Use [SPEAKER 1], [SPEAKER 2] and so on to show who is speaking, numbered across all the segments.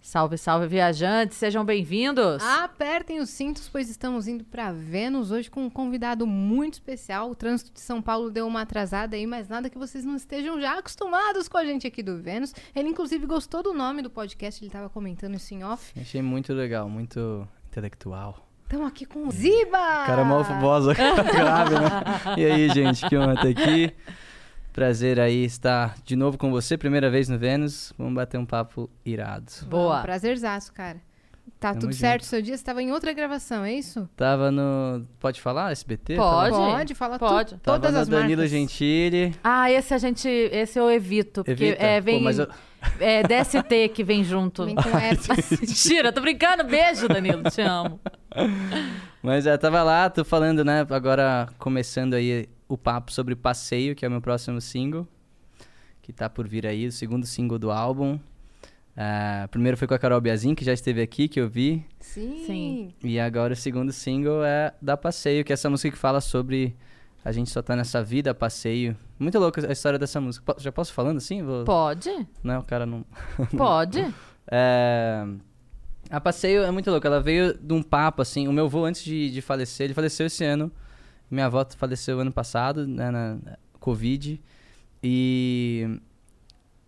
[SPEAKER 1] Salve, salve, viajantes, sejam bem-vindos.
[SPEAKER 2] Ah. Apertem os cintos, pois estamos indo para Vênus hoje com um convidado muito especial. O trânsito de São Paulo deu uma atrasada aí, mas nada que vocês não estejam já acostumados com a gente aqui do Vênus. Ele, inclusive, gostou do nome do podcast, ele estava comentando isso em off.
[SPEAKER 3] Achei muito legal, muito intelectual.
[SPEAKER 2] Estamos aqui com o Ziba!
[SPEAKER 1] Ah.
[SPEAKER 3] Cara, mal voz grave, né? E aí, gente, que honra estar aqui. Prazer aí estar de novo com você, primeira vez no Vênus. Vamos bater um papo irado.
[SPEAKER 1] Boa.
[SPEAKER 2] Prazerzaço, cara. Tá
[SPEAKER 3] Tamo
[SPEAKER 2] tudo
[SPEAKER 3] junto.
[SPEAKER 2] certo o seu dia? Você estava em outra gravação, é isso?
[SPEAKER 3] Tava no... Pode falar, SBT?
[SPEAKER 1] Pode.
[SPEAKER 3] Tava,
[SPEAKER 2] fala
[SPEAKER 1] Pode.
[SPEAKER 2] tudo.
[SPEAKER 3] tava
[SPEAKER 2] Todas
[SPEAKER 3] no
[SPEAKER 2] as
[SPEAKER 3] Danilo
[SPEAKER 2] marcas.
[SPEAKER 3] Gentili.
[SPEAKER 1] Ah, esse a gente, esse eu evito, porque
[SPEAKER 3] Evita?
[SPEAKER 1] é vem
[SPEAKER 3] Pô, mas eu-
[SPEAKER 1] é DST que vem junto.
[SPEAKER 2] Vem com F.
[SPEAKER 1] Mentira, tô brincando. Beijo, Danilo, te amo.
[SPEAKER 3] Mas é, tava lá, tô falando, né? Agora começando aí o papo sobre Passeio, que é o meu próximo single, que tá por vir aí, o segundo single do álbum. Ah, primeiro foi com a Carol Biazin, que já esteve aqui, que eu vi.
[SPEAKER 2] Sim.
[SPEAKER 1] Sim.
[SPEAKER 3] E agora o segundo single é da Passeio, que é essa música que fala sobre a gente só tá nessa vida a passeio. Muito louca a história dessa música. Po- Já posso ir falando assim? Vou...
[SPEAKER 1] Pode?
[SPEAKER 3] Não, o cara não.
[SPEAKER 1] Pode?
[SPEAKER 3] É, A Passeio é muito louca. Ela veio de um papo, assim. O meu avô, antes de, de falecer, ele faleceu esse ano. Minha avó faleceu ano passado, né, na na Covid. E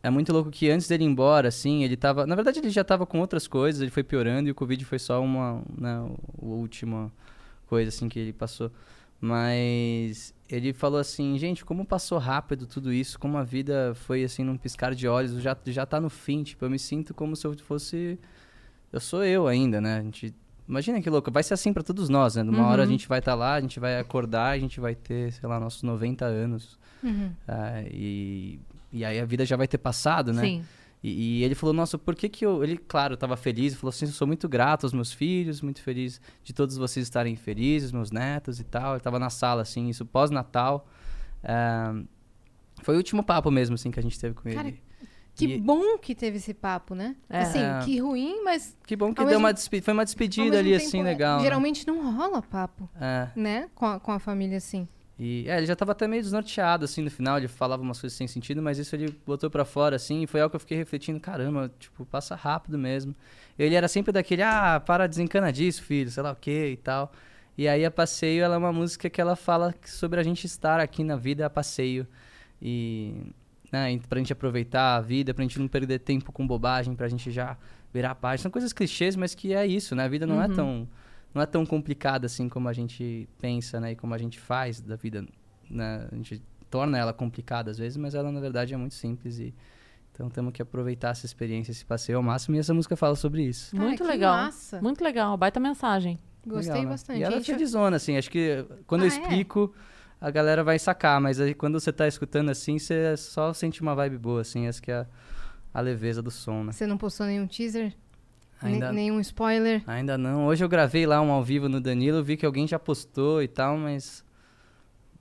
[SPEAKER 3] é muito louco que antes dele ir embora, assim, ele tava... Na verdade, ele já tava com outras coisas, ele foi piorando. E o Covid foi só uma... Né, o- a última coisa, assim, que ele passou. Mas ele falou assim, gente, como passou rápido tudo isso, como a vida foi assim num piscar de olhos, eu já já tá no fim, tipo, eu me sinto como se eu fosse eu sou eu ainda, né? A gente imagina que louco, vai ser assim pra todos nós, né? Uma hora a gente vai estar lá, a gente vai acordar, a gente vai ter, sei lá, nossos 90 anos. Ah, e e aí a vida já vai ter passado, né?
[SPEAKER 1] Sim.
[SPEAKER 3] E, e ele falou, nossa, por que que eu... Ele, claro, estava feliz, falou assim, eu sou muito grato aos meus filhos, muito feliz de todos vocês estarem felizes, meus netos e tal. Ele tava na sala, assim, isso pós-natal. Ah, foi o último papo mesmo, assim, que a gente teve com
[SPEAKER 2] Cara,
[SPEAKER 3] ele.
[SPEAKER 2] Que
[SPEAKER 3] E-
[SPEAKER 2] bom que teve esse papo, né?
[SPEAKER 1] É.
[SPEAKER 2] Assim,
[SPEAKER 3] Né? É.
[SPEAKER 2] que ruim, mas
[SPEAKER 3] Que bom que
[SPEAKER 2] ao
[SPEAKER 3] deu
[SPEAKER 2] mesmo-
[SPEAKER 3] uma despe- foi uma
[SPEAKER 2] ao
[SPEAKER 3] despedida
[SPEAKER 2] mesmo
[SPEAKER 3] ali,
[SPEAKER 2] tempo,
[SPEAKER 3] assim,
[SPEAKER 2] é,
[SPEAKER 3] legal. né?
[SPEAKER 2] Geralmente não rola papo,
[SPEAKER 3] É.
[SPEAKER 2] né? Com a, com a família, assim.
[SPEAKER 3] E é, ele já tava até meio desnorteado, assim, no final, ele falava umas coisas sem sentido, mas isso ele botou pra fora, assim, e foi algo que eu fiquei refletindo, caramba, tipo, passa rápido mesmo. Ele era sempre daquele, ah, para, desencana disso, filho, sei lá o quê e tal. E aí a Passeio, ela é uma música que ela fala que- sobre a gente estar aqui na vida a passeio. E, né, e pra gente aproveitar a vida, pra gente não perder tempo com bobagem, pra gente já virar a página. São coisas clichês, mas que é isso, né? A vida não é tão não é tão complicada assim como a gente pensa, né? E como a gente faz da vida, né? A gente torna ela complicada às vezes, mas ela na verdade é muito simples e então temos que aproveitar essa experiência, esse passeio ao máximo e essa música fala sobre isso.
[SPEAKER 2] Cara,
[SPEAKER 1] Muito
[SPEAKER 2] que
[SPEAKER 1] legal.
[SPEAKER 2] massa.
[SPEAKER 1] Muito legal, baita mensagem.
[SPEAKER 2] Gostei
[SPEAKER 3] Legal, né?
[SPEAKER 2] bastante.
[SPEAKER 3] E ela te
[SPEAKER 2] Esse-
[SPEAKER 3] desona, assim, acho que quando
[SPEAKER 2] Ah,
[SPEAKER 3] eu
[SPEAKER 2] é?
[SPEAKER 3] explico, a galera vai sacar, mas aí quando você tá escutando assim, você só sente uma vibe boa, assim, essa que é a, a leveza do som, né?
[SPEAKER 2] Você não postou nenhum teaser? Ne-
[SPEAKER 3] Ainda,
[SPEAKER 2] nenhum spoiler?
[SPEAKER 3] ainda não. Hoje eu gravei lá um ao vivo no Danilo, vi que alguém já postou e tal, mas...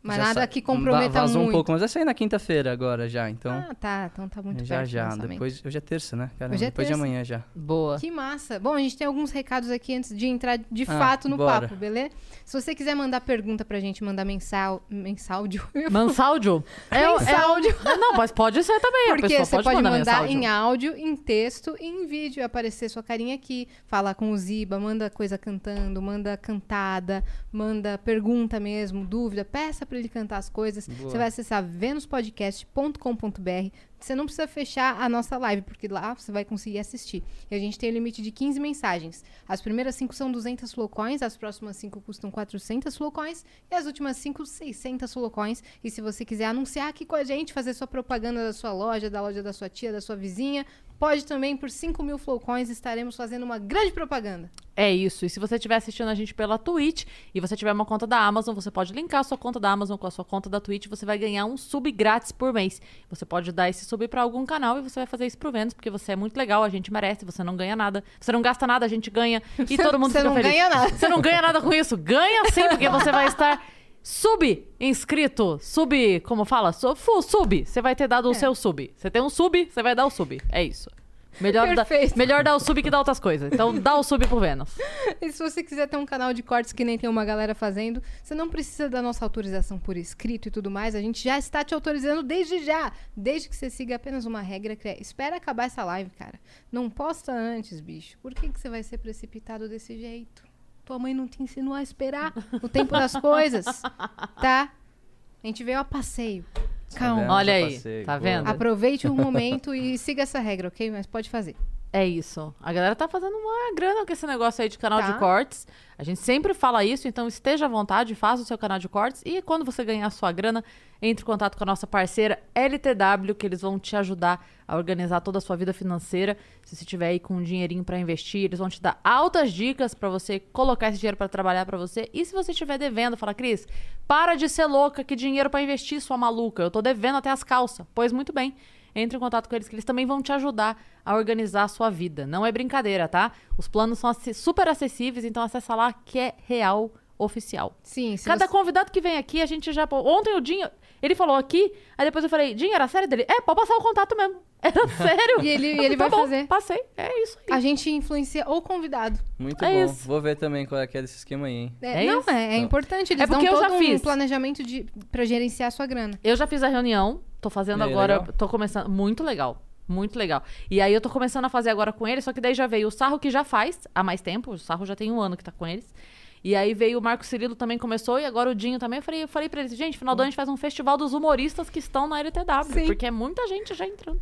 [SPEAKER 2] Mas
[SPEAKER 3] já
[SPEAKER 2] nada
[SPEAKER 3] sa-
[SPEAKER 2] que
[SPEAKER 3] va-
[SPEAKER 2] comprometa
[SPEAKER 3] vazou
[SPEAKER 2] muito.
[SPEAKER 3] um pouco, mas vai sair na quinta-feira agora já, então...
[SPEAKER 2] Ah, tá. Então tá muito
[SPEAKER 3] já,
[SPEAKER 2] perto do
[SPEAKER 3] já.
[SPEAKER 2] lançamento.
[SPEAKER 3] Depois, hoje é terça, né? Caramba,
[SPEAKER 2] Hoje é
[SPEAKER 3] depois
[SPEAKER 2] terça.
[SPEAKER 3] de amanhã já.
[SPEAKER 1] Boa.
[SPEAKER 2] Que massa. Bom, a gente tem alguns recados aqui antes de entrar de
[SPEAKER 3] Ah,
[SPEAKER 2] fato no
[SPEAKER 3] bora.
[SPEAKER 2] papo, beleza? Se você quiser mandar pergunta pra gente, mandar mensal... mensáldio...
[SPEAKER 1] Mansáldio? É, o- é,
[SPEAKER 2] mensáldio.
[SPEAKER 1] o- não, mas pode ser também. a
[SPEAKER 2] Porque
[SPEAKER 1] pessoa
[SPEAKER 2] você pode mandar,
[SPEAKER 1] mensáldio.
[SPEAKER 2] em áudio, em texto e em vídeo. Aparecer sua carinha aqui, falar com o Ziba, manda coisa cantando, manda cantada, manda pergunta mesmo, dúvida, peça pra ele cantar as coisas.
[SPEAKER 3] Boa.
[SPEAKER 2] Você vai acessar venuspodcast.com.br. Você não precisa fechar a nossa live, porque lá você vai conseguir assistir. E a gente tem o limite de 15 mensagens. As primeiras 5 são 200 flocões, as próximas 5 custam 400 flocões e as últimas 5, 600 flocões. E se você quiser anunciar aqui com a gente, fazer sua propaganda da sua loja, da loja da sua tia, da sua vizinha, pode também, por 5 mil flocões, estaremos fazendo uma grande propaganda.
[SPEAKER 1] É isso. E se você estiver assistindo a gente pela Twitch e você tiver uma conta da Amazon, você pode linkar a sua conta da Amazon com a sua conta da Twitch. Você vai ganhar um sub grátis por mês. Você pode dar esse sub pra algum canal e você vai fazer isso pro Vênus, porque você é muito legal, a gente merece, você não ganha nada. Você não gasta nada, a gente ganha. E
[SPEAKER 2] Você-
[SPEAKER 1] todo mundo
[SPEAKER 2] você
[SPEAKER 1] fica
[SPEAKER 2] não
[SPEAKER 1] feliz.
[SPEAKER 2] ganha nada.
[SPEAKER 1] Você não ganha nada com isso. Ganha sim, porque você vai estar sub inscrito, sub, como fala? Su- fu- Sub, você vai ter dado o seu sub. Você tem um sub, você vai dar o sub. É isso. Melhor, da-
[SPEAKER 2] Perfeito.
[SPEAKER 1] melhor dar o sub que dar outras coisas. Então dá o sub pro Vênus.
[SPEAKER 2] E se você quiser ter um canal de cortes que nem tem uma galera fazendo, você não precisa da nossa autorização por escrito e tudo mais. A gente já está te autorizando desde já. Desde que você siga apenas uma regra que é espera acabar essa live, cara. Não posta antes, bicho. Por que, que você vai ser precipitado desse jeito? Tua mãe não te ensinou a esperar o tempo das coisas, tá? A gente veio a passeio. Calma.
[SPEAKER 3] Tá vendo?
[SPEAKER 1] Olha
[SPEAKER 3] já
[SPEAKER 1] aí,
[SPEAKER 3] passei,
[SPEAKER 1] tá
[SPEAKER 3] boa.
[SPEAKER 1] vendo?
[SPEAKER 2] Aproveite o momento e siga essa regra, ok? Mas pode fazer.
[SPEAKER 1] É isso. A galera tá fazendo uma grana com esse negócio aí de canal
[SPEAKER 2] Tá.
[SPEAKER 1] de cortes. A gente sempre fala isso, então esteja à vontade, faça o seu canal de cortes. E quando você ganhar a sua grana, entre em contato com a nossa parceira LTW, que eles vão te ajudar a organizar toda a sua vida financeira. Se você tiver aí com um dinheirinho pra investir, eles vão te dar altas dicas pra você colocar esse dinheiro pra trabalhar pra você. E se você estiver devendo, fala, Cris, para de ser louca, que dinheiro pra investir, sua maluca. Eu tô devendo até as calças. Pois muito bem entre em contato com eles, que eles também vão te ajudar a organizar a sua vida. Não é brincadeira, tá? Os planos são acess- super acessíveis, então acessa lá que é real oficial.
[SPEAKER 2] Sim, se
[SPEAKER 1] Cada
[SPEAKER 2] você-
[SPEAKER 1] convidado que vem aqui, a gente já. pô, Ontem o Dinho, ele falou aqui, aí depois eu falei, Dinho, era sério dele? É, pode passar o contato mesmo. Era sério.
[SPEAKER 2] E ele-
[SPEAKER 1] Eu
[SPEAKER 2] e
[SPEAKER 1] falei,
[SPEAKER 2] ele
[SPEAKER 1] "Tá
[SPEAKER 2] vai
[SPEAKER 1] bom,
[SPEAKER 2] fazer."
[SPEAKER 1] Passei, é isso aí.
[SPEAKER 2] A gente influencia o convidado.
[SPEAKER 3] Muito
[SPEAKER 1] É
[SPEAKER 3] bom.
[SPEAKER 1] isso.
[SPEAKER 3] Vou ver também qual é que é desse esquema aí, hein?
[SPEAKER 2] É,
[SPEAKER 1] É
[SPEAKER 2] não,
[SPEAKER 1] isso.
[SPEAKER 2] é, é
[SPEAKER 3] Não.
[SPEAKER 2] importante. Eles
[SPEAKER 1] É porque
[SPEAKER 2] dão
[SPEAKER 1] eu
[SPEAKER 2] todo
[SPEAKER 1] já
[SPEAKER 2] um
[SPEAKER 1] fiz.
[SPEAKER 2] planejamento de, pra gerenciar a sua grana.
[SPEAKER 1] Eu já fiz a reunião, tô fazendo
[SPEAKER 3] E aí,
[SPEAKER 1] agora,
[SPEAKER 3] legal?
[SPEAKER 1] tô começando. Muito legal. Muito legal. E aí eu tô começando a fazer agora com ele, só que daí já veio o Sarro que já faz há mais tempo. O Sarro já tem um ano que tá com eles. E aí veio o Marco Cirilo também começou, e agora o Dinho também. Eu falei, eu falei pra eles, gente, final do ano a gente faz um festival dos humoristas que estão na LTW,
[SPEAKER 2] Sim.
[SPEAKER 1] porque é muita gente já entrando.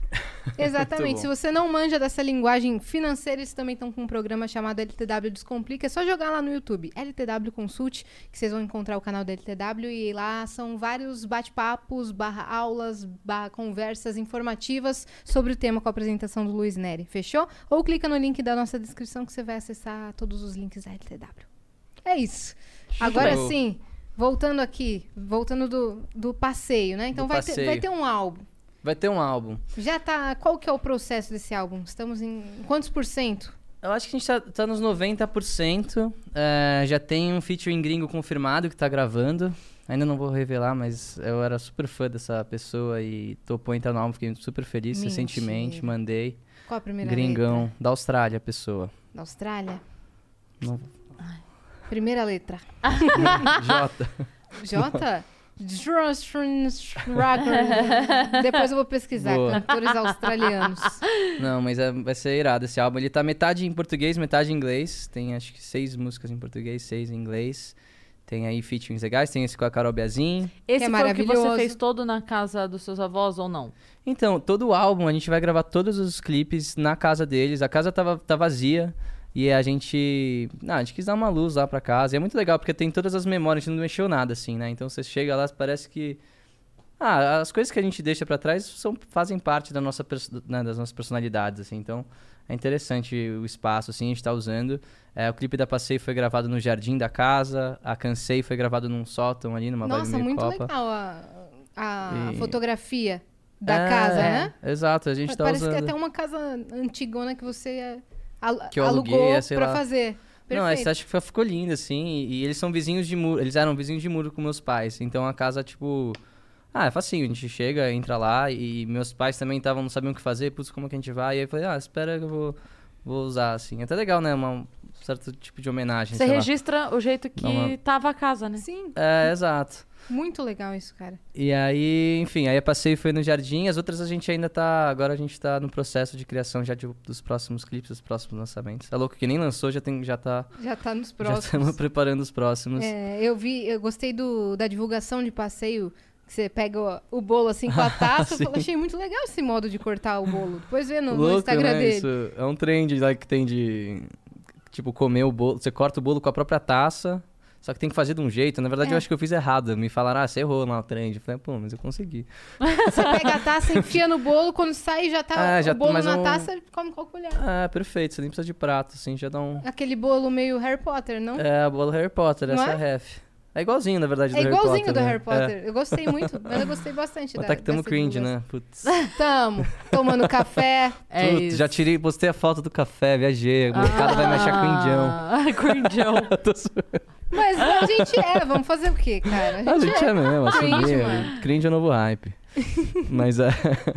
[SPEAKER 2] Exatamente.
[SPEAKER 3] bom.
[SPEAKER 2] Se você não manja dessa linguagem financeira, eles também estão com um programa chamado LTW Descomplica. É só jogar lá no YouTube, LTW Consult, que vocês vão encontrar o canal da LTW. E lá são vários bate-papos, barra aulas, barra conversas informativas sobre o tema com a apresentação do Luiz Neri. Fechou? Ou clica no link da nossa descrição que você vai acessar todos os links da LTW. É isso. Agora
[SPEAKER 3] Show.
[SPEAKER 2] sim, voltando aqui, voltando do, do passeio, né? Então
[SPEAKER 3] Do
[SPEAKER 2] vai ter, vai
[SPEAKER 3] passeio.
[SPEAKER 2] ter um álbum.
[SPEAKER 3] Vai ter um álbum.
[SPEAKER 2] Já tá. Qual que é o processo desse álbum? Estamos em quantos por cento?
[SPEAKER 3] Eu acho que a gente tá, tá nos 90%. é, já tem um featuring gringo confirmado que tá gravando. Ainda não vou revelar, mas eu era super fã dessa pessoa e topou entrar no álbum. Fiquei super feliz
[SPEAKER 2] Mentira.
[SPEAKER 3] recentemente. Mandei.
[SPEAKER 2] Qual a primeira
[SPEAKER 3] Gringão,
[SPEAKER 2] letra?
[SPEAKER 3] da Austrália, a pessoa.
[SPEAKER 2] Da Austrália?
[SPEAKER 3] Não-
[SPEAKER 2] Primeira letra.
[SPEAKER 3] Jota.
[SPEAKER 2] J? Depois eu vou pesquisar.
[SPEAKER 3] Boa.
[SPEAKER 2] Cantores australianos.
[SPEAKER 3] Não, mas é- vai ser irado esse álbum. Ele tá metade em português, metade em inglês. Tem acho que seis músicas em português, seis em inglês. Tem aí featurings legais, tem esse com a Carol Biazin.
[SPEAKER 1] Esse foi o que é você
[SPEAKER 2] maravilhoso.
[SPEAKER 1] fez todo na casa dos seus avós ou não?
[SPEAKER 3] Então, todo o álbum, a gente vai gravar todos os clipes na casa deles. A casa tava, tá vazia. E a gente. Ah, a gente quis dar uma luz lá pra casa. E é muito legal, porque tem todas as memórias, a gente não mexeu nada, assim, né? Então você chega lá, parece que. Ah, as coisas que a gente deixa pra trás são, fazem parte da nossa, perso- né, das nossas personalidades, assim. Então, é interessante o espaço, assim, a gente tá usando. É, o clipe da Passeio foi gravado no jardim da casa. A Cansei foi gravado num sótão ali, numa vibe
[SPEAKER 2] Nossa,
[SPEAKER 3] meio
[SPEAKER 2] muito
[SPEAKER 3] copa.
[SPEAKER 2] legal a, a
[SPEAKER 3] E-
[SPEAKER 2] fotografia da
[SPEAKER 3] É,
[SPEAKER 2] casa, né?
[SPEAKER 3] Exato, a gente tá
[SPEAKER 2] Parece
[SPEAKER 3] usando.
[SPEAKER 2] que é até uma casa antigona que você é, al-
[SPEAKER 3] Que eu
[SPEAKER 2] alugou
[SPEAKER 3] aluguei, sei
[SPEAKER 2] pra
[SPEAKER 3] lá.
[SPEAKER 2] fazer.
[SPEAKER 3] Não, é
[SPEAKER 2] Perfeito.
[SPEAKER 3] essa acho que fi- ficou linda, assim. E, e eles são vizinhos de muro. Eles eram vizinhos de muro com meus pais. Então a casa, tipo. Ah, é facinho. A gente chega, entra lá. E meus pais também estavam, não sabiam o que fazer. Putz, como que a gente vai? E aí eu falei, ah, espera que eu vou, vou usar, assim. É até legal, né? Uma, um certo tipo de homenagem.
[SPEAKER 1] Você
[SPEAKER 3] sei lá.
[SPEAKER 1] registra o jeito que
[SPEAKER 3] Dá uma-
[SPEAKER 1] tava a casa, né?
[SPEAKER 2] Sim,
[SPEAKER 3] É, exato.
[SPEAKER 2] muito legal isso, cara.
[SPEAKER 3] E aí, enfim, aí a passeio foi no jardim. As outras a gente ainda tá. Agora a gente tá no processo de criação já de- dos próximos clipes, dos próximos lançamentos. É louco que nem lançou, já, tem, já tá.
[SPEAKER 2] Já tá nos
[SPEAKER 3] Já estamos
[SPEAKER 2] próximos.
[SPEAKER 3] preparando os próximos.
[SPEAKER 2] É, eu vi, eu gostei do, da divulgação de passeio. Que você pega o, o bolo assim com a taça. eu
[SPEAKER 3] Sim.
[SPEAKER 2] falo, achei muito legal esse modo de cortar o bolo. Depois vê no, no
[SPEAKER 3] Louco,
[SPEAKER 2] Instagram
[SPEAKER 3] né?
[SPEAKER 2] dele.
[SPEAKER 3] Isso é um trend lá que tem de tipo comer o bolo. Você corta o bolo com a própria taça. Só que tem que fazer de um jeito. Na verdade,
[SPEAKER 2] É.
[SPEAKER 3] eu acho que eu fiz errado. Me falaram, ah, você errou lá o trend. Eu falei, pô, mas eu consegui.
[SPEAKER 2] Você pega a taça, enfia no bolo, quando sai já tá
[SPEAKER 3] Ah,
[SPEAKER 2] o
[SPEAKER 3] já-
[SPEAKER 2] bolo
[SPEAKER 3] mas
[SPEAKER 2] na
[SPEAKER 3] um-
[SPEAKER 2] taça, come com a colher.
[SPEAKER 3] Ah, perfeito. Você nem precisa de prato, assim, já dá um.
[SPEAKER 2] Aquele bolo meio Harry Potter, não? É,
[SPEAKER 3] É, a bola do Harry Potter,
[SPEAKER 2] Não
[SPEAKER 3] essa
[SPEAKER 2] é?
[SPEAKER 3] é a ref. É igualzinho, na verdade, do Harry Potter.
[SPEAKER 2] igualzinho do
[SPEAKER 3] né?
[SPEAKER 2] Harry
[SPEAKER 3] É.
[SPEAKER 2] Potter. Eu gostei muito, mas eu gostei bastante
[SPEAKER 3] Mas
[SPEAKER 2] da
[SPEAKER 3] tá que tamo
[SPEAKER 2] dessa
[SPEAKER 3] cringe,
[SPEAKER 2] divulgação.
[SPEAKER 3] né? Putz.
[SPEAKER 2] Tamo. Tomando café.
[SPEAKER 1] É
[SPEAKER 3] Putz,
[SPEAKER 1] isso.
[SPEAKER 3] já tirei, postei a foto do café, viajei. O mercado vai me achar cringeão.
[SPEAKER 1] Ah, cringeão.
[SPEAKER 3] Eu tô zoando.
[SPEAKER 2] Mas a gente é, vamos fazer o quê, cara?
[SPEAKER 3] A gente é mesmo,
[SPEAKER 2] Cringe,
[SPEAKER 3] assim, é,
[SPEAKER 2] mano.
[SPEAKER 3] cringe é o novo hype. Mas é,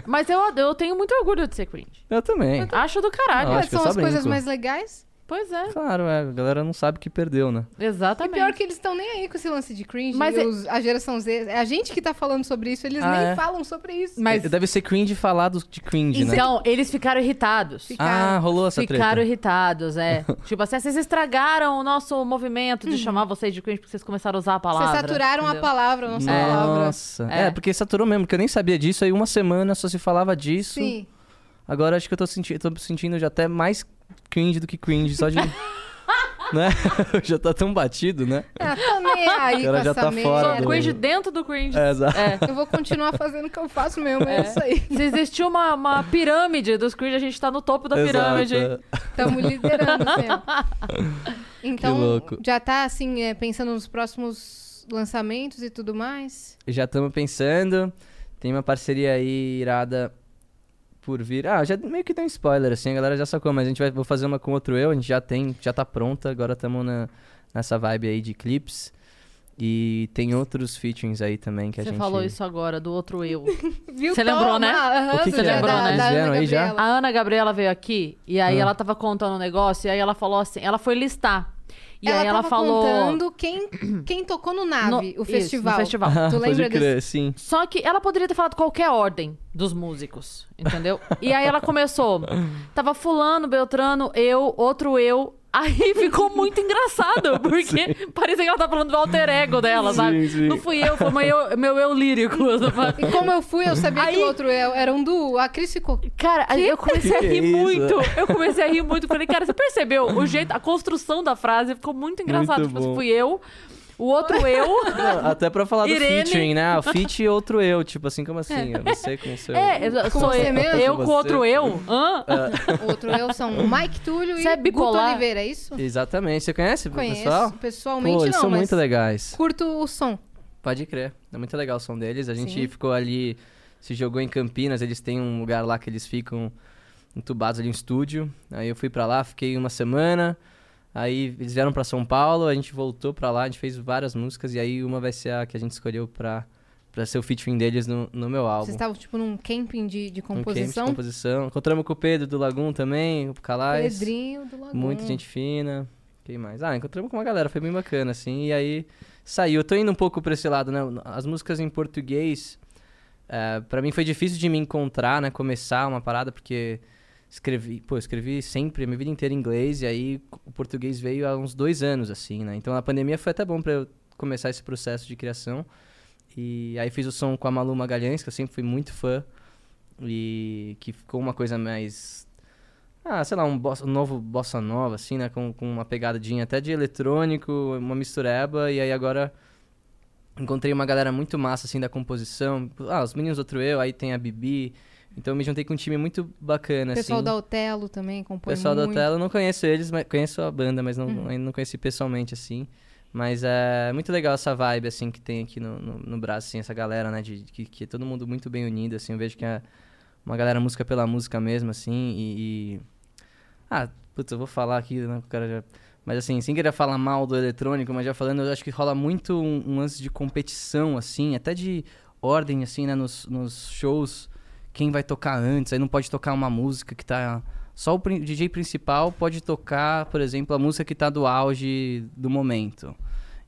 [SPEAKER 1] Mas eu, eu tenho muito orgulho de ser cringe.
[SPEAKER 3] eu também.
[SPEAKER 1] Acho do caralho.
[SPEAKER 3] Nossa.
[SPEAKER 2] Mas
[SPEAKER 3] acho que eu
[SPEAKER 2] são as
[SPEAKER 3] só
[SPEAKER 2] coisas
[SPEAKER 3] brinco.
[SPEAKER 2] mais legais.
[SPEAKER 1] Pois é,
[SPEAKER 3] Claro, é, a galera não sabe que perdeu, né?
[SPEAKER 2] E
[SPEAKER 1] exatamente.
[SPEAKER 2] pior que eles estão nem aí com esse lance de cringe.
[SPEAKER 1] Mas
[SPEAKER 2] e
[SPEAKER 1] é-
[SPEAKER 2] os- a geração Z, é a gente que tá falando sobre isso, eles
[SPEAKER 3] Ah,
[SPEAKER 2] nem
[SPEAKER 3] é?
[SPEAKER 2] falam sobre isso.
[SPEAKER 1] Mas-
[SPEAKER 3] Deve ser cringe falar do- de cringe, né?
[SPEAKER 1] Então, eles ficaram irritados.
[SPEAKER 3] Ah,
[SPEAKER 2] Ficaram-
[SPEAKER 3] rolou essa
[SPEAKER 1] Ficaram
[SPEAKER 3] treta.
[SPEAKER 1] irritados, é. tipo assim, vocês estragaram o nosso movimento de chamar vocês de cringe porque Uhum. vocês começaram a usar a palavra.
[SPEAKER 2] Vocês saturaram
[SPEAKER 1] entendeu?
[SPEAKER 2] a palavra, a nossa palavra.
[SPEAKER 3] Nossa. É.
[SPEAKER 1] É.
[SPEAKER 3] porque saturou mesmo, porque eu nem sabia disso. Aí uma semana só se falava disso.
[SPEAKER 2] Sim.
[SPEAKER 3] Agora acho que eu tô, senti tô sentindo já até mais cringe do que cringe, só de. né? já tá tão batido, né?
[SPEAKER 2] Ah, tô nem aí
[SPEAKER 3] Cara,
[SPEAKER 2] com
[SPEAKER 3] já
[SPEAKER 2] essa
[SPEAKER 3] tá
[SPEAKER 2] merda.
[SPEAKER 3] fora
[SPEAKER 1] Só
[SPEAKER 3] do-
[SPEAKER 1] cringe dentro do cringe.
[SPEAKER 3] É, exato.
[SPEAKER 1] É.
[SPEAKER 2] Eu vou continuar fazendo o que eu faço mesmo,
[SPEAKER 1] É.
[SPEAKER 2] é, isso aí.
[SPEAKER 1] Se existir uma, uma pirâmide dos cringe, a gente tá no topo da pirâmide.
[SPEAKER 3] Exato. É.
[SPEAKER 2] Estamos liderando mesmo. Então,
[SPEAKER 3] Que louco.
[SPEAKER 2] já tá assim, é, pensando nos próximos lançamentos e tudo mais?
[SPEAKER 3] Já estamos pensando. Tem uma parceria aí irada por vir. Ah, já meio que deu um spoiler, assim, a galera já sacou, mas a gente vai vou fazer uma com outro eu, a gente já tem, já tá pronta, agora estamos nessa vibe aí de clips. E tem outros featurings aí também que a
[SPEAKER 1] Você
[SPEAKER 3] gente.
[SPEAKER 1] falou isso agora, do outro eu.
[SPEAKER 2] Viu?
[SPEAKER 1] Você lembrou, né?
[SPEAKER 2] Aham,
[SPEAKER 3] O que
[SPEAKER 2] do-
[SPEAKER 3] que
[SPEAKER 2] da-
[SPEAKER 1] lembrou,
[SPEAKER 2] da-
[SPEAKER 1] né?
[SPEAKER 2] da
[SPEAKER 3] Eles vieram
[SPEAKER 2] Ana
[SPEAKER 3] aí já?
[SPEAKER 2] Gabriela.
[SPEAKER 1] A Ana Gabriela veio aqui e aí
[SPEAKER 3] Ah.
[SPEAKER 1] ela tava contando um negócio e aí ela falou assim, ela foi listar. E aí ela
[SPEAKER 2] tava
[SPEAKER 1] falou
[SPEAKER 2] contando quem, quem tocou no Nave,
[SPEAKER 1] No-
[SPEAKER 2] o
[SPEAKER 1] isso,
[SPEAKER 2] festival.
[SPEAKER 1] no festival.
[SPEAKER 3] Ah,
[SPEAKER 2] Tu
[SPEAKER 3] pode
[SPEAKER 2] lembra
[SPEAKER 3] crer, sim.
[SPEAKER 1] Só que ela poderia ter falado qualquer ordem dos músicos, entendeu? E aí ela começou. Tava fulano, Beltrano, eu, outro eu. Aí ficou muito engraçado, porque parecia que ela tá falando do alter ego dela,
[SPEAKER 3] Sim,
[SPEAKER 1] sabe?
[SPEAKER 3] sim.
[SPEAKER 1] Não fui eu, foi meu eu, meu eu lírico.
[SPEAKER 2] E como eu fui, eu sabia
[SPEAKER 1] Aí-
[SPEAKER 2] que o outro eu- era um duo. A Cris ficou...
[SPEAKER 1] Cara, aí eu comecei a
[SPEAKER 3] Que que é
[SPEAKER 1] rir
[SPEAKER 3] isso?
[SPEAKER 1] muito. Eu comecei a rir muito. Falei, cara, você percebeu? O jeito, a construção da frase ficou muito engraçada.
[SPEAKER 3] Muito
[SPEAKER 1] Tipo assim,
[SPEAKER 3] bom.
[SPEAKER 1] fui eu, o outro eu.
[SPEAKER 3] Até pra falar
[SPEAKER 1] Irene.
[SPEAKER 3] do featuring, né? O feat e outro eu, tipo assim, como assim? É você com o seu.
[SPEAKER 1] É, eu-
[SPEAKER 2] Com
[SPEAKER 1] sou
[SPEAKER 2] você
[SPEAKER 1] eu,
[SPEAKER 2] mesmo?
[SPEAKER 1] eu
[SPEAKER 3] Com
[SPEAKER 1] com outro
[SPEAKER 3] você.
[SPEAKER 1] eu. Hã?
[SPEAKER 2] O outro eu são Mike Túlio
[SPEAKER 1] Você é
[SPEAKER 2] e Guto
[SPEAKER 1] bipolar?
[SPEAKER 2] Oliveira, é isso?
[SPEAKER 3] Exatamente. Você conhece,
[SPEAKER 2] Conheço.
[SPEAKER 3] pessoal?
[SPEAKER 2] Pessoalmente
[SPEAKER 3] Pô, eles
[SPEAKER 2] não,
[SPEAKER 3] são
[SPEAKER 2] mas
[SPEAKER 3] muito legais.
[SPEAKER 2] curto o som.
[SPEAKER 3] Pode crer. É muito legal o som deles. A gente
[SPEAKER 2] Sim.
[SPEAKER 3] ficou ali, se jogou em Campinas, eles têm um lugar lá que eles ficam entubados ali em estúdio. Aí eu fui pra lá, fiquei uma semana. Aí eles vieram pra São Paulo, a gente voltou pra lá, a gente fez várias músicas e aí uma vai ser a que a gente escolheu pra, pra ser o featuring deles no, no meu álbum.
[SPEAKER 2] Vocês estavam, tipo, num camping de, de
[SPEAKER 3] Um camp de
[SPEAKER 2] composição.
[SPEAKER 3] composição. Encontramos com o Pedro do Lagum também, o Calais.
[SPEAKER 2] Pedrinho do Lagoon.
[SPEAKER 3] Muita gente fina. Quem mais? Ah, encontramos com uma galera, foi bem bacana, assim. E aí saiu. Eu tô indo um pouco pra esse lado, né? As músicas em português, eh, pra mim foi difícil de me encontrar, né? Começar uma parada, porque escrevi, pô, escrevi sempre, a minha vida inteira em inglês, e aí o português veio há uns dois anos, assim, né? Então a pandemia foi até bom pra eu começar esse processo de criação. E aí fiz o som com a Malu Magalhães, que eu sempre fui muito fã. E que ficou uma coisa mais. Ah, sei lá, um, bossa- um novo bossa nova, assim, né? Com, com uma pegadinha até de eletrônico, uma mistureba. E aí agora encontrei uma galera muito massa, assim, da composição. Ah, os meninos outro eu, aí tem a Bibi. Então eu me juntei com um time muito bacana,
[SPEAKER 2] O pessoal
[SPEAKER 3] assim.
[SPEAKER 2] da Otelo também
[SPEAKER 3] O
[SPEAKER 2] compõe
[SPEAKER 3] pessoal da
[SPEAKER 2] muito.
[SPEAKER 3] tela, eu não conheço eles, mas conheço a banda, mas não, ainda não conheci pessoalmente, assim. Mas é muito legal essa vibe, assim, que tem aqui no, no, no Brasil, assim, essa galera, né, de, que, que é todo mundo muito bem unido, assim. Eu vejo que é uma galera música pela música mesmo, assim, e... e- Ah, putz, eu vou falar aqui, né, o cara já... Mas assim, sem querer falar mal do eletrônico, mas já falando, eu acho que rola muito um, um lance de competição, assim, até de ordem, assim, né, nos, nos shows. Quem vai tocar antes, aí não pode tocar uma música que tá só o prin- DJ principal pode tocar, por exemplo, a música que tá do auge do momento.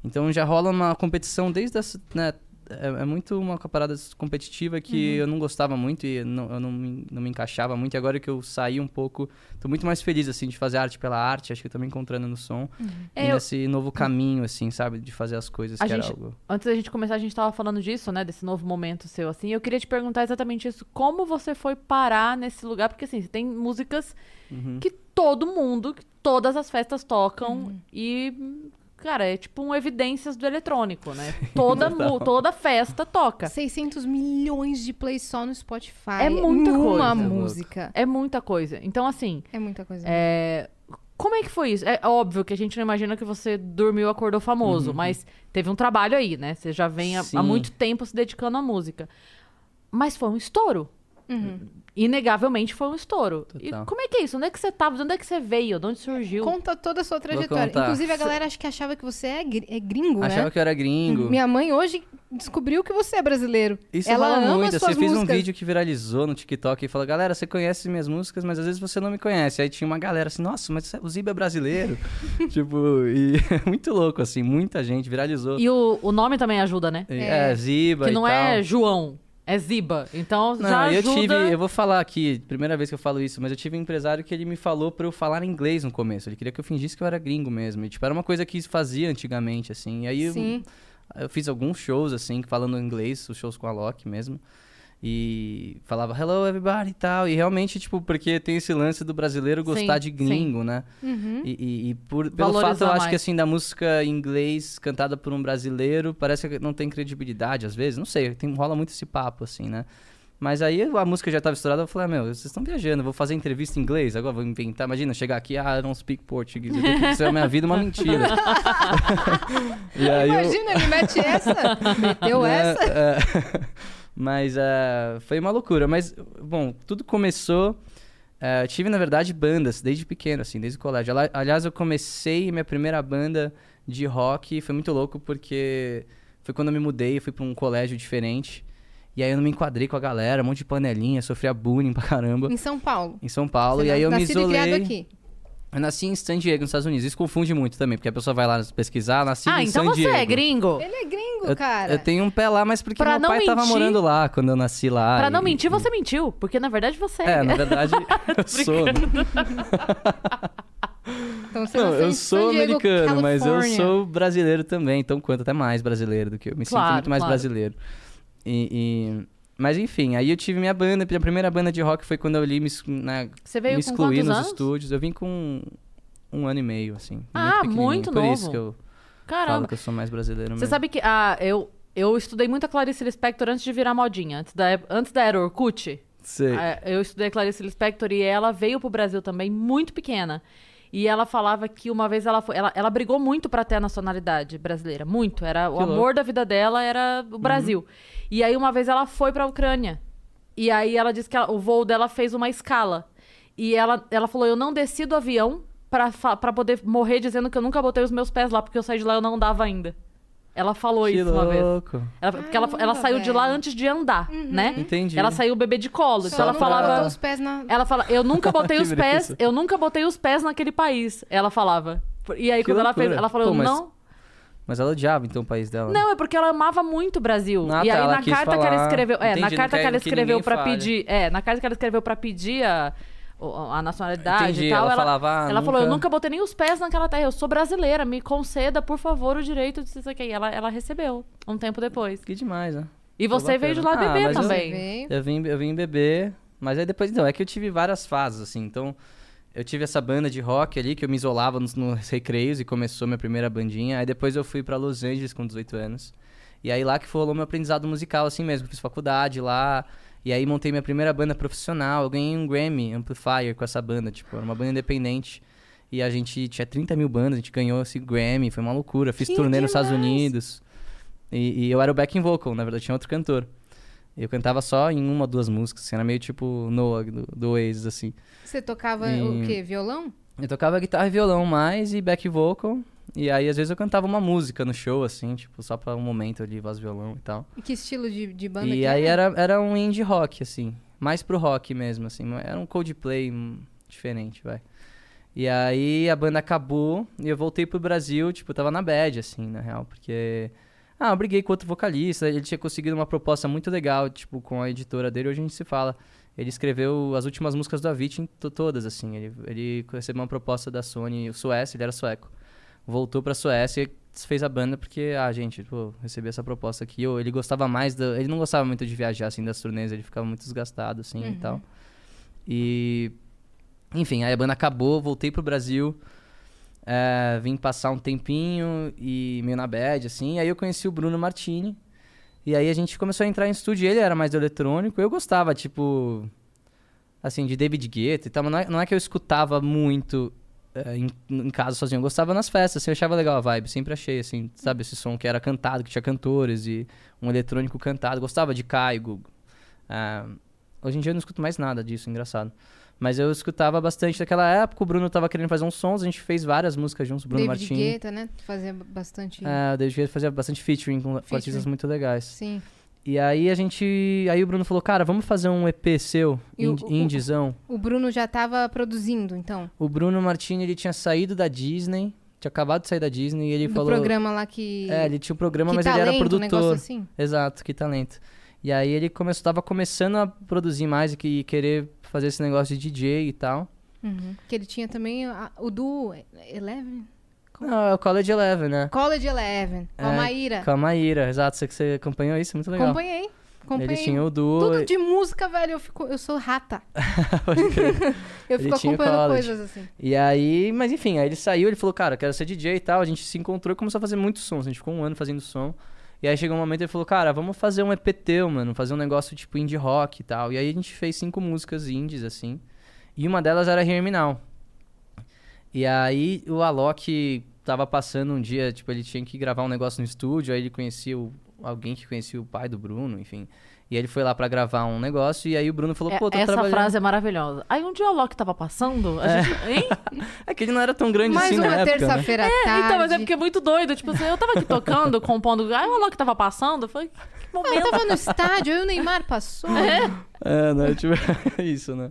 [SPEAKER 3] Então já rola uma competição desde as, né, é, é muito uma parada competitiva que
[SPEAKER 1] Uhum.
[SPEAKER 3] eu não gostava muito e não, eu não me, não me encaixava muito. E agora que eu saí um pouco, tô muito mais feliz, assim, de fazer arte pela arte. Acho que eu tô me encontrando no som.
[SPEAKER 1] É,
[SPEAKER 3] E
[SPEAKER 1] eu-
[SPEAKER 3] nesse novo caminho, assim, sabe? De fazer as coisas
[SPEAKER 1] A
[SPEAKER 3] que
[SPEAKER 1] gente-
[SPEAKER 3] era algo...
[SPEAKER 1] Antes da gente começar, a gente tava falando disso, né? Desse novo momento seu, assim. Eu queria te perguntar exatamente isso. Como você foi parar nesse lugar? Porque, assim, você tem músicas
[SPEAKER 3] Uhum.
[SPEAKER 1] que todo mundo, que todas as festas tocam. E, cara, é tipo um evidências do eletrônico, né? Toda, mu- toda festa toca.
[SPEAKER 2] 600 milhões de plays só no Spotify.
[SPEAKER 1] É muita coisa.
[SPEAKER 2] Uma
[SPEAKER 3] É louco.
[SPEAKER 2] música.
[SPEAKER 1] É muita coisa. Então, assim,
[SPEAKER 2] É muita coisa.
[SPEAKER 1] é, Como é que foi isso? É óbvio que a gente não imagina que você dormiu e acordou famoso, mas teve um trabalho aí, né? Você já vem há, há
[SPEAKER 3] Uhum. Sim.
[SPEAKER 1] muito tempo se dedicando à música. Mas foi um estouro. inegavelmente foi um estouro.
[SPEAKER 3] Total.
[SPEAKER 1] E como é que é isso? Onde é que você tava? De onde é que você veio? De onde surgiu?
[SPEAKER 2] Conta toda a sua trajetória.
[SPEAKER 3] contar.
[SPEAKER 2] Inclusive, a galera acha que achava que você é, gr- é
[SPEAKER 1] Uhum.
[SPEAKER 2] gringo,
[SPEAKER 3] Achava
[SPEAKER 2] né?
[SPEAKER 3] que eu era gringo.
[SPEAKER 2] Minha mãe hoje descobriu que você é brasileiro.
[SPEAKER 3] Isso
[SPEAKER 2] Ela
[SPEAKER 3] rola
[SPEAKER 2] ama
[SPEAKER 3] muito.
[SPEAKER 2] as
[SPEAKER 3] assim,
[SPEAKER 2] suas
[SPEAKER 3] eu fiz um
[SPEAKER 2] músicas.
[SPEAKER 3] vídeo que viralizou no TikTok e falou: galera, você conhece minhas músicas, mas às vezes você não me conhece. Aí tinha uma galera assim, nossa, mas o Ziba é brasileiro. tipo, e é muito louco, assim, muita gente viralizou.
[SPEAKER 1] E o, o nome também ajuda, né?
[SPEAKER 3] E- É, Ziba.
[SPEAKER 1] Que
[SPEAKER 3] e
[SPEAKER 1] não
[SPEAKER 3] tal.
[SPEAKER 1] é João, é Ziba. Então
[SPEAKER 3] Não,
[SPEAKER 1] já
[SPEAKER 3] eu
[SPEAKER 1] ajuda.
[SPEAKER 3] tive, eu vou falar aqui, primeira vez que eu falo isso, mas eu tive um empresário que ele me falou pra eu falar inglês no começo. Ele queria que eu fingisse que eu era gringo mesmo. E, tipo, era uma coisa que se fazia antigamente, assim. E aí eu-
[SPEAKER 2] Sim.
[SPEAKER 3] Eu, fiz alguns shows, assim, falando inglês, os shows com a Loki mesmo. E falava hello everybody e tal. E realmente, tipo, porque tem esse lance do brasileiro gostar
[SPEAKER 1] Sim,
[SPEAKER 3] de gringo, né?
[SPEAKER 2] Uhum.
[SPEAKER 3] E, e- e por- pelo
[SPEAKER 1] Valorizar
[SPEAKER 3] fato, eu acho
[SPEAKER 1] mais.
[SPEAKER 3] que assim, da música em inglês cantada por um brasileiro, parece que não tem credibilidade às vezes. Não sei, tem, rola muito esse papo, assim, né? Mas aí a música já tava estourada, eu falei, ah, meu, vocês estão viajando, eu vou fazer entrevista em inglês, agora vou inventar. Imagina, chegar aqui, ah, I don't speak português, eu tenho que ser a minha vida uma mentira. e aí É, eu-
[SPEAKER 2] Imagina, ele mete essa, meteu
[SPEAKER 3] né,
[SPEAKER 2] essa.
[SPEAKER 3] é. mas é, foi uma loucura. Mas, bom, tudo começou. é, eu tive, na verdade, bandas desde pequeno, assim, desde o colégio. Ali- Aliás, eu comecei minha primeira banda de rock. Foi muito louco porque foi quando eu me mudei, eu fui pra um colégio diferente. E aí eu não me enquadrei com a galera, um monte de panelinha, sofria bullying pra caramba
[SPEAKER 2] Em São Paulo.
[SPEAKER 3] em São Paulo.
[SPEAKER 2] Você
[SPEAKER 3] e aí eu me
[SPEAKER 2] nascido e
[SPEAKER 3] isolei.
[SPEAKER 2] criado aqui.
[SPEAKER 3] Eu nasci em San Diego, nos Estados Unidos. Isso confunde muito também, porque a pessoa vai lá pesquisar, nasci
[SPEAKER 1] Ah,
[SPEAKER 3] em
[SPEAKER 1] então
[SPEAKER 3] San
[SPEAKER 1] você
[SPEAKER 3] Diego.
[SPEAKER 1] é gringo.
[SPEAKER 2] Ele é gringo,
[SPEAKER 3] Eu-
[SPEAKER 2] cara.
[SPEAKER 3] Eu tenho um pé lá, mas porque
[SPEAKER 1] Pra
[SPEAKER 3] meu
[SPEAKER 1] não
[SPEAKER 3] pai tava
[SPEAKER 1] mentir-
[SPEAKER 3] morando lá quando eu nasci lá.
[SPEAKER 1] Pra não
[SPEAKER 3] e-
[SPEAKER 1] mentir, você mentiu. Porque na verdade você é.
[SPEAKER 3] É, na verdade, eu sou. né?
[SPEAKER 2] Então você
[SPEAKER 3] Não,
[SPEAKER 2] nasceu
[SPEAKER 3] eu
[SPEAKER 2] em
[SPEAKER 3] sou
[SPEAKER 2] San Diego,
[SPEAKER 3] americano, mas eu
[SPEAKER 2] Califórnia.
[SPEAKER 3] sou brasileiro também, então quanto até mais brasileiro do que eu. Me
[SPEAKER 1] Claro,
[SPEAKER 3] sinto muito mais
[SPEAKER 1] claro.
[SPEAKER 3] brasileiro. E, e- Mas enfim, aí eu tive minha banda, minha primeira banda de rock foi quando eu li me, es- né,
[SPEAKER 1] Você veio
[SPEAKER 3] me
[SPEAKER 1] com
[SPEAKER 3] excluí
[SPEAKER 1] quantos
[SPEAKER 3] nos
[SPEAKER 1] anos?
[SPEAKER 3] estúdios. Eu vim com um ano e meio, assim.
[SPEAKER 1] Ah,
[SPEAKER 3] pequenininho.
[SPEAKER 1] muito
[SPEAKER 3] Por isso
[SPEAKER 1] novo.
[SPEAKER 3] que eu falo
[SPEAKER 1] Caramba.
[SPEAKER 3] que eu sou mais brasileiro
[SPEAKER 1] Você
[SPEAKER 3] mesmo.
[SPEAKER 1] sabe que ah, eu, eu estudei muito a Clarice Lispector antes de virar modinha. Antes da, antes da era Orkut.
[SPEAKER 3] Sei.
[SPEAKER 1] Ah, Eu estudei Clarice Lispector e ela veio pro Brasil também muito pequena. E ela falava que uma vez ela foi, ela, ela brigou muito pra ter a nacionalidade brasileira, muito. Era o
[SPEAKER 3] Que
[SPEAKER 1] amor
[SPEAKER 3] louco. Uhum.
[SPEAKER 1] da vida dela era o Brasil. E aí uma vez ela foi pra Ucrânia. E aí ela disse que ela- o voo dela fez uma escala. E ela, ela falou: "Eu não desci do avião pra fa- pra poder morrer dizendo que eu nunca botei os meus pés lá, porque eu saí de lá e eu não dava ainda". Ela falou
[SPEAKER 3] que
[SPEAKER 1] isso uma vez.
[SPEAKER 3] louco.
[SPEAKER 1] Ela, porque ela, ela
[SPEAKER 2] Caramba,
[SPEAKER 1] saiu de lá
[SPEAKER 2] velho. Uhum.
[SPEAKER 1] antes de andar, né?
[SPEAKER 3] Entendi.
[SPEAKER 1] Ela saiu bebê de colo. Então
[SPEAKER 2] Só
[SPEAKER 1] ela
[SPEAKER 2] não
[SPEAKER 1] falava.
[SPEAKER 2] botou os pés na...
[SPEAKER 3] É,
[SPEAKER 1] Ela fala, eu nunca botei
[SPEAKER 3] Que
[SPEAKER 1] os pés,
[SPEAKER 3] beleza.
[SPEAKER 1] eu nunca botei os pés naquele país. Ela falava. E aí,
[SPEAKER 3] Que
[SPEAKER 1] quando ela
[SPEAKER 3] loucura.
[SPEAKER 1] fez, ela falou,
[SPEAKER 3] Pô, mas-
[SPEAKER 1] não.
[SPEAKER 3] Mas ela odiava então o país dela. né?
[SPEAKER 1] Não, é porque ela amava muito o Brasil.
[SPEAKER 3] Ah,
[SPEAKER 1] e aí
[SPEAKER 3] tá, ela
[SPEAKER 1] na
[SPEAKER 3] quis
[SPEAKER 1] carta que ela
[SPEAKER 3] falar.
[SPEAKER 1] escreveu, é,
[SPEAKER 3] Entendi,
[SPEAKER 1] na
[SPEAKER 3] não
[SPEAKER 1] carta que
[SPEAKER 3] quer
[SPEAKER 1] ela
[SPEAKER 3] que
[SPEAKER 1] escreveu
[SPEAKER 3] ninguém
[SPEAKER 1] para
[SPEAKER 3] fale.
[SPEAKER 1] pedir, é, na carta que ela escreveu para pedir a a nacionalidade
[SPEAKER 3] Entendi,
[SPEAKER 1] e tal,
[SPEAKER 3] ela falava, ah,
[SPEAKER 1] ela falou, eu
[SPEAKER 3] nunca-
[SPEAKER 1] nunca botei nem os pés naquela terra, eu sou brasileira, me conceda, por favor, o direito de isso aqui. E ela, ela recebeu, um tempo depois.
[SPEAKER 3] Que demais, né?
[SPEAKER 1] E
[SPEAKER 3] Pô,
[SPEAKER 1] você veio de lá
[SPEAKER 3] bacana. Ah,
[SPEAKER 1] beber
[SPEAKER 3] mas eu-
[SPEAKER 1] também.
[SPEAKER 2] Veio.
[SPEAKER 3] Eu vim, eu vim beber, mas aí depois, então, é que eu tive várias fases, assim, então... Eu tive essa banda de rock ali, que eu me isolava nos, nos recreios e começou minha primeira bandinha. Aí depois eu fui pra Los Angeles com 18 anos. E aí lá que rolou meu aprendizado musical, assim mesmo. Fiz faculdade lá, e aí montei minha primeira banda profissional. Eu ganhei um Grammy Amplifier com essa banda, tipo, era uma banda independente. E a gente tinha 30 mil bandas, a gente ganhou esse Grammy, foi uma loucura. Fiz
[SPEAKER 2] Que
[SPEAKER 3] turnê nos Estados
[SPEAKER 2] demais!
[SPEAKER 3] Unidos. E, e eu era o backing vocal, na verdade, tinha outro cantor. Eu cantava só em uma ou duas músicas, assim, era meio tipo Noah do, do Oasis, assim.
[SPEAKER 2] Você tocava
[SPEAKER 3] E-
[SPEAKER 2] o quê? Violão?
[SPEAKER 3] Eu tocava guitarra e violão mais e back vocal. E aí, às vezes, eu cantava uma música no show, assim, tipo, só pra um momento ali, voz e violão e tal.
[SPEAKER 2] E Que estilo de, de banda
[SPEAKER 3] e
[SPEAKER 2] que é.
[SPEAKER 3] aí era, era um indie rock, assim. Mais pro rock mesmo, assim. Era um Coldplay hum, diferente, vai. E aí a banda acabou e eu voltei pro Brasil, tipo, eu tava na bad, assim, na real, porque. Ah, eu briguei com outro vocalista, ele tinha conseguido uma proposta muito legal, tipo, com a editora dele, hoje a gente se fala. Ele escreveu as últimas músicas do Avicii to- todas, assim. Ele, ele recebeu uma proposta da Sony, o Suécia, ele era sueco. Voltou pra Suécia e desfez a banda porque, ah, gente, pô, recebi essa proposta aqui. Eu, ele gostava mais, do, ele não gostava muito de viajar, assim, das turnês, ele ficava muito desgastado, assim, e tal. E, enfim, aí a banda acabou, voltei pro Brasil. É, vim passar um tempinho e meio na bad, assim. Aí eu conheci o Bruno Martini. E aí a gente começou a entrar em estúdio. Ele era mais do eletrônico. Eu gostava, tipo. Assim, de David Guetta e tal. Mas não é, não é que eu escutava muito é, em, em casa sozinho. Eu gostava nas festas, assim. Eu achava legal a vibe. Sempre achei, assim, sabe? Esse som que era cantado, que tinha cantores e um eletrônico cantado. Gostava de Caigo. ah, Hoje em dia eu não escuto mais nada disso, engraçado. Mas eu escutava bastante daquela época, o Bruno tava querendo fazer uns sons, a gente fez várias músicas juntos, o Bruno
[SPEAKER 2] David
[SPEAKER 3] Martins.
[SPEAKER 2] Guetta, né? Fazia bastante.
[SPEAKER 3] É, o David Guetta fazia bastante featuring com
[SPEAKER 2] Featuring.
[SPEAKER 3] artistas muito legais.
[SPEAKER 2] Sim.
[SPEAKER 3] E aí a gente. Aí o Bruno falou, cara, vamos fazer um EP seu,
[SPEAKER 2] E o-
[SPEAKER 3] ind-
[SPEAKER 2] o-
[SPEAKER 3] indiezão.
[SPEAKER 2] O Bruno já tava produzindo, então.
[SPEAKER 3] O Bruno Martini, ele tinha saído da Disney, tinha acabado de sair da Disney e ele
[SPEAKER 2] do
[SPEAKER 3] falou.
[SPEAKER 2] programa lá que.
[SPEAKER 3] É, ele tinha um programa,
[SPEAKER 2] que
[SPEAKER 3] mas
[SPEAKER 2] talento,
[SPEAKER 3] ele era
[SPEAKER 2] Um negócio
[SPEAKER 3] produtor.
[SPEAKER 2] assim.
[SPEAKER 3] Exato, que talento. E aí ele começou, tava começando a produzir mais e que- querer fazer esse negócio de DJ e tal.
[SPEAKER 2] Uhum. Que ele tinha também a- o do Eleven?
[SPEAKER 3] Não, é o College Eleven, né?
[SPEAKER 2] College Eleven, com a
[SPEAKER 3] É,
[SPEAKER 2] Maíra.
[SPEAKER 3] Com a Maíra, exato. Você, você acompanhou isso? Muito legal.
[SPEAKER 2] Acompanhei. Acompanhei.
[SPEAKER 3] Ele tinha o duo.
[SPEAKER 2] Tudo de música, velho. Eu, fico, eu sou rata.
[SPEAKER 3] Pode crer.
[SPEAKER 2] Eu
[SPEAKER 3] Ele
[SPEAKER 2] fico
[SPEAKER 3] tinha o
[SPEAKER 2] acompanhando
[SPEAKER 3] college.
[SPEAKER 2] coisas assim.
[SPEAKER 3] E aí, mas enfim, aí ele saiu, ele falou, cara, eu quero ser DJ e tal. A gente se encontrou e começou a fazer muitos sons. A gente ficou um ano fazendo som. E aí chegou um momento ele falou, cara, vamos fazer um EP teu, mano, fazer um negócio tipo indie rock e tal. E aí a gente fez cinco músicas indies, assim. E uma delas era Hear Me Now. E aí o Alok tava passando um dia, tipo, ele tinha que gravar um negócio no estúdio, aí ele conhecia o- alguém que conhecia o pai do Bruno, enfim. E aí ele foi lá pra gravar um negócio, e aí o Bruno falou,
[SPEAKER 1] É,
[SPEAKER 3] pô, tô
[SPEAKER 1] essa
[SPEAKER 3] trabalhando.
[SPEAKER 1] frase é maravilhosa. Aí um dia o Loki tava passando, a gente. Hein?
[SPEAKER 3] É que ele não era tão grande
[SPEAKER 2] Mais
[SPEAKER 3] assim na
[SPEAKER 2] uma
[SPEAKER 3] época, né?
[SPEAKER 2] terça-feira à tarde.
[SPEAKER 1] Então, mas é porque é muito doido. Tipo assim, eu tava aqui tocando, compondo. Aí o Loki tava passando. Foi. Que
[SPEAKER 2] Eu
[SPEAKER 1] momento.
[SPEAKER 2] tava no estádio, aí o Neymar passou.
[SPEAKER 3] É, né? Tipo, é isso, né?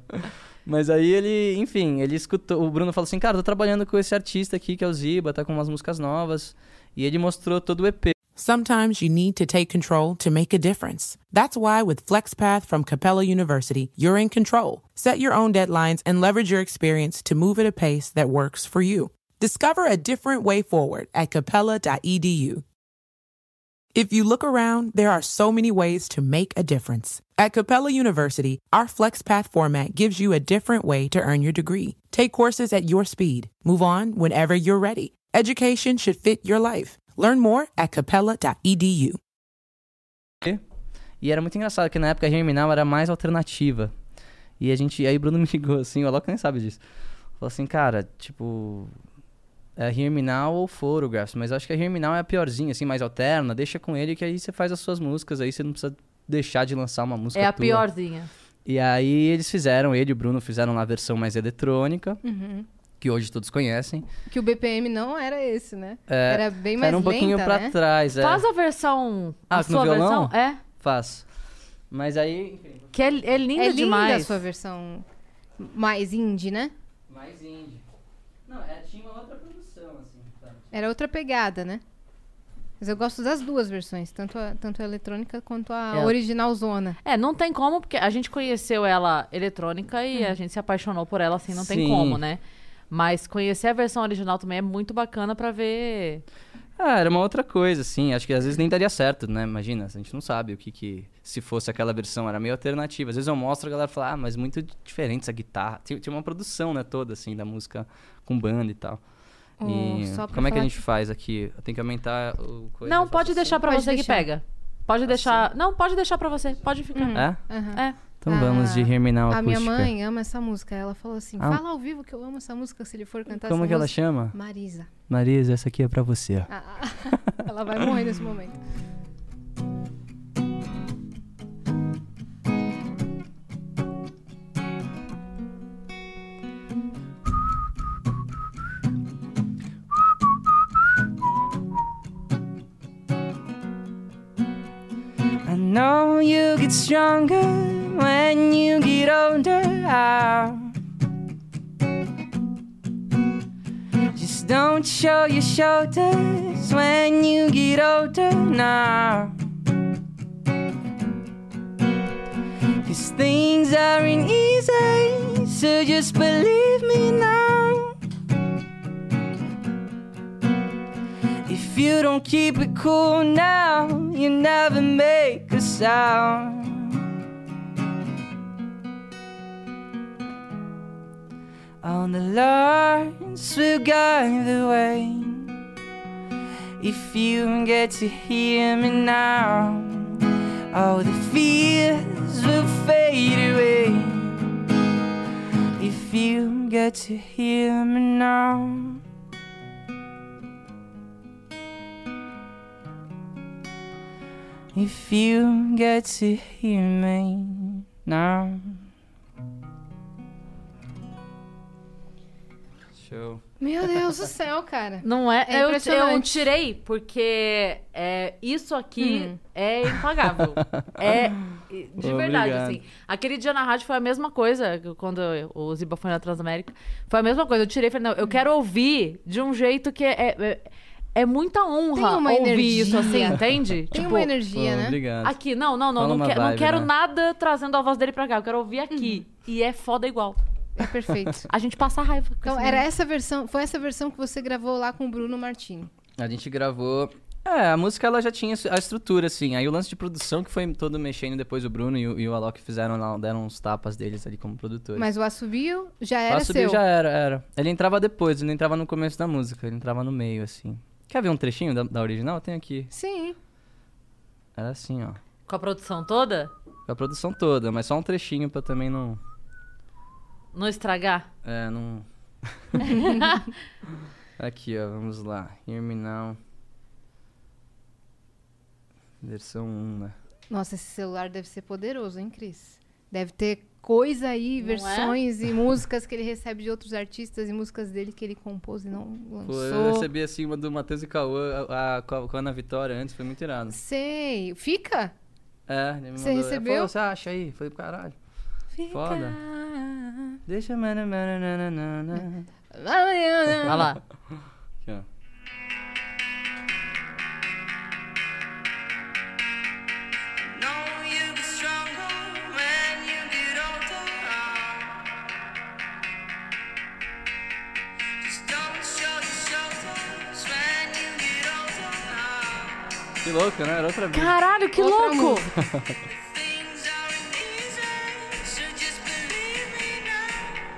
[SPEAKER 3] Mas aí ele, enfim, ele escutou. O Bruno falou assim: Cara, tô trabalhando com esse artista aqui que é o Ziba, tá com umas músicas novas. E ele mostrou todo o EP.
[SPEAKER 4] Sometimes you need to take control to make a difference. That's why, with FlexPath from Capella University, you're in control. Set your own deadlines and leverage your experience to move at a pace that works for you. Discover a different way forward at E capella.edu. If you look around, there are so many ways to make a difference. At Capella University, our FlexPath format gives you a different way to earn your degree. Take courses at your speed. Move on whenever you're ready. Education should fit your life. Learn more at capella.edu.
[SPEAKER 3] E era muito engraçado, que na época a Germinal era mais alternativa. E a gente. Aí o Bruno me ligou assim, o Alok nem sabe disso. Falou assim, cara, tipo. É Germinal ou Photographs, mas acho que a Germinal é a piorzinha, assim, mais alterna. Deixa com ele que aí você faz as suas músicas, aí você não precisa deixar de lançar uma música.
[SPEAKER 1] É a
[SPEAKER 3] tua.
[SPEAKER 1] piorzinha.
[SPEAKER 3] E aí eles fizeram, ele e o Bruno fizeram lá a versão mais eletrônica,
[SPEAKER 2] Uhum.
[SPEAKER 3] que hoje todos conhecem.
[SPEAKER 2] Que o BPM não era esse, né?
[SPEAKER 3] É,
[SPEAKER 2] era bem mais
[SPEAKER 3] Era um pouquinho
[SPEAKER 2] lenta,
[SPEAKER 3] pra
[SPEAKER 2] né?
[SPEAKER 3] trás, é.
[SPEAKER 1] Faz a versão.
[SPEAKER 3] Ah,
[SPEAKER 1] a
[SPEAKER 3] no
[SPEAKER 1] sua
[SPEAKER 3] violão?
[SPEAKER 1] versão? É.
[SPEAKER 3] Faço. Mas aí, enfim.
[SPEAKER 1] Que é, é linda
[SPEAKER 2] é linda
[SPEAKER 1] demais.
[SPEAKER 2] a sua versão mais indie, né?
[SPEAKER 3] Mais indie. Não, é, tinha uma outra produção, assim.
[SPEAKER 2] Era outra pegada, né? Mas eu gosto das duas versões, tanto a, tanto a eletrônica quanto a
[SPEAKER 3] É.
[SPEAKER 2] original zona.
[SPEAKER 1] É, não tem como, porque a gente conheceu ela eletrônica
[SPEAKER 2] Hum.
[SPEAKER 1] e a gente se apaixonou por ela, assim, não tem
[SPEAKER 3] Sim.
[SPEAKER 1] como, né? Mas conhecer a versão original também é muito bacana pra ver.
[SPEAKER 3] Ah, era uma outra coisa, assim. Acho que às vezes nem daria certo, né? Imagina, a gente não sabe o que que... Se fosse aquela versão, era meio alternativa. Às vezes eu mostro, a galera fala, ah, mas muito diferente essa guitarra. Tinha, tinha uma produção, né, toda, assim, da música com banda e tal.
[SPEAKER 2] Oh,
[SPEAKER 3] e
[SPEAKER 2] só pra
[SPEAKER 3] como é que a
[SPEAKER 2] falar
[SPEAKER 3] gente faz aqui? Eu tenho que aumentar o... Coisa, eu
[SPEAKER 1] não,
[SPEAKER 3] faço
[SPEAKER 1] pode
[SPEAKER 3] assim?
[SPEAKER 1] deixar pra
[SPEAKER 2] Pode
[SPEAKER 1] você
[SPEAKER 2] deixar.
[SPEAKER 1] que pega. Pode deixar. Não, pode deixar pra você. Pode ficar.
[SPEAKER 3] É?
[SPEAKER 2] Aham.
[SPEAKER 1] É.
[SPEAKER 3] Então
[SPEAKER 2] Ah,
[SPEAKER 3] vamos de Herminal
[SPEAKER 2] A
[SPEAKER 3] Acústica.
[SPEAKER 2] minha mãe ama essa música. Ela falou assim:
[SPEAKER 3] Ah.
[SPEAKER 2] fala ao vivo que eu amo essa música se ele for cantar
[SPEAKER 3] Como
[SPEAKER 2] essa
[SPEAKER 3] que ela
[SPEAKER 2] tá música.
[SPEAKER 3] chama?
[SPEAKER 2] Marisa.
[SPEAKER 3] Marisa, essa aqui é pra você.
[SPEAKER 2] Ah, ela vai morrer nesse momento.
[SPEAKER 3] I know you get stronger when you get older. I just don't show your shoulders when you get older now. Cause things aren't easy, so just believe me now. If you don't keep it cool now, you never make a sound. On the lines will guide the way. If you get to hear me now, all the fears will fade away. If you get to hear me now. If you get to hear me now. Show.
[SPEAKER 2] Meu Deus do céu, cara.
[SPEAKER 1] Não é?
[SPEAKER 2] É
[SPEAKER 1] eu, eu
[SPEAKER 2] impressionante.
[SPEAKER 1] tirei, porque é, isso aqui
[SPEAKER 2] Hum.
[SPEAKER 1] é impagável. é de verdade,
[SPEAKER 3] Obrigado.
[SPEAKER 1] assim. Aquele dia na rádio foi a mesma coisa, quando eu- o Ziba foi na Transamérica. Foi a mesma coisa. Eu tirei e falei, não, eu quero ouvir de um jeito que é. é- é muita honra
[SPEAKER 2] Tem uma
[SPEAKER 1] ouvir
[SPEAKER 2] energia.
[SPEAKER 1] isso, assim, entende?
[SPEAKER 2] Tem
[SPEAKER 1] Tipo,
[SPEAKER 2] uma energia,
[SPEAKER 3] Pô,
[SPEAKER 2] né?
[SPEAKER 3] ah, Obrigado.
[SPEAKER 1] Aqui, não, não, não.
[SPEAKER 3] Rola
[SPEAKER 1] Não,
[SPEAKER 3] uma
[SPEAKER 1] que- não
[SPEAKER 3] vibe,
[SPEAKER 1] quero
[SPEAKER 3] né?
[SPEAKER 1] nada trazendo a voz dele pra cá. Eu quero ouvir aqui. E é foda igual.
[SPEAKER 2] É perfeito.
[SPEAKER 1] A gente passa raiva. com
[SPEAKER 2] Uhum. Então,
[SPEAKER 1] esse
[SPEAKER 2] era essa versão, foi essa versão que você gravou lá com o Bruno Martini.
[SPEAKER 3] A gente gravou. É, a música ela já tinha a estrutura, assim. Aí o lance de produção que foi todo mexendo depois o Bruno e o, e o Alok fizeram lá, deram uns tapas deles ali como produtores.
[SPEAKER 2] Mas o assobio já
[SPEAKER 3] O
[SPEAKER 2] era
[SPEAKER 3] assobio
[SPEAKER 2] seu.
[SPEAKER 3] já era, era. Ele entrava depois, ele não entrava no começo da música, ele entrava no meio, assim. Quer ver um trechinho da, da original? Tem aqui.
[SPEAKER 2] Sim.
[SPEAKER 3] Era assim, ó.
[SPEAKER 1] Com a produção toda?
[SPEAKER 3] Com A produção toda, mas só um trechinho pra também não.
[SPEAKER 1] Não estragar?
[SPEAKER 3] É, não. aqui, ó, vamos lá. Hear me now. Versão 1, né?
[SPEAKER 2] Nossa, esse celular deve ser poderoso, hein, Cris? Deve ter coisa aí,
[SPEAKER 1] Não é?
[SPEAKER 2] versões e músicas que ele recebe de outros artistas e músicas dele que ele compôs e não
[SPEAKER 3] Pô, eu
[SPEAKER 2] lançou.
[SPEAKER 3] recebi assim uma do Matheus e Cauã, a, a- com a- com a Ana Vitória antes, foi muito irado.
[SPEAKER 2] Sei. Fica?
[SPEAKER 3] É, ele me
[SPEAKER 2] Você
[SPEAKER 3] mandou. Ele
[SPEAKER 2] recebeu?
[SPEAKER 3] falou, você acha aí? Falei, caralho.
[SPEAKER 2] Fica.
[SPEAKER 3] Foda. Deixa. mana, mana, nana, nana.
[SPEAKER 1] Olha lá.
[SPEAKER 3] Aqui, ó.
[SPEAKER 5] Know you get stronger when you get older. Just don't show your shoulders when you get older.
[SPEAKER 3] Que louco, né? Era outra vez.
[SPEAKER 1] Caralho, que
[SPEAKER 2] Outra
[SPEAKER 1] louco!
[SPEAKER 5] Things aren't easy, so just believe me now.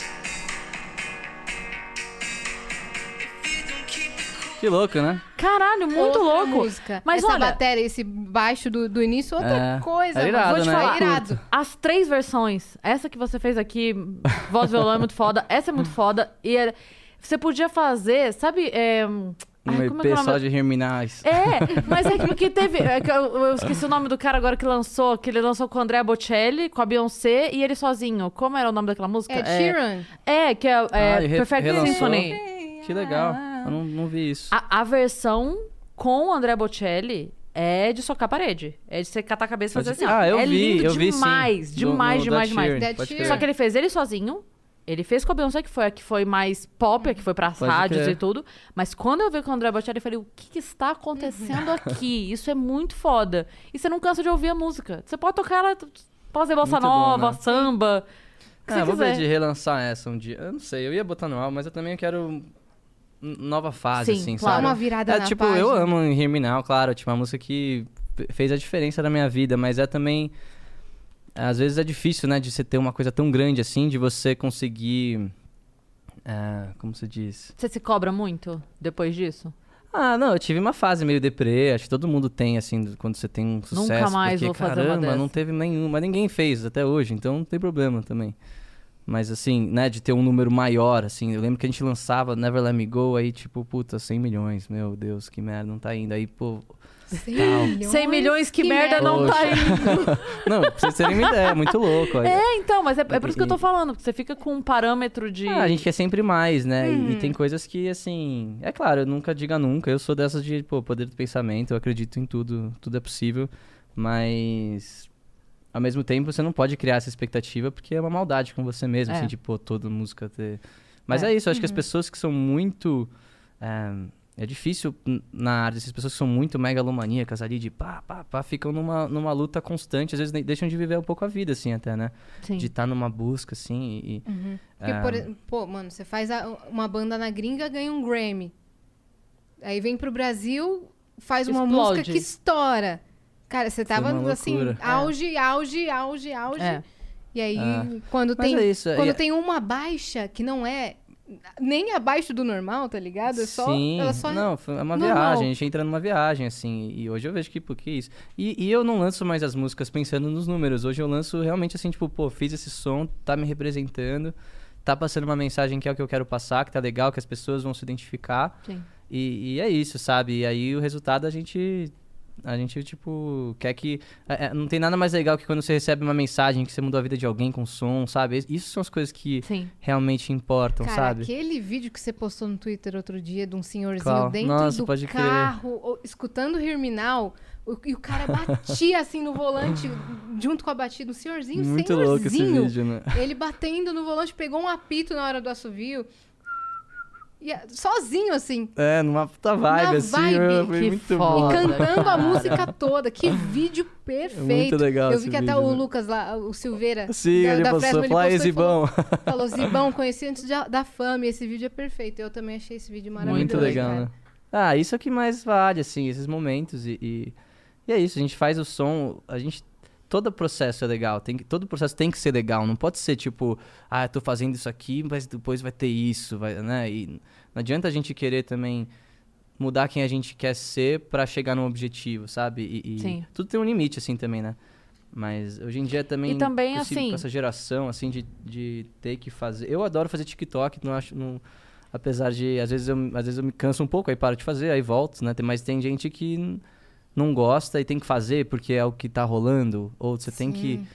[SPEAKER 5] If you don't keep it cool.
[SPEAKER 3] Que louco, né?
[SPEAKER 1] Caralho, muito
[SPEAKER 2] Outra
[SPEAKER 1] louco.
[SPEAKER 2] Música.
[SPEAKER 1] Mas
[SPEAKER 2] Essa
[SPEAKER 1] olha,
[SPEAKER 2] bateria, esse baixo do, do início, outra
[SPEAKER 3] É.
[SPEAKER 2] coisa.
[SPEAKER 3] É
[SPEAKER 2] mano.
[SPEAKER 3] irado,
[SPEAKER 2] Vou te
[SPEAKER 3] né?
[SPEAKER 2] falar,
[SPEAKER 3] Eu
[SPEAKER 2] irado.
[SPEAKER 1] as três versões, essa que você fez aqui, voz e violão é muito foda, essa é muito foda. E é- você podia fazer, sabe? É...
[SPEAKER 3] Um
[SPEAKER 1] ai, como é que é o
[SPEAKER 3] EP
[SPEAKER 1] nome?
[SPEAKER 3] só de Herminais.
[SPEAKER 1] É, mas é que porque teve. é que eu, eu esqueci o nome do cara agora que lançou, que ele lançou com o André Bocelli, com a Beyoncé e ele sozinho. Como era o nome daquela música?
[SPEAKER 2] É Sheeran.
[SPEAKER 1] É, que Ah, é, é
[SPEAKER 3] Ah, ele re-
[SPEAKER 1] Perfect
[SPEAKER 3] relançou.
[SPEAKER 1] Symphony.
[SPEAKER 3] Que legal. Eu não, não vi isso.
[SPEAKER 1] A, a versão com o André Bocelli é de socar a parede. É de você catar a cabeça e fazer assim, ó.
[SPEAKER 3] ah, eu
[SPEAKER 1] é
[SPEAKER 3] vi,
[SPEAKER 1] lindo
[SPEAKER 3] eu vi sim.
[SPEAKER 1] demais,
[SPEAKER 3] Do-
[SPEAKER 1] demais,
[SPEAKER 3] no
[SPEAKER 1] demais,
[SPEAKER 3] Dead
[SPEAKER 1] demais.
[SPEAKER 3] Sheeran,
[SPEAKER 2] Dead
[SPEAKER 3] pode
[SPEAKER 2] Sheeran.
[SPEAKER 3] crer.
[SPEAKER 1] Só que ele fez ele sozinho. Ele fez com a Beyoncé, que foi a que foi mais pop, a que foi pras
[SPEAKER 3] Pode
[SPEAKER 1] rádios
[SPEAKER 3] crer.
[SPEAKER 1] e tudo. Mas quando eu vi com o André Bocelli, eu falei, o que, que está acontecendo aqui? Isso é muito foda. E você não cansa de ouvir a música. Você pode tocar ela, pode ser bossa
[SPEAKER 3] Muito bom,
[SPEAKER 1] nova,
[SPEAKER 3] né?
[SPEAKER 1] samba. o Que
[SPEAKER 3] Ah,
[SPEAKER 1] você
[SPEAKER 3] vou
[SPEAKER 1] quiser.
[SPEAKER 3] ver de relançar essa um dia. Eu não sei, eu ia botar no álbum, mas eu também quero n- nova fase,
[SPEAKER 1] Sim,
[SPEAKER 3] assim,
[SPEAKER 1] claro.
[SPEAKER 3] sabe?
[SPEAKER 2] Uma virada
[SPEAKER 3] é,
[SPEAKER 2] na
[SPEAKER 3] tipo,
[SPEAKER 2] página.
[SPEAKER 3] eu amo Herminal, claro, tipo, uma música que fe- fez a diferença na minha vida, mas é também às vezes é difícil, né, de você ter uma coisa tão grande assim, de você conseguir é, como se diz?
[SPEAKER 1] Você se cobra muito depois disso?
[SPEAKER 3] Ah, não, eu tive uma fase meio deprê, acho que todo mundo tem, assim, do- quando você tem um sucesso.
[SPEAKER 1] mais
[SPEAKER 3] porque,
[SPEAKER 1] vou fazer uma
[SPEAKER 3] caramba, não
[SPEAKER 1] dessa.
[SPEAKER 3] teve nenhuma, ninguém fez até hoje, então não tem problema também. Mas assim, né, de ter um número maior, assim, eu lembro que a gente lançava Never Let Me Go, aí tipo, puta, 100 milhões, meu Deus, que merda, não tá indo. Aí, pô...
[SPEAKER 1] 100 milhões, que, merda, não tá
[SPEAKER 3] Poxa.
[SPEAKER 1] aí.
[SPEAKER 3] Não, pra vocês terem uma ideia, é muito louco. Aí,
[SPEAKER 1] É, então, mas é, é por isso que eu tô
[SPEAKER 3] E-
[SPEAKER 1] falando. Porque você fica com um parâmetro de...
[SPEAKER 3] Ah, a gente quer sempre mais, né? E- E
[SPEAKER 1] Uhum.
[SPEAKER 3] tem coisas que, assim. É claro, eu nunca diga nunca. Eu sou dessas de, pô, poder do pensamento, eu acredito em tudo, tudo é possível. Mas. Ao mesmo tempo, você não pode criar essa expectativa porque é uma maldade com você mesmo,
[SPEAKER 1] É.
[SPEAKER 3] assim, tipo, pô, toda música ter. Mas
[SPEAKER 1] É.
[SPEAKER 3] é, isso, eu acho que as pessoas que são muito. É, é difícil n- na arte, essas pessoas que são muito megalomaníacas ali, de pá, pá, pá, ficam numa, numa luta constante, às vezes nem- deixam de viver um pouco a vida, assim, até, né?
[SPEAKER 1] Sim.
[SPEAKER 3] De estar numa busca, assim, e.
[SPEAKER 2] Porque,
[SPEAKER 3] Ah.
[SPEAKER 2] por e- pô, mano, você faz a- uma banda na gringa, ganha um Grammy. Aí vem pro Brasil, faz uma
[SPEAKER 1] Explode.
[SPEAKER 2] música que estoura. Cara, você tava
[SPEAKER 3] uma
[SPEAKER 2] assim,
[SPEAKER 3] loucura.
[SPEAKER 2] auge, auge, auge, auge.
[SPEAKER 1] É.
[SPEAKER 2] E aí,
[SPEAKER 3] Ah.
[SPEAKER 2] quando,
[SPEAKER 3] Mas
[SPEAKER 2] tem,
[SPEAKER 3] é isso,
[SPEAKER 2] quando tá
[SPEAKER 3] e-
[SPEAKER 2] tem uma baixa que não é nem abaixo do normal, tá ligado? É só,
[SPEAKER 3] Sim.
[SPEAKER 2] ela só
[SPEAKER 3] Não, foi- é uma
[SPEAKER 2] normal.
[SPEAKER 3] viagem. A gente entra numa viagem, assim. E hoje eu vejo que, pô, que isso. E, e eu não lanço mais as músicas pensando nos números. Hoje eu lanço realmente assim, tipo, pô, fiz esse som, tá me representando, tá passando uma mensagem que é o que eu quero passar, que tá legal, que as pessoas vão se identificar.
[SPEAKER 1] Sim.
[SPEAKER 3] E, e é isso, sabe? E aí o resultado a gente A gente, tipo, quer que. é, é, não tem nada mais legal que quando você recebe uma mensagem que você mudou a vida de alguém com som, sabe? Isso são as coisas que
[SPEAKER 1] Sim.
[SPEAKER 3] realmente importam,
[SPEAKER 2] Cara,
[SPEAKER 3] Então, sabe?
[SPEAKER 2] aquele vídeo que você postou no Twitter outro dia de um senhorzinho
[SPEAKER 3] Qual?
[SPEAKER 2] dentro
[SPEAKER 3] Nossa,
[SPEAKER 2] do
[SPEAKER 3] pode crer.
[SPEAKER 2] carro, ou- escutando o Herminal, o- e o cara batia assim no volante, junto com a batida, um senhorzinho,
[SPEAKER 3] Muito
[SPEAKER 2] senhorzinho.
[SPEAKER 3] louco esse vídeo, né?
[SPEAKER 2] Ele batendo no volante, pegou um apito na hora do assovio, e, a- sozinho assim,
[SPEAKER 3] É, numa puta vibe,
[SPEAKER 2] Na
[SPEAKER 3] assim,
[SPEAKER 2] vibe,
[SPEAKER 3] eu- foi
[SPEAKER 1] que
[SPEAKER 3] muito
[SPEAKER 1] foda.
[SPEAKER 3] bom.
[SPEAKER 2] cantando a música toda. Que vídeo perfeito.
[SPEAKER 3] É Muito legal
[SPEAKER 2] Eu vi
[SPEAKER 3] esse
[SPEAKER 2] que até
[SPEAKER 3] vídeo,
[SPEAKER 2] o
[SPEAKER 3] né?
[SPEAKER 2] Lucas lá, o Silveira,
[SPEAKER 3] Sim,
[SPEAKER 2] da,
[SPEAKER 3] ele
[SPEAKER 2] da
[SPEAKER 3] passou,
[SPEAKER 2] Fresno,
[SPEAKER 3] falou, "Ah,
[SPEAKER 2] postou e falou,
[SPEAKER 3] Zibão.
[SPEAKER 2] Falou, Zibão, conheci antes de- da fama e esse vídeo é perfeito. Eu também achei esse vídeo maravilhoso.
[SPEAKER 3] Muito legal,
[SPEAKER 2] cara.
[SPEAKER 3] né? Ah, isso é o que mais vale, assim, esses momentos. E, e, e é isso, a gente faz o som, a gente. Todo processo é legal, tem que, todo processo tem que ser legal, não pode ser tipo, ah, eu tô fazendo isso aqui, mas depois vai ter isso, vai, né? E não adianta a gente querer também mudar quem a gente quer ser pra chegar num objetivo, sabe? E, e
[SPEAKER 1] Sim.
[SPEAKER 3] tudo tem um limite, assim, também, né? Mas hoje em dia também.
[SPEAKER 1] E também,
[SPEAKER 3] possível
[SPEAKER 1] assim-
[SPEAKER 3] Com essa geração, assim, de, de ter que fazer. Eu adoro fazer TikTok, não acho. Não, apesar de. Às vezes, eu, às vezes eu me canso um pouco, aí paro de fazer, aí volto, né? Tem- Mas tem gente que n- não gosta e tem que fazer porque é o que tá rolando. Ou você tem que.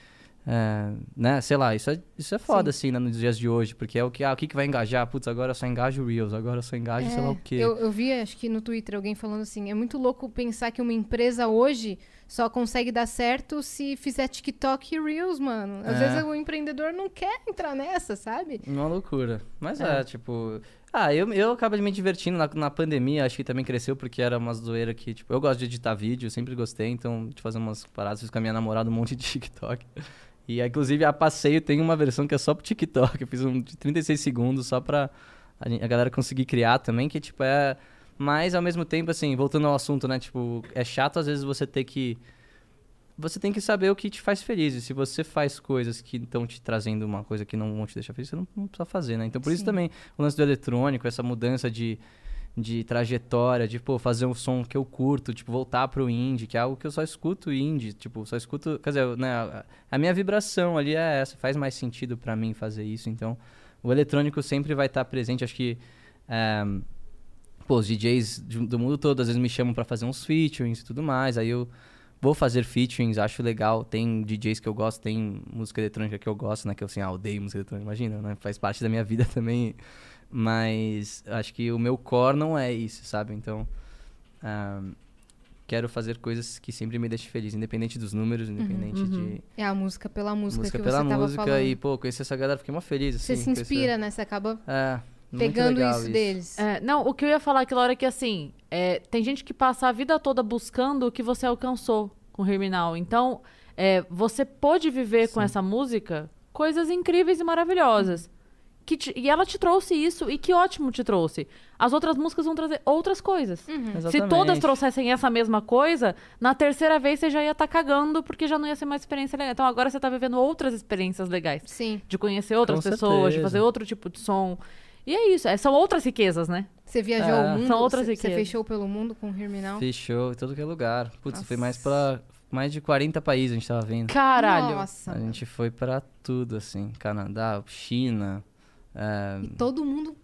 [SPEAKER 3] é, né, sei lá, isso é, isso é foda, assim, né, nos dias de hoje, porque é o que, ah, o que, que vai engajar? Putz, agora eu só engajo Reels, agora eu só engajo, sei lá o
[SPEAKER 2] É,
[SPEAKER 3] quê.
[SPEAKER 2] Eu, eu vi, acho que no Twitter, alguém falando assim: é muito louco pensar que uma empresa hoje só consegue dar certo se fizer TikTok e Reels, mano. Às
[SPEAKER 3] É.
[SPEAKER 2] vezes o empreendedor não quer entrar nessa, sabe?
[SPEAKER 3] Uma loucura. Mas é, tipo. Ah, eu, eu acabo me divertindo na, na pandemia, acho que também cresceu, porque era uma zoeira que, tipo, eu gosto de editar vídeo, eu sempre gostei, então, de fazer umas paradas, fiz com a minha namorada um monte de TikTok. E, inclusive, a passeio tem uma versão que é só pro TikTok, eu fiz um de 36 segundos só pra a, gen- a galera conseguir criar também, que, tipo, é. Mas, ao mesmo tempo, assim, voltando ao assunto, né, tipo, é chato às vezes você ter que você tem que saber o que te faz feliz. E se você faz coisas que estão te trazendo uma coisa que não vão te deixar feliz, você não, não precisa fazer, né? Então, por isso
[SPEAKER 2] Sim.
[SPEAKER 3] também o lance do eletrônico, essa mudança de, de trajetória, de, pô, fazer um som que eu curto, tipo, voltar pro indie, que é algo que eu só escuto indie, tipo, só escuto... Quer dizer, né, a, a minha vibração ali é essa, faz mais sentido pra mim fazer isso. Então, o eletrônico sempre vai estar presente, acho que... eh, Pô, os DJs de- do mundo todo às vezes me chamam pra fazer uns featurings e tudo mais. Aí eu vou fazer featurings, acho legal. Tem DJs que eu gosto, tem música eletrônica que eu gosto, né? Que eu assim, ah, odeio música eletrônica, imagina, né? Faz parte da minha vida também. Mas acho que o meu core não é isso, sabe? Então. ah, quero fazer coisas que sempre me deixem feliz, independente dos números, independente de
[SPEAKER 2] É a música pela Uhum, música,
[SPEAKER 3] música
[SPEAKER 2] que
[SPEAKER 3] pela
[SPEAKER 2] você tava
[SPEAKER 3] música.
[SPEAKER 2] falando.
[SPEAKER 3] E, pô, conhecer essa galera, fiquei mó feliz.
[SPEAKER 2] você
[SPEAKER 3] Assim,
[SPEAKER 2] se
[SPEAKER 3] conhecer-
[SPEAKER 2] inspira, né? Você acaba
[SPEAKER 3] É, muito
[SPEAKER 2] pegando
[SPEAKER 3] legal
[SPEAKER 2] isso, deles.
[SPEAKER 1] É, não, o que eu ia falar aquela hora é que, assim, é, tem gente que passa a vida toda buscando o que você alcançou com o Herminal. Então, é, você pôde viver com essa música coisas incríveis e maravilhosas. Que te- e ela te trouxe isso, e que ótimo te trouxe. As outras músicas vão trazer outras coisas. Se todas
[SPEAKER 3] Exatamente.
[SPEAKER 1] trouxessem essa mesma coisa, na terceira vez você já ia estar cagando, porque já não ia ser mais experiência legal. Então agora você tá vivendo outras experiências legais
[SPEAKER 2] Sim.
[SPEAKER 1] de conhecer outras
[SPEAKER 3] Com
[SPEAKER 1] pessoas, de
[SPEAKER 3] certeza.
[SPEAKER 1] fazer outro tipo de som. E é isso, é, são outras riquezas, né?
[SPEAKER 2] Você viajou
[SPEAKER 3] É.
[SPEAKER 2] ao mundo,
[SPEAKER 1] São outras
[SPEAKER 2] você você
[SPEAKER 1] riquezas.
[SPEAKER 2] fechou pelo mundo com o Herminal.
[SPEAKER 3] Fechou em todo que é lugar. Putz, foi mais pra mais de 40 países a gente tava vendo.
[SPEAKER 1] Caralho.
[SPEAKER 2] Nossa.
[SPEAKER 3] A gente foi pra tudo, assim. Canadá, China. é,
[SPEAKER 2] E todo mundo.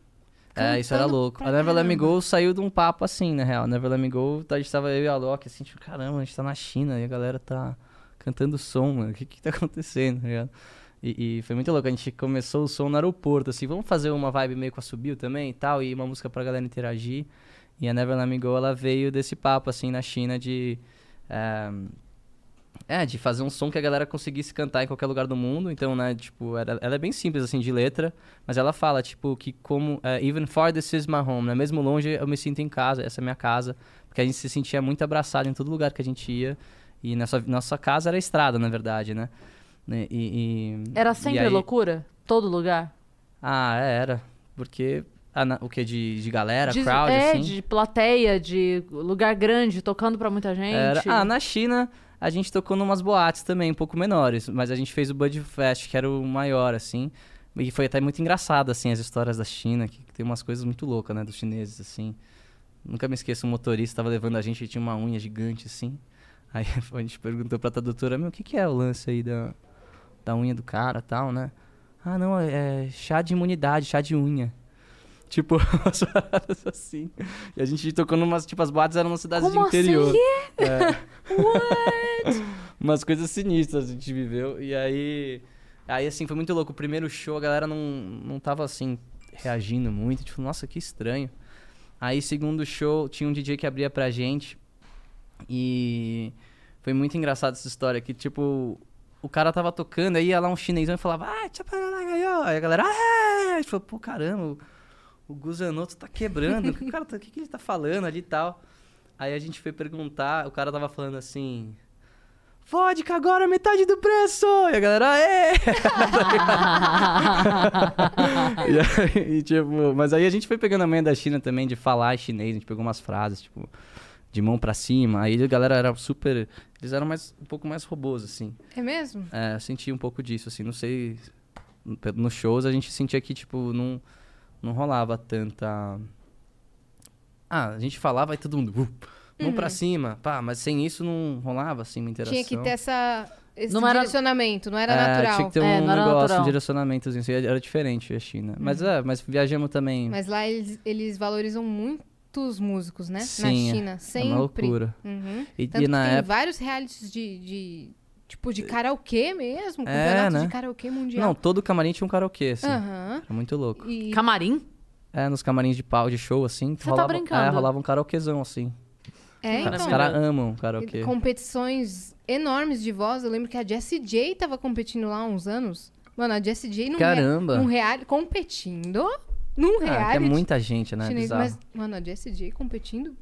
[SPEAKER 3] é, isso era
[SPEAKER 2] cantando
[SPEAKER 3] louco.
[SPEAKER 2] pra
[SPEAKER 3] A Never Let Me
[SPEAKER 2] caramba.
[SPEAKER 3] Go saiu de um papo assim, na real. Never Let Me Go, a gente tava eu e a Loki, assim, tipo, caramba, a gente tá na China e a galera tá cantando som, mano. O que que tá acontecendo, tá ligado? E, e foi muito louco. A gente começou o som no aeroporto, assim, vamos fazer uma vibe meio com a Subiu também e tal, e uma música pra galera interagir. E a Never Let Me Go, ela veio desse papo, assim, na China de... ehm, é, de fazer um som que a galera conseguisse cantar em qualquer lugar do mundo. Então, né, tipo, era- ela é bem simples, assim, de letra. Mas ela fala, tipo, que como... eh, Even far this is my home, né? Mesmo longe, eu me sinto em casa, essa é minha casa. Porque a gente se sentia muito abraçado em todo lugar que a gente ia. E nossa, nossa casa era a estrada, na verdade, né? Né, E, e-
[SPEAKER 1] Era
[SPEAKER 3] e
[SPEAKER 1] sempre
[SPEAKER 3] aí-
[SPEAKER 1] loucura? Todo lugar?
[SPEAKER 3] Ah, é, era. Porque... ah, na- o que? De, de galera,
[SPEAKER 1] de,
[SPEAKER 3] crowd,
[SPEAKER 1] é,
[SPEAKER 3] assim?
[SPEAKER 1] de plateia, de lugar grande, tocando pra muita gente.
[SPEAKER 3] Era- Ah, na China a gente tocou numas boates também, um pouco menores, mas a gente fez o Bud Fest, que era o maior, assim. E foi até muito engraçado, assim, as histórias da China, que tem umas coisas muito loucas, né, dos chineses, assim. Nunca me esqueço, um motorista tava levando a gente e tinha uma unha gigante, assim. Aí a gente perguntou pra tradutora, meu, o que que é o lance aí da, é da unha do cara tal, né? Ah, não, é chá de imunidade, chá de unha. Tipo, umas paradas assim. E a gente tocou numas. Tipo, as boates eram umas cidades
[SPEAKER 1] Como
[SPEAKER 3] de interior.
[SPEAKER 1] assim?
[SPEAKER 3] É.
[SPEAKER 1] What?
[SPEAKER 3] umas coisas sinistras a gente viveu. E aí. Aí, assim, foi muito louco. O primeiro show, a galera não, não tava assim, reagindo muito. Tipo, nossa, que estranho. Aí, segundo show, tinha um DJ que abria pra gente. E foi muito engraçado essa história. Que, tipo, o cara tava tocando, aí ia lá um chinesão e falava, ah, tchaparalagaió. Aí a galera, ah, é! A gente falou, pô, caramba, o, o Guzanoto tá quebrando. O que o cara tá- o que, que ele tá falando ali e tal? Aí a gente foi perguntar, o cara tava falando assim. Vodka agora, é metade do preço! E a galera, é! Ah, e aí, e, tipo, mas aí a gente foi pegando a manha da China também, de falar chinês, a gente pegou umas frases, tipo, de mão pra cima. Aí a galera era super. Eles eram mais, um pouco mais robôs, assim.
[SPEAKER 2] É mesmo?
[SPEAKER 3] É, eu senti um pouco disso, assim, não sei. pe- Nos shows a gente sentia que, tipo, não, não rolava tanta. Ah, a gente falava e todo mundo. Uh, mão pra cima, pá, mas sem isso não rolava, assim, uma interação.
[SPEAKER 2] Uhum. Tinha que ter essa, esse
[SPEAKER 1] Não era-
[SPEAKER 2] direcionamento, não era
[SPEAKER 3] É,
[SPEAKER 2] natural.
[SPEAKER 3] Tinha que ter um
[SPEAKER 1] É, não era
[SPEAKER 3] negócio,
[SPEAKER 1] natural.
[SPEAKER 3] um direcionamentozinho. assim, Era diferente a China. Mas, é, mas viajamos também.
[SPEAKER 2] Uhum. Mas lá eles, eles valorizam muitos músicos, né?
[SPEAKER 3] Sim,
[SPEAKER 2] Na China,
[SPEAKER 3] é
[SPEAKER 2] sempre.
[SPEAKER 3] uma loucura.
[SPEAKER 2] Uhum.
[SPEAKER 3] E,
[SPEAKER 2] Tanto
[SPEAKER 3] e
[SPEAKER 2] que
[SPEAKER 3] na
[SPEAKER 2] tem
[SPEAKER 3] época.
[SPEAKER 2] vários realities de, de- tipo de karaokê mesmo,
[SPEAKER 3] É,
[SPEAKER 2] campeonato
[SPEAKER 3] né?
[SPEAKER 2] de karaokê
[SPEAKER 3] Não,
[SPEAKER 2] mundial. Ah.
[SPEAKER 3] todo camarim tinha um karaokê, assim.
[SPEAKER 2] Aham.
[SPEAKER 3] Era muito louco.
[SPEAKER 2] E
[SPEAKER 1] Camarim?
[SPEAKER 3] É, nos camarins de pau, de show, assim.
[SPEAKER 1] Você tá
[SPEAKER 3] rolava, É,
[SPEAKER 1] brincando?
[SPEAKER 3] rolava um karaokezão, assim.
[SPEAKER 2] é,
[SPEAKER 3] Os
[SPEAKER 2] então,
[SPEAKER 3] caras amam um karaokê.
[SPEAKER 2] competições enormes de voz. Eu lembro que a Jessie J tava competindo lá há uns anos. Mano, a Jessie J num,
[SPEAKER 3] Caramba.
[SPEAKER 2] rea- num reality, competindo num
[SPEAKER 3] Ah, que é
[SPEAKER 2] reality
[SPEAKER 3] muita gente, né?
[SPEAKER 2] chinês.
[SPEAKER 3] Bizarro.
[SPEAKER 2] Mas, mano, a Jessie J competindo?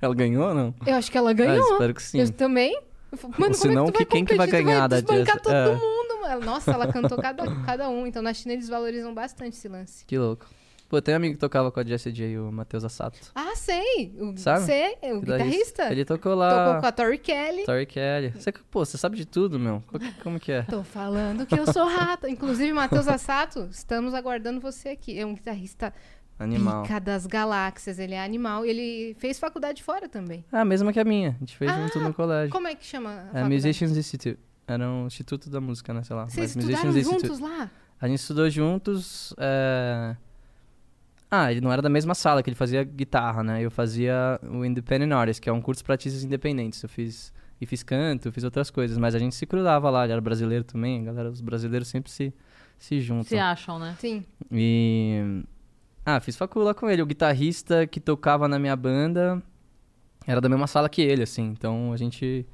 [SPEAKER 3] Ela ganhou ou não?
[SPEAKER 2] Eu acho que ela
[SPEAKER 3] Ah,
[SPEAKER 2] ganhou.
[SPEAKER 3] espero que sim.
[SPEAKER 2] Eu também. Eu falo, Mano,
[SPEAKER 3] senão,
[SPEAKER 2] como é que, tu vai
[SPEAKER 3] que- quem que vai
[SPEAKER 2] competir? Tu
[SPEAKER 3] ganhar da
[SPEAKER 2] desbancar
[SPEAKER 3] Jessie?
[SPEAKER 2] todo
[SPEAKER 3] É.
[SPEAKER 2] mundo, mano. Nossa, ela cantou cada, cada um. Então, na China, eles valorizam bastante esse lance.
[SPEAKER 3] Que louco. Pô, tem um amigo que tocava com a Jessie J, o Matheus Assato.
[SPEAKER 2] Ah, sei. O,
[SPEAKER 3] Sabe?
[SPEAKER 2] Sei, é o guitarrista.
[SPEAKER 3] Ele tá tocou
[SPEAKER 2] Tocou
[SPEAKER 3] lá.
[SPEAKER 2] com a Tori Kelly.
[SPEAKER 3] Tori Kelly. Você, pô, você sabe de tudo, meu. Qual que- Como que é?
[SPEAKER 2] Tô falando que eu sou rata. Inclusive, Matheus Assato, estamos aguardando você aqui. É um guitarrista
[SPEAKER 3] Animal.
[SPEAKER 2] pica das galáxias. Ele é animal. Ele fez faculdade fora também.
[SPEAKER 3] Ah, a mesma que a minha. A gente fez junto no colégio.
[SPEAKER 2] Ah, Como é que chama a
[SPEAKER 3] É,
[SPEAKER 2] faculdade?
[SPEAKER 3] Musicians Institute. Era um instituto da música, né? Sei lá.
[SPEAKER 2] Vocês
[SPEAKER 3] mas
[SPEAKER 2] estudaram
[SPEAKER 3] Musicians
[SPEAKER 2] juntos
[SPEAKER 3] Institute.
[SPEAKER 2] lá?
[SPEAKER 3] A gente estudou juntos. é, Ah, ele não era da mesma sala que ele fazia guitarra, né? Eu fazia o Independent Artist, que é um curso para artistas independentes. Eu fiz. E fiz canto, fiz outras coisas, mas a gente se cruzava lá, ele era brasileiro também, a galera, os brasileiros sempre se, se juntam.
[SPEAKER 1] Se acham, né?
[SPEAKER 2] Sim.
[SPEAKER 3] E. Ah, fiz facula com ele. O guitarrista que tocava na minha banda era da mesma sala que ele, assim. Então a gente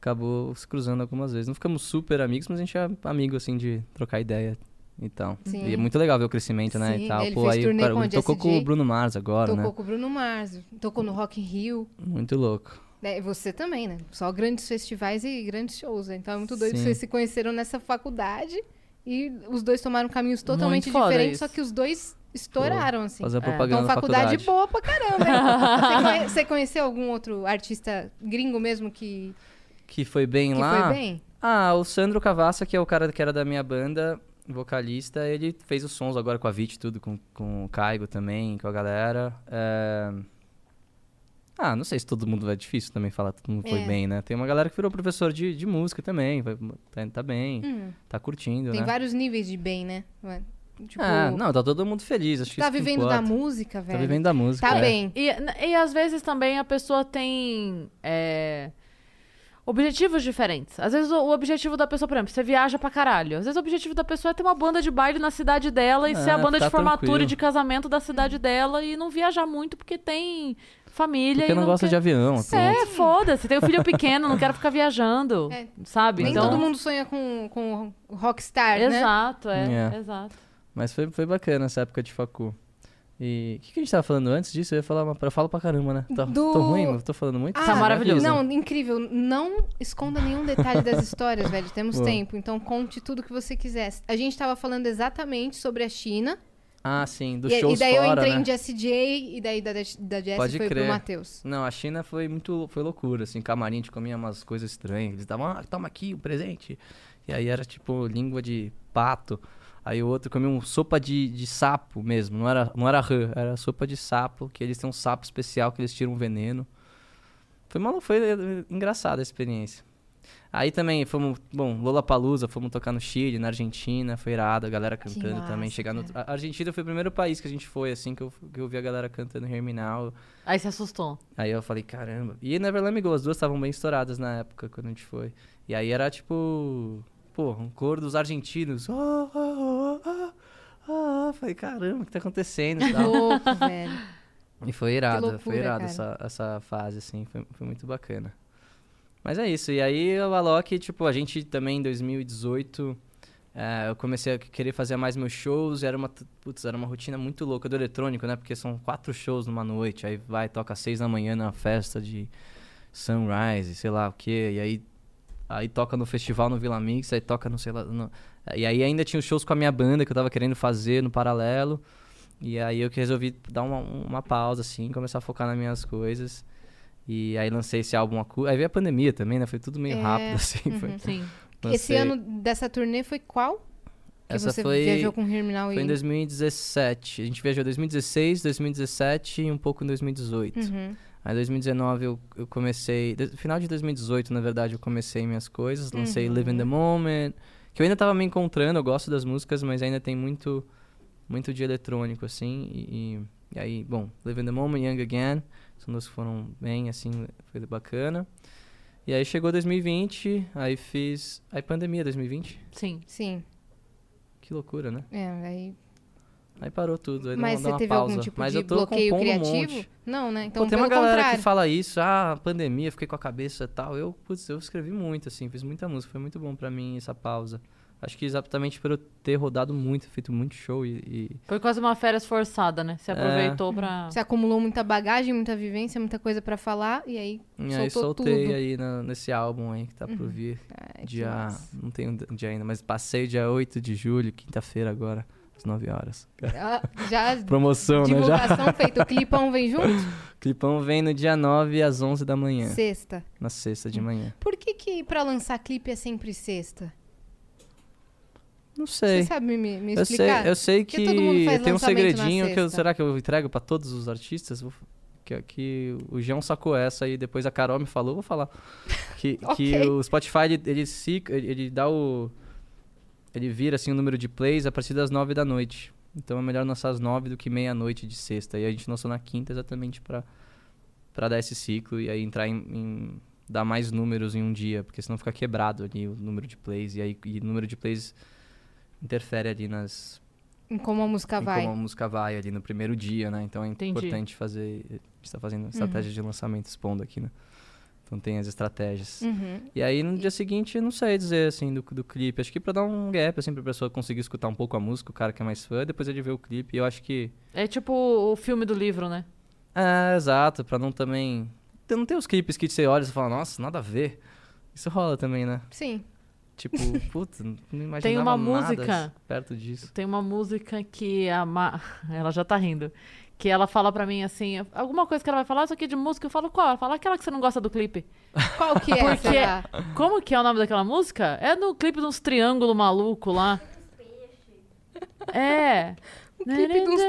[SPEAKER 3] acabou se cruzando algumas vezes. Não ficamos super amigos, mas a gente é amigo, assim, de trocar ideia e tal.
[SPEAKER 2] Sim.
[SPEAKER 3] E é muito legal ver o crescimento, né?
[SPEAKER 2] Sim,
[SPEAKER 3] e tal.
[SPEAKER 2] ele
[SPEAKER 3] Pô,
[SPEAKER 2] fez
[SPEAKER 3] aí
[SPEAKER 2] turnê
[SPEAKER 3] cara,
[SPEAKER 2] com a
[SPEAKER 3] ele tocou
[SPEAKER 2] Jessie
[SPEAKER 3] com o
[SPEAKER 2] J,
[SPEAKER 3] Bruno Mars agora,
[SPEAKER 2] Tocou
[SPEAKER 3] né?
[SPEAKER 2] com o Bruno Mars. Tocou no Rock in Rio.
[SPEAKER 3] Muito louco.
[SPEAKER 2] É, e você também, né? Só grandes festivais e grandes shows. né? Então é muito doido que
[SPEAKER 3] Sim.
[SPEAKER 2] vocês se conheceram nessa faculdade e os dois tomaram caminhos totalmente
[SPEAKER 1] Muito foda
[SPEAKER 2] diferentes,
[SPEAKER 1] isso.
[SPEAKER 2] só que os dois estouraram, assim.
[SPEAKER 3] Fazer propaganda
[SPEAKER 2] Então,
[SPEAKER 3] na
[SPEAKER 2] faculdade,
[SPEAKER 3] faculdade.
[SPEAKER 2] boa pra caramba. hein? você, conhe- você conheceu algum outro artista gringo mesmo que,
[SPEAKER 3] Que foi bem
[SPEAKER 2] que
[SPEAKER 3] lá.
[SPEAKER 2] foi bem?
[SPEAKER 3] Ah, o Sandro Cavassa, que é o cara que era da minha banda, vocalista, ele fez os sons agora com a Vit, tudo, com, com o Caigo também, com a galera. É, Ah, não sei se todo mundo é difícil também falar, todo mundo foi
[SPEAKER 2] É.
[SPEAKER 3] bem, né? Tem uma galera que virou professor de, de música também, vai- tá, tá bem,
[SPEAKER 2] Hum,
[SPEAKER 3] tá curtindo,
[SPEAKER 2] tem
[SPEAKER 3] né?
[SPEAKER 2] vários níveis de bem, né? Ué, Tipo,
[SPEAKER 3] ah, não, tá todo mundo feliz, acho que
[SPEAKER 2] tá
[SPEAKER 3] isso que
[SPEAKER 2] vivendo
[SPEAKER 3] importa.
[SPEAKER 2] da música,
[SPEAKER 3] Tá
[SPEAKER 2] velho.
[SPEAKER 3] vivendo da música.
[SPEAKER 2] Tá
[SPEAKER 3] é.
[SPEAKER 2] bem.
[SPEAKER 1] E, e às vezes também a pessoa tem é, objetivos diferentes. Às vezes o, o objetivo da pessoa, por exemplo, você viaja pra caralho. Às vezes o objetivo da pessoa é ter uma banda de baile na cidade dela e
[SPEAKER 3] É,
[SPEAKER 1] ser a banda
[SPEAKER 3] ficar
[SPEAKER 1] de formatura
[SPEAKER 3] tranquilo.
[SPEAKER 1] e de casamento da cidade dela e não viajar muito porque tem família.
[SPEAKER 3] Porque
[SPEAKER 1] e
[SPEAKER 3] não gosta
[SPEAKER 1] quer-
[SPEAKER 3] de avião, assim. pronto.
[SPEAKER 1] É, foda-se. Tem um filho pequeno, não quero ficar viajando.
[SPEAKER 2] É.
[SPEAKER 1] Sabe?
[SPEAKER 2] Nem
[SPEAKER 3] Então-
[SPEAKER 2] todo mundo sonha com, com rockstar, né?
[SPEAKER 1] Exato, é.
[SPEAKER 3] Yeah.
[SPEAKER 1] Exato.
[SPEAKER 3] Mas foi, foi bacana essa época de facu. E o que, que a gente tava falando antes disso? Eu ia falar, uma... eu falo pra caramba, né? Tá,
[SPEAKER 2] Do-
[SPEAKER 3] Tô ruim, eu tô falando muito?
[SPEAKER 2] Ah,
[SPEAKER 1] Tá maravilhoso.
[SPEAKER 3] Não,
[SPEAKER 2] Não, incrível. Não esconda nenhum detalhe das histórias, velho. Temos
[SPEAKER 3] Boa.
[SPEAKER 2] tempo, então conte tudo que você quiser. A gente tava falando exatamente sobre a China.
[SPEAKER 3] Ah, sim, dos
[SPEAKER 2] E,
[SPEAKER 3] shows
[SPEAKER 2] e daí eu
[SPEAKER 3] fora,
[SPEAKER 2] entrei
[SPEAKER 3] né?
[SPEAKER 2] em Jessie J, e daí da, da Jessie
[SPEAKER 3] Pode
[SPEAKER 2] foi
[SPEAKER 3] crer.
[SPEAKER 2] pro Matheus.
[SPEAKER 3] Não, a China foi muito, foi loucura, assim, camarim, a gente comia umas coisas estranhas, eles davam, ah, toma aqui o presente. E aí era tipo língua de pato, aí o outro comia um sopa de, de sapo mesmo, não era, não era rã, era sopa de sapo, que eles têm um sapo especial que eles tiram um veneno. Foi maluco, foi eh, engraçada a experiência. Aí também fomos, bom, Lollapalooza, fomos tocar no Chile, na Argentina, foi irado, a galera cantando
[SPEAKER 2] massa,
[SPEAKER 3] também. Chegar no...
[SPEAKER 2] cara.
[SPEAKER 3] A Argentina foi o primeiro país que a gente foi, assim, que eu, que eu vi a galera cantando Herminal.
[SPEAKER 1] Aí se assustou.
[SPEAKER 3] Aí eu falei, caramba. E Neverland Me Go, as duas estavam bem estouradas na época, quando a gente foi. E aí era tipo, pô, um coro dos argentinos. Oh, oh, oh, oh, oh. Falei, caramba, o que tá acontecendo e tal.
[SPEAKER 2] Louco, velho.
[SPEAKER 3] E foi irado, foi
[SPEAKER 2] loucura,
[SPEAKER 3] irado
[SPEAKER 2] cara.
[SPEAKER 3] essa, essa fase, assim, foi, foi muito bacana. Mas é isso, e aí o Alok, tipo, a gente também em 2018, eh, eu comecei a querer fazer mais meus shows, era uma, t- putz, era uma rotina muito louca do eletrônico, né, porque são quatro shows numa noite, aí vai, toca às seis da manhã na festa de Sunrise, sei lá o quê, e aí, aí toca no festival no Vila Mix, aí toca no, sei lá, no- e aí ainda tinha os shows com a minha banda que eu tava querendo fazer no paralelo, e aí eu que resolvi dar uma, uma pausa, assim, começar a focar nas minhas coisas. E aí lancei esse álbum acú- Aí veio a pandemia também, né? Foi tudo meio
[SPEAKER 2] É,
[SPEAKER 3] rápido, assim. Foi,
[SPEAKER 1] Sim.
[SPEAKER 2] Esse
[SPEAKER 3] lancei-
[SPEAKER 2] ano dessa turnê foi qual? Que
[SPEAKER 3] Essa
[SPEAKER 2] você
[SPEAKER 3] foi-
[SPEAKER 2] viajou com o Herminal
[SPEAKER 3] Foi
[SPEAKER 2] e...
[SPEAKER 3] em 2017. A gente viajou em 2016, 2017 e um pouco em 2018.
[SPEAKER 2] Uhum.
[SPEAKER 3] Aí em 2019 eu, eu comecei. de- Final de 2018, na verdade, eu comecei minhas coisas.
[SPEAKER 2] Uhum.
[SPEAKER 3] Lancei Live in the Moment. Que eu ainda tava me encontrando, eu gosto das músicas, mas ainda tem muito muito de eletrônico, assim. E, e- e aí, bom, Live in the Moment, Young Again. São duas que foram bem, assim, foi bacana. E aí chegou 2020, aí fiz. Aí pandemia 2020.
[SPEAKER 1] Sim.
[SPEAKER 2] Sim,
[SPEAKER 3] Que loucura, né?
[SPEAKER 2] é, aí...
[SPEAKER 3] Aí parou tudo. Aí deu
[SPEAKER 2] Mas
[SPEAKER 3] uma, deu
[SPEAKER 2] você
[SPEAKER 3] uma
[SPEAKER 2] teve
[SPEAKER 3] pausa.
[SPEAKER 2] algum tipo
[SPEAKER 3] mas
[SPEAKER 2] de
[SPEAKER 3] eu tô
[SPEAKER 2] bloqueio
[SPEAKER 3] compondo um
[SPEAKER 2] criativo?
[SPEAKER 3] monte.
[SPEAKER 2] Não, né? Então,
[SPEAKER 3] Pô, tem
[SPEAKER 2] pelo
[SPEAKER 3] uma galera
[SPEAKER 2] contrário.
[SPEAKER 3] que fala isso, ah, pandemia, fiquei com a cabeça e tal. Eu, putz, eu escrevi muito, assim, fiz muita música, foi muito bom pra mim essa pausa. Acho que exatamente por eu ter rodado muito, feito muito show e. e-
[SPEAKER 1] Foi quase uma férias forçada, né?
[SPEAKER 3] É.
[SPEAKER 1] Você aproveitou pra.
[SPEAKER 2] Você acumulou muita bagagem, muita vivência, muita coisa pra falar, e aí
[SPEAKER 3] e aí
[SPEAKER 2] Soltou
[SPEAKER 3] soltei
[SPEAKER 2] tudo. Uhum.
[SPEAKER 3] aí na- nesse álbum aí que tá por vir.
[SPEAKER 2] Ai, que
[SPEAKER 3] dia.
[SPEAKER 2] massa.
[SPEAKER 3] Não tem um dia ainda, mas passei dia 8 de julho, quinta-feira agora, às 9 horas.
[SPEAKER 2] Ah, Já
[SPEAKER 3] Promoção, né? Já.
[SPEAKER 2] divulgação feita. O clipão vem junto?
[SPEAKER 3] Clipão vem no dia 9 às 11 da manhã,
[SPEAKER 2] Sexta.
[SPEAKER 3] na sexta
[SPEAKER 2] Hum.
[SPEAKER 3] de manhã.
[SPEAKER 2] Por que que pra lançar clipe é sempre sexta?
[SPEAKER 3] Não sei.
[SPEAKER 2] Você sabe me, me
[SPEAKER 3] Eu sei,
[SPEAKER 2] explicar?
[SPEAKER 3] eu sei
[SPEAKER 2] Porque
[SPEAKER 3] que
[SPEAKER 2] todo mundo faz
[SPEAKER 3] tem um
[SPEAKER 2] lançamento na
[SPEAKER 3] segredinho que eu,
[SPEAKER 2] sexta.
[SPEAKER 3] será que eu entrego pra todos os artistas? Vou- que, que o João sacou essa e depois a Carol me falou, vou falar que, que
[SPEAKER 2] Ok.
[SPEAKER 3] o Spotify ele, ele, se- ele- ele dá o ele vira assim o número de plays a partir das nove da noite. Então é melhor lançar às nove do que meia-noite de sexta. E a gente lançou na quinta exatamente pra para dar esse ciclo e aí entrar em, em- dar mais números em um dia, porque senão fica quebrado ali o número de plays e aí e o número de plays interfere ali nas
[SPEAKER 2] Em como a música
[SPEAKER 3] em
[SPEAKER 2] vai.
[SPEAKER 3] como a música vai ali no primeiro dia, né? Então é
[SPEAKER 1] Tá, Entendi. Uhum.
[SPEAKER 3] importante fazer. A gente está fazendo estratégia de lançamento expondo aqui, né? Então tem as estratégias.
[SPEAKER 1] Hum.
[SPEAKER 2] Uhum.
[SPEAKER 3] E aí no dia seguinte, eu não sei dizer assim do, do clipe. Acho que pra dar um gap, assim, pra pessoa conseguir escutar um pouco a música, o cara que é mais fã, depois ele vê o clipe. E eu acho que.
[SPEAKER 1] É tipo o filme do livro, né?
[SPEAKER 3] É, exato, pra não também. Não tem os clipes que você olha e você fala, nossa, nada a ver. Isso rola também, né?
[SPEAKER 2] Sim.
[SPEAKER 3] Tipo, putz, não imaginava
[SPEAKER 1] Tem uma
[SPEAKER 3] nada
[SPEAKER 1] música.
[SPEAKER 3] perto disso.
[SPEAKER 1] Tem uma música que a Ma... Ela já tá rindo. Que ela fala pra mim assim, alguma coisa que ela vai falar, só que de música eu falo qual? Ela fala aquela que você não gosta do clipe.
[SPEAKER 2] Qual que é?
[SPEAKER 1] Porque-
[SPEAKER 2] será?
[SPEAKER 1] Como que é o nome daquela música? É no clipe de uns triângulo maluco lá. É.
[SPEAKER 2] clipe de uns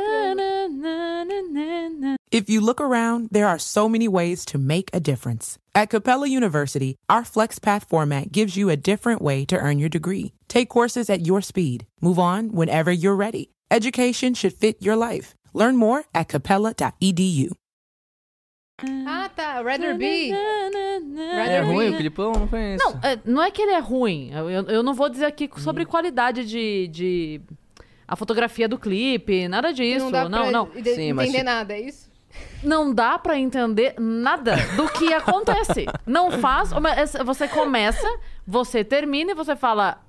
[SPEAKER 4] If you look around, there are so many ways to make a difference. At Capella University, our FlexPath format gives you a different way to earn your degree. Take courses at your speed. Move on whenever you're ready. Education should fit your life. Learn more at E capella.edu.
[SPEAKER 2] Ah, tá. Rather Be.
[SPEAKER 3] É
[SPEAKER 2] Rather
[SPEAKER 1] É
[SPEAKER 2] be.
[SPEAKER 3] ruim o clipão? Não conheço.
[SPEAKER 1] Não, é, não é que ele é ruim. Eu, eu- eu não vou dizer aqui
[SPEAKER 2] Hum.
[SPEAKER 1] sobre qualidade de, de- A fotografia do clipe, nada disso.
[SPEAKER 2] não dá
[SPEAKER 1] não,
[SPEAKER 2] pra
[SPEAKER 1] não.
[SPEAKER 2] ide-
[SPEAKER 3] Sim, mas
[SPEAKER 2] entender
[SPEAKER 3] se-
[SPEAKER 2] nada, é isso?
[SPEAKER 1] Não dá pra entender nada do que acontece. não faz. uma- essa- Você começa, você termina e você fala.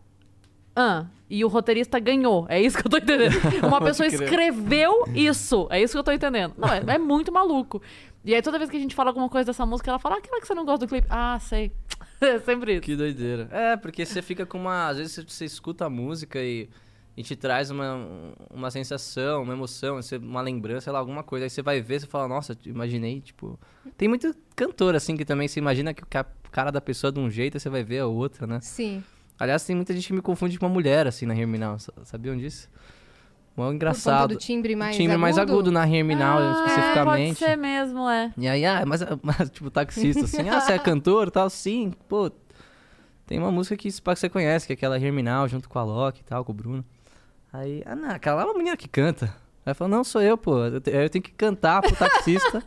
[SPEAKER 1] Ah, e o roteirista ganhou. É isso que eu tô entendendo. Uma pessoa
[SPEAKER 3] crer.
[SPEAKER 1] escreveu isso. É isso que eu tô entendendo. Não, é, é muito maluco. E aí, toda vez que a gente fala alguma coisa dessa música, ela fala aquela que você não gosta do clipe. Ah, sei. É sempre isso.
[SPEAKER 3] Que doideira. É, porque você fica com uma. Às vezes você, você escuta a música e, e te traz uma, uma sensação, uma emoção, você- uma lembrança, sei lá, alguma coisa. Aí você vai ver, você fala, nossa, imaginei, tipo. Tem muito cantor, assim, que também você imagina que o ca- cara da pessoa é de um jeito, aí você vai ver a outra, né?
[SPEAKER 2] Sim.
[SPEAKER 3] Aliás, tem muita gente que me confunde com uma mulher, assim, na Herminal. sa- Sabiam disso? Bom, é
[SPEAKER 2] Por
[SPEAKER 3] engraçado.
[SPEAKER 2] conta do timbre mais
[SPEAKER 3] o time
[SPEAKER 2] agudo.
[SPEAKER 3] mais agudo na Herminal,
[SPEAKER 1] Ah, Pode
[SPEAKER 3] especificamente.
[SPEAKER 1] ser mesmo, é.
[SPEAKER 3] E aí, ah, mas, mas tipo, taxista, assim, ah, você é cantor e tal? Sim, pô. Tem uma música que se pá, que você conhece, que é aquela Herminal, junto com a Loki e tal, com o Bruno. Aí, ah, não, aquela lá é uma menina que canta. Aí falou, não, sou eu, pô. Eu, te- eu tenho que cantar pro taxista.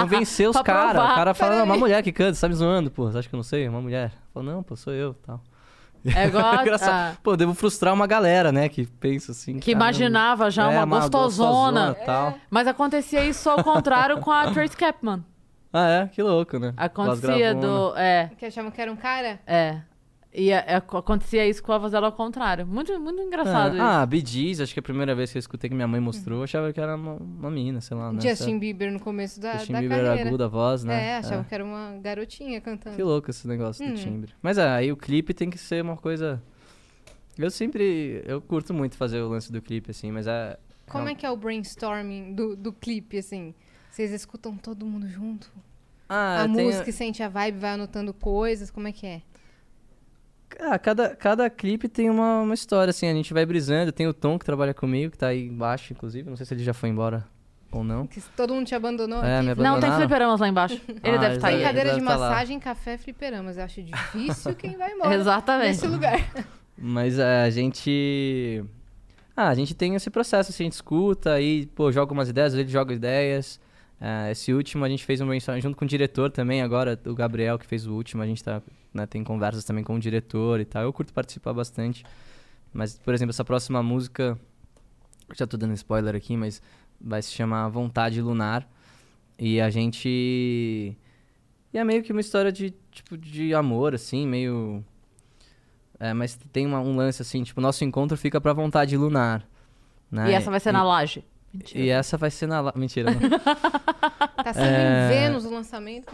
[SPEAKER 3] convencer os
[SPEAKER 1] Pra
[SPEAKER 3] caras.
[SPEAKER 1] provar.
[SPEAKER 3] O cara fala, não, é uma mulher que canta, você tá me zoando, pô. Você acha que eu não sei? É uma mulher. Falou, não, pô, sou eu tal.
[SPEAKER 1] É igual.
[SPEAKER 3] Engraçado.
[SPEAKER 1] ah,
[SPEAKER 3] Pô, eu devo frustrar uma galera, né? Que pensa assim.
[SPEAKER 1] que
[SPEAKER 3] caramba.
[SPEAKER 1] imaginava já
[SPEAKER 3] É,
[SPEAKER 1] uma, gostosona. É.
[SPEAKER 3] tal.
[SPEAKER 1] Mas acontecia isso ao contrário com a Trace Capman.
[SPEAKER 3] Ah, é? Que louco, né?
[SPEAKER 1] Acontecia
[SPEAKER 3] Aquelas gravonas.
[SPEAKER 1] do. É,
[SPEAKER 2] Que achavam que era um cara?
[SPEAKER 1] é. E é, é, acontecia isso com a voz dela ao contrário. Muito, muito engraçado isso.
[SPEAKER 3] Ah, ah, Bee Gees, acho que é a primeira vez que eu escutei que minha mãe mostrou, eu achava que era uma, uma menina, sei lá, né?
[SPEAKER 2] Justin Bieber no começo da,
[SPEAKER 3] Justin
[SPEAKER 2] da
[SPEAKER 3] Bieber era
[SPEAKER 2] carreira.
[SPEAKER 3] aguda a voz, né? É.
[SPEAKER 2] É, achavam que era uma garotinha cantando.
[SPEAKER 3] Que louco esse negócio do timbre. Mas é, aí o clipe tem que ser uma coisa... Eu sempre... Eu curto muito fazer o lance do clipe, assim, mas é...
[SPEAKER 2] Como é que é o brainstorming do, do clipe, assim? Vocês escutam todo mundo junto?
[SPEAKER 3] Ah,
[SPEAKER 2] a
[SPEAKER 3] eu tenho-
[SPEAKER 2] música e sente a vibe, vai anotando coisas, como é que é?
[SPEAKER 3] Ah, cada, cada clipe tem uma, uma história, assim, a gente vai brisando. Tem o Tom que trabalha comigo, que tá aí embaixo, inclusive. Não sei se ele já foi embora ou não.
[SPEAKER 2] Que todo mundo te abandonou?
[SPEAKER 3] É,
[SPEAKER 2] aqui?
[SPEAKER 3] me
[SPEAKER 1] Não, tem
[SPEAKER 3] abandonaram.
[SPEAKER 1] fliperamas lá embaixo. Ele
[SPEAKER 3] Ah,
[SPEAKER 1] deve estar aí.
[SPEAKER 3] exato. Cadê?
[SPEAKER 2] Brincadeira de
[SPEAKER 3] deve tá lá.
[SPEAKER 2] massagem, café, fliperamas. Eu acho difícil quem vai embora
[SPEAKER 1] Exatamente.
[SPEAKER 2] nesse lugar.
[SPEAKER 3] Mas é, a gente. Ah, a gente tem esse processo, assim, a gente escuta, aí, pô, joga umas ideias, ele joga ideias. Ah, esse último a gente fez um brainstorm junto com o diretor também, agora o Gabriel que fez o último, a gente tá, né, tem conversas também com o diretor e tal. Eu curto participar bastante. Mas, por exemplo, essa próxima música, já tô dando spoiler aqui, mas vai se chamar Vontade Lunar. E a gente. E é meio que uma história de, tipo, de amor, assim, meio. É, mas tem uma- um lance assim, tipo, nosso encontro fica pra vontade lunar. Né?
[SPEAKER 1] E essa vai ser na laje.
[SPEAKER 3] E, e essa vai ser na. la- Mentira, não.
[SPEAKER 2] Tá sendo em Vênus o lançamento.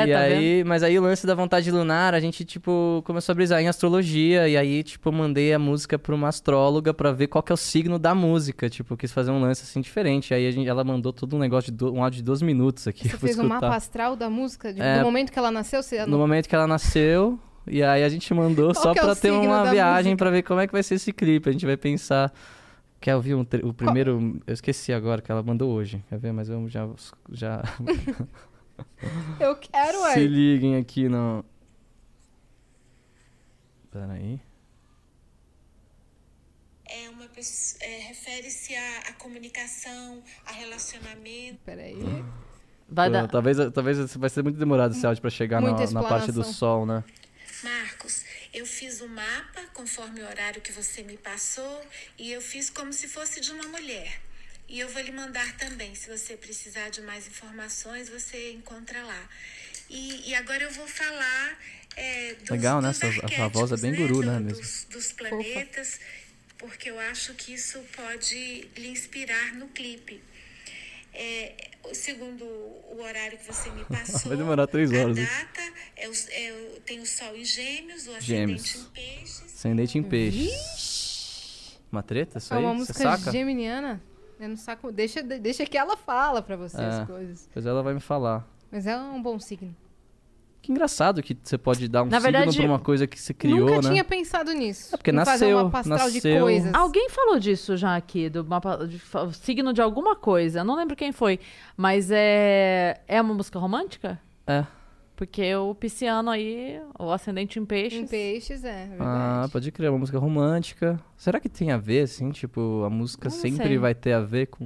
[SPEAKER 1] É,
[SPEAKER 3] e, e
[SPEAKER 1] tá
[SPEAKER 3] aí, mas aí o lance da vontade lunar, a gente, tipo, começou a brisar em astrologia. E aí, tipo, eu mandei a música pra uma astróloga pra ver qual que é o signo da música. Tipo, eu quis fazer um lance assim diferente. Aí a gente, ela mandou todo um negócio de do- um áudio de 12 minutos aqui.
[SPEAKER 2] Você
[SPEAKER 3] eu fui
[SPEAKER 2] fez um
[SPEAKER 3] escutar.
[SPEAKER 2] mapa astral da música? de-
[SPEAKER 3] É.
[SPEAKER 2] Do momento que ela nasceu, você
[SPEAKER 3] No
[SPEAKER 2] anotou?
[SPEAKER 3] momento que ela nasceu, e aí a gente mandou
[SPEAKER 2] Qual
[SPEAKER 3] só
[SPEAKER 2] que é o
[SPEAKER 3] pra ter
[SPEAKER 2] signo
[SPEAKER 3] uma
[SPEAKER 2] da
[SPEAKER 3] viagem
[SPEAKER 2] música?
[SPEAKER 3] pra ver como é que vai ser esse clipe. A gente vai pensar. Quer ouvir um tre- o primeiro. Eu esqueci agora que ela mandou hoje. Quer ver? Mas vamos já. já
[SPEAKER 2] Eu quero, ué.
[SPEAKER 3] se liguem aqui no. Peraí.
[SPEAKER 6] é uma pessoa- é, refere-se à, à comunicação, a relacionamento.
[SPEAKER 2] Peraí.
[SPEAKER 1] Vai
[SPEAKER 3] Pô,
[SPEAKER 1] dar.
[SPEAKER 3] Talvez, talvez vai ser muito demorado esse áudio pra chegar na,
[SPEAKER 2] Muita
[SPEAKER 3] na parte do
[SPEAKER 2] explanação.
[SPEAKER 3] sol, né?
[SPEAKER 6] Marcos, eu fiz o mapa conforme o horário que você me passou e eu fiz como se fosse de uma mulher. E eu vou lhe mandar também, se você precisar de mais informações, você encontra lá. E, e agora eu vou falar é, dos,
[SPEAKER 3] Legal, né?
[SPEAKER 6] dos
[SPEAKER 3] Sua- a sua
[SPEAKER 6] arquétipos,
[SPEAKER 3] voz é bem
[SPEAKER 6] né?
[SPEAKER 3] guru, né,
[SPEAKER 6] Do-
[SPEAKER 3] mesmo?
[SPEAKER 6] Dos, dos planetas, porque eu acho que isso pode lhe inspirar no clipe. É, o- segundo o horário que você me passou.
[SPEAKER 3] Vai demorar três horas,
[SPEAKER 6] A
[SPEAKER 3] hein?
[SPEAKER 6] data é o, é o- tem o Sol em Gêmeos, o
[SPEAKER 3] Gêmeos.
[SPEAKER 6] ascendente em Peixes.
[SPEAKER 3] Ascendente em peixe. Uma treta? Isso
[SPEAKER 2] É
[SPEAKER 3] aí?
[SPEAKER 2] uma
[SPEAKER 3] Você
[SPEAKER 2] música
[SPEAKER 3] saca?
[SPEAKER 2] geminiana. Eu não saco. Deixa, de- deixa que ela fala pra você
[SPEAKER 3] É.
[SPEAKER 2] as coisas.
[SPEAKER 3] Pois ela vai me falar.
[SPEAKER 2] Mas ela é um bom signo.
[SPEAKER 3] Que engraçado que você pode dar um
[SPEAKER 1] Na
[SPEAKER 3] signo
[SPEAKER 1] verdade,
[SPEAKER 3] pra uma coisa que você criou,
[SPEAKER 2] Nunca
[SPEAKER 3] né?
[SPEAKER 2] tinha pensado nisso.
[SPEAKER 3] É porque
[SPEAKER 2] em fazer
[SPEAKER 3] nasceu,
[SPEAKER 2] uma pastral de
[SPEAKER 3] nasceu.
[SPEAKER 2] coisas.
[SPEAKER 1] Alguém falou disso já aqui, do mapa, de fa- signo de alguma coisa. Eu Não lembro quem foi. Mas é. É uma música romântica?
[SPEAKER 3] É.
[SPEAKER 1] Porque o pisciano aí, o ascendente em peixes.
[SPEAKER 2] Em peixes, é,
[SPEAKER 3] Ah,
[SPEAKER 2] verdade.
[SPEAKER 3] pode crer, uma música romântica. Será que tem a ver, assim? Tipo, a música
[SPEAKER 1] Não
[SPEAKER 3] sempre
[SPEAKER 1] sei.
[SPEAKER 3] vai ter a ver com.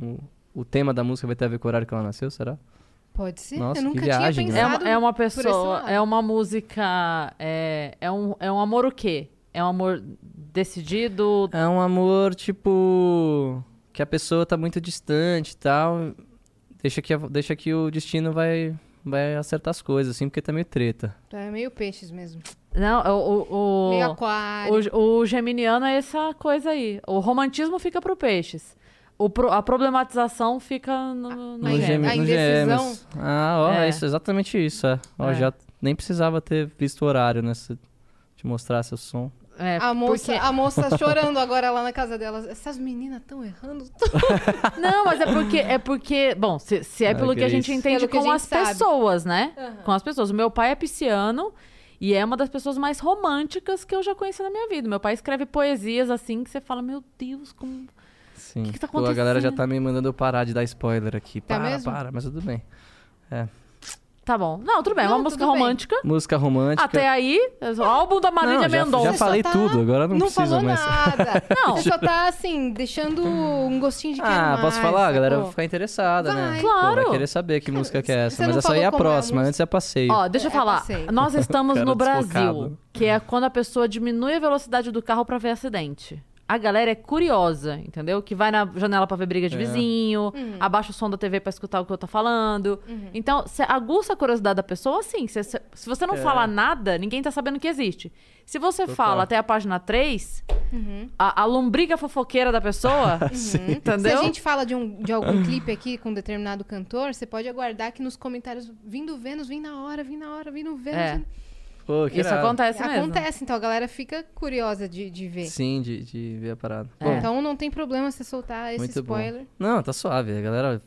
[SPEAKER 3] o- O tema da música vai ter a ver com o horário que ela nasceu, será?
[SPEAKER 2] Pode ser.
[SPEAKER 3] Nossa,
[SPEAKER 2] eu
[SPEAKER 3] que
[SPEAKER 2] nunca
[SPEAKER 3] viagem, né?
[SPEAKER 2] tinha
[SPEAKER 1] É
[SPEAKER 2] pensado.
[SPEAKER 1] uma, é uma
[SPEAKER 2] esse
[SPEAKER 1] pessoa,
[SPEAKER 2] lado.
[SPEAKER 1] é uma música, é, é, um, é um amor o quê? É um amor decidido?
[SPEAKER 3] É um amor, tipo. Que a pessoa tá muito distante e tal. Deixa que, a- deixa que o destino vai, vai acertar as coisas, assim, porque tá meio treta.
[SPEAKER 2] É meio peixes mesmo.
[SPEAKER 1] Não, é o- o,
[SPEAKER 2] meio
[SPEAKER 1] o,
[SPEAKER 2] aquário.
[SPEAKER 1] o, o geminiano é essa coisa aí. O romantismo fica pro peixes. O pro- a problematização fica no, no
[SPEAKER 2] Aí
[SPEAKER 3] No
[SPEAKER 2] é.
[SPEAKER 1] gêmeo.
[SPEAKER 3] gême-
[SPEAKER 2] A
[SPEAKER 3] no
[SPEAKER 2] indecisão.
[SPEAKER 3] gêmeos. Ah, ó,
[SPEAKER 1] É.
[SPEAKER 3] é isso, exatamente isso. É. Ó,
[SPEAKER 1] É.
[SPEAKER 3] já nem precisava ter visto o horário, né? Se te mostrasse o som.
[SPEAKER 1] É,
[SPEAKER 2] A moça,
[SPEAKER 1] porque-
[SPEAKER 2] a moça chorando agora lá na casa delas. Essas meninas estão errando. tudo."
[SPEAKER 1] Não, mas é porque, é porque bom, se, se é
[SPEAKER 3] Ah,
[SPEAKER 1] pelo
[SPEAKER 3] que
[SPEAKER 1] que a gente
[SPEAKER 3] isso.
[SPEAKER 1] entende
[SPEAKER 2] Pelo que
[SPEAKER 1] com
[SPEAKER 2] a
[SPEAKER 1] as
[SPEAKER 2] gente sabe.
[SPEAKER 1] pessoas, né? Com as pessoas. O meu pai é pisciano e é uma das pessoas mais românticas que eu já conheci na minha vida. Meu pai escreve poesias assim que você fala, meu Deus, como...
[SPEAKER 3] Sim.
[SPEAKER 1] que que tá
[SPEAKER 3] Pô, a galera já
[SPEAKER 1] acontecendo?
[SPEAKER 3] tá me mandando eu parar de dar spoiler aqui.
[SPEAKER 2] Tá
[SPEAKER 3] Para,
[SPEAKER 2] mesmo?
[SPEAKER 3] para, mas tudo bem. É.
[SPEAKER 1] Tá bom. Não, tudo bem. é
[SPEAKER 2] Não,
[SPEAKER 1] uma música
[SPEAKER 2] tudo bem.
[SPEAKER 1] romântica.
[SPEAKER 3] Música romântica.
[SPEAKER 1] Até aí, é só- álbum da
[SPEAKER 3] Não,
[SPEAKER 1] Marília
[SPEAKER 3] já-
[SPEAKER 1] Mendonça.
[SPEAKER 3] já falei
[SPEAKER 2] Só tá-
[SPEAKER 3] tudo, agora não,
[SPEAKER 2] Não
[SPEAKER 3] precisa
[SPEAKER 2] falou
[SPEAKER 3] mais.
[SPEAKER 2] nada.
[SPEAKER 1] Não.
[SPEAKER 2] Você só tá, assim, deixando um gostinho de que
[SPEAKER 3] Ah,
[SPEAKER 2] mais,
[SPEAKER 3] posso falar? A galera vai
[SPEAKER 2] sacou?
[SPEAKER 3] ficar interessada, né?
[SPEAKER 2] Vai.
[SPEAKER 3] Pô, vai
[SPEAKER 1] Claro.
[SPEAKER 3] querer saber que música que é essa.
[SPEAKER 2] você
[SPEAKER 3] Mas
[SPEAKER 2] não
[SPEAKER 3] essa aí é a
[SPEAKER 2] falou qual é a
[SPEAKER 3] próxima,
[SPEAKER 2] música.
[SPEAKER 3] antes é passeio.
[SPEAKER 1] Ó, deixa eu
[SPEAKER 2] É,
[SPEAKER 1] falar.
[SPEAKER 2] passei.
[SPEAKER 1] Nós estamos
[SPEAKER 3] Cara
[SPEAKER 1] no Brasil,
[SPEAKER 3] desfocado.
[SPEAKER 1] que é quando a pessoa diminui a velocidade do carro pra ver acidente. A galera é curiosa, entendeu? Que vai na janela pra ver briga de
[SPEAKER 3] É.
[SPEAKER 1] vizinho,
[SPEAKER 2] Uhum.
[SPEAKER 1] abaixa o som da TV pra escutar o que eu tô falando. Então, você aguça a curiosidade da pessoa, sim. Cê- cê- se você não
[SPEAKER 3] É.
[SPEAKER 1] falar nada, ninguém tá sabendo que existe. Se você fala até a página 3,
[SPEAKER 2] Uhum.
[SPEAKER 1] a, a lombriga fofoqueira da pessoa, entendeu?
[SPEAKER 2] Se a gente fala de, um, de algum clipe aqui com um determinado cantor, você pode aguardar que nos comentários, vindo Vênus, vim na hora, vim na hora, vim no Vênus.
[SPEAKER 1] É.
[SPEAKER 2] vim-
[SPEAKER 3] Pô, que
[SPEAKER 1] Isso
[SPEAKER 3] irado.
[SPEAKER 1] acontece mesmo.
[SPEAKER 2] Acontece, então a galera fica curiosa de, de ver.
[SPEAKER 3] Sim, de, de ver a parada.
[SPEAKER 1] É.
[SPEAKER 3] Bom,
[SPEAKER 2] Então não tem problema você soltar esse
[SPEAKER 3] muito
[SPEAKER 2] spoiler.
[SPEAKER 3] bom. Não, tá suave. A galera...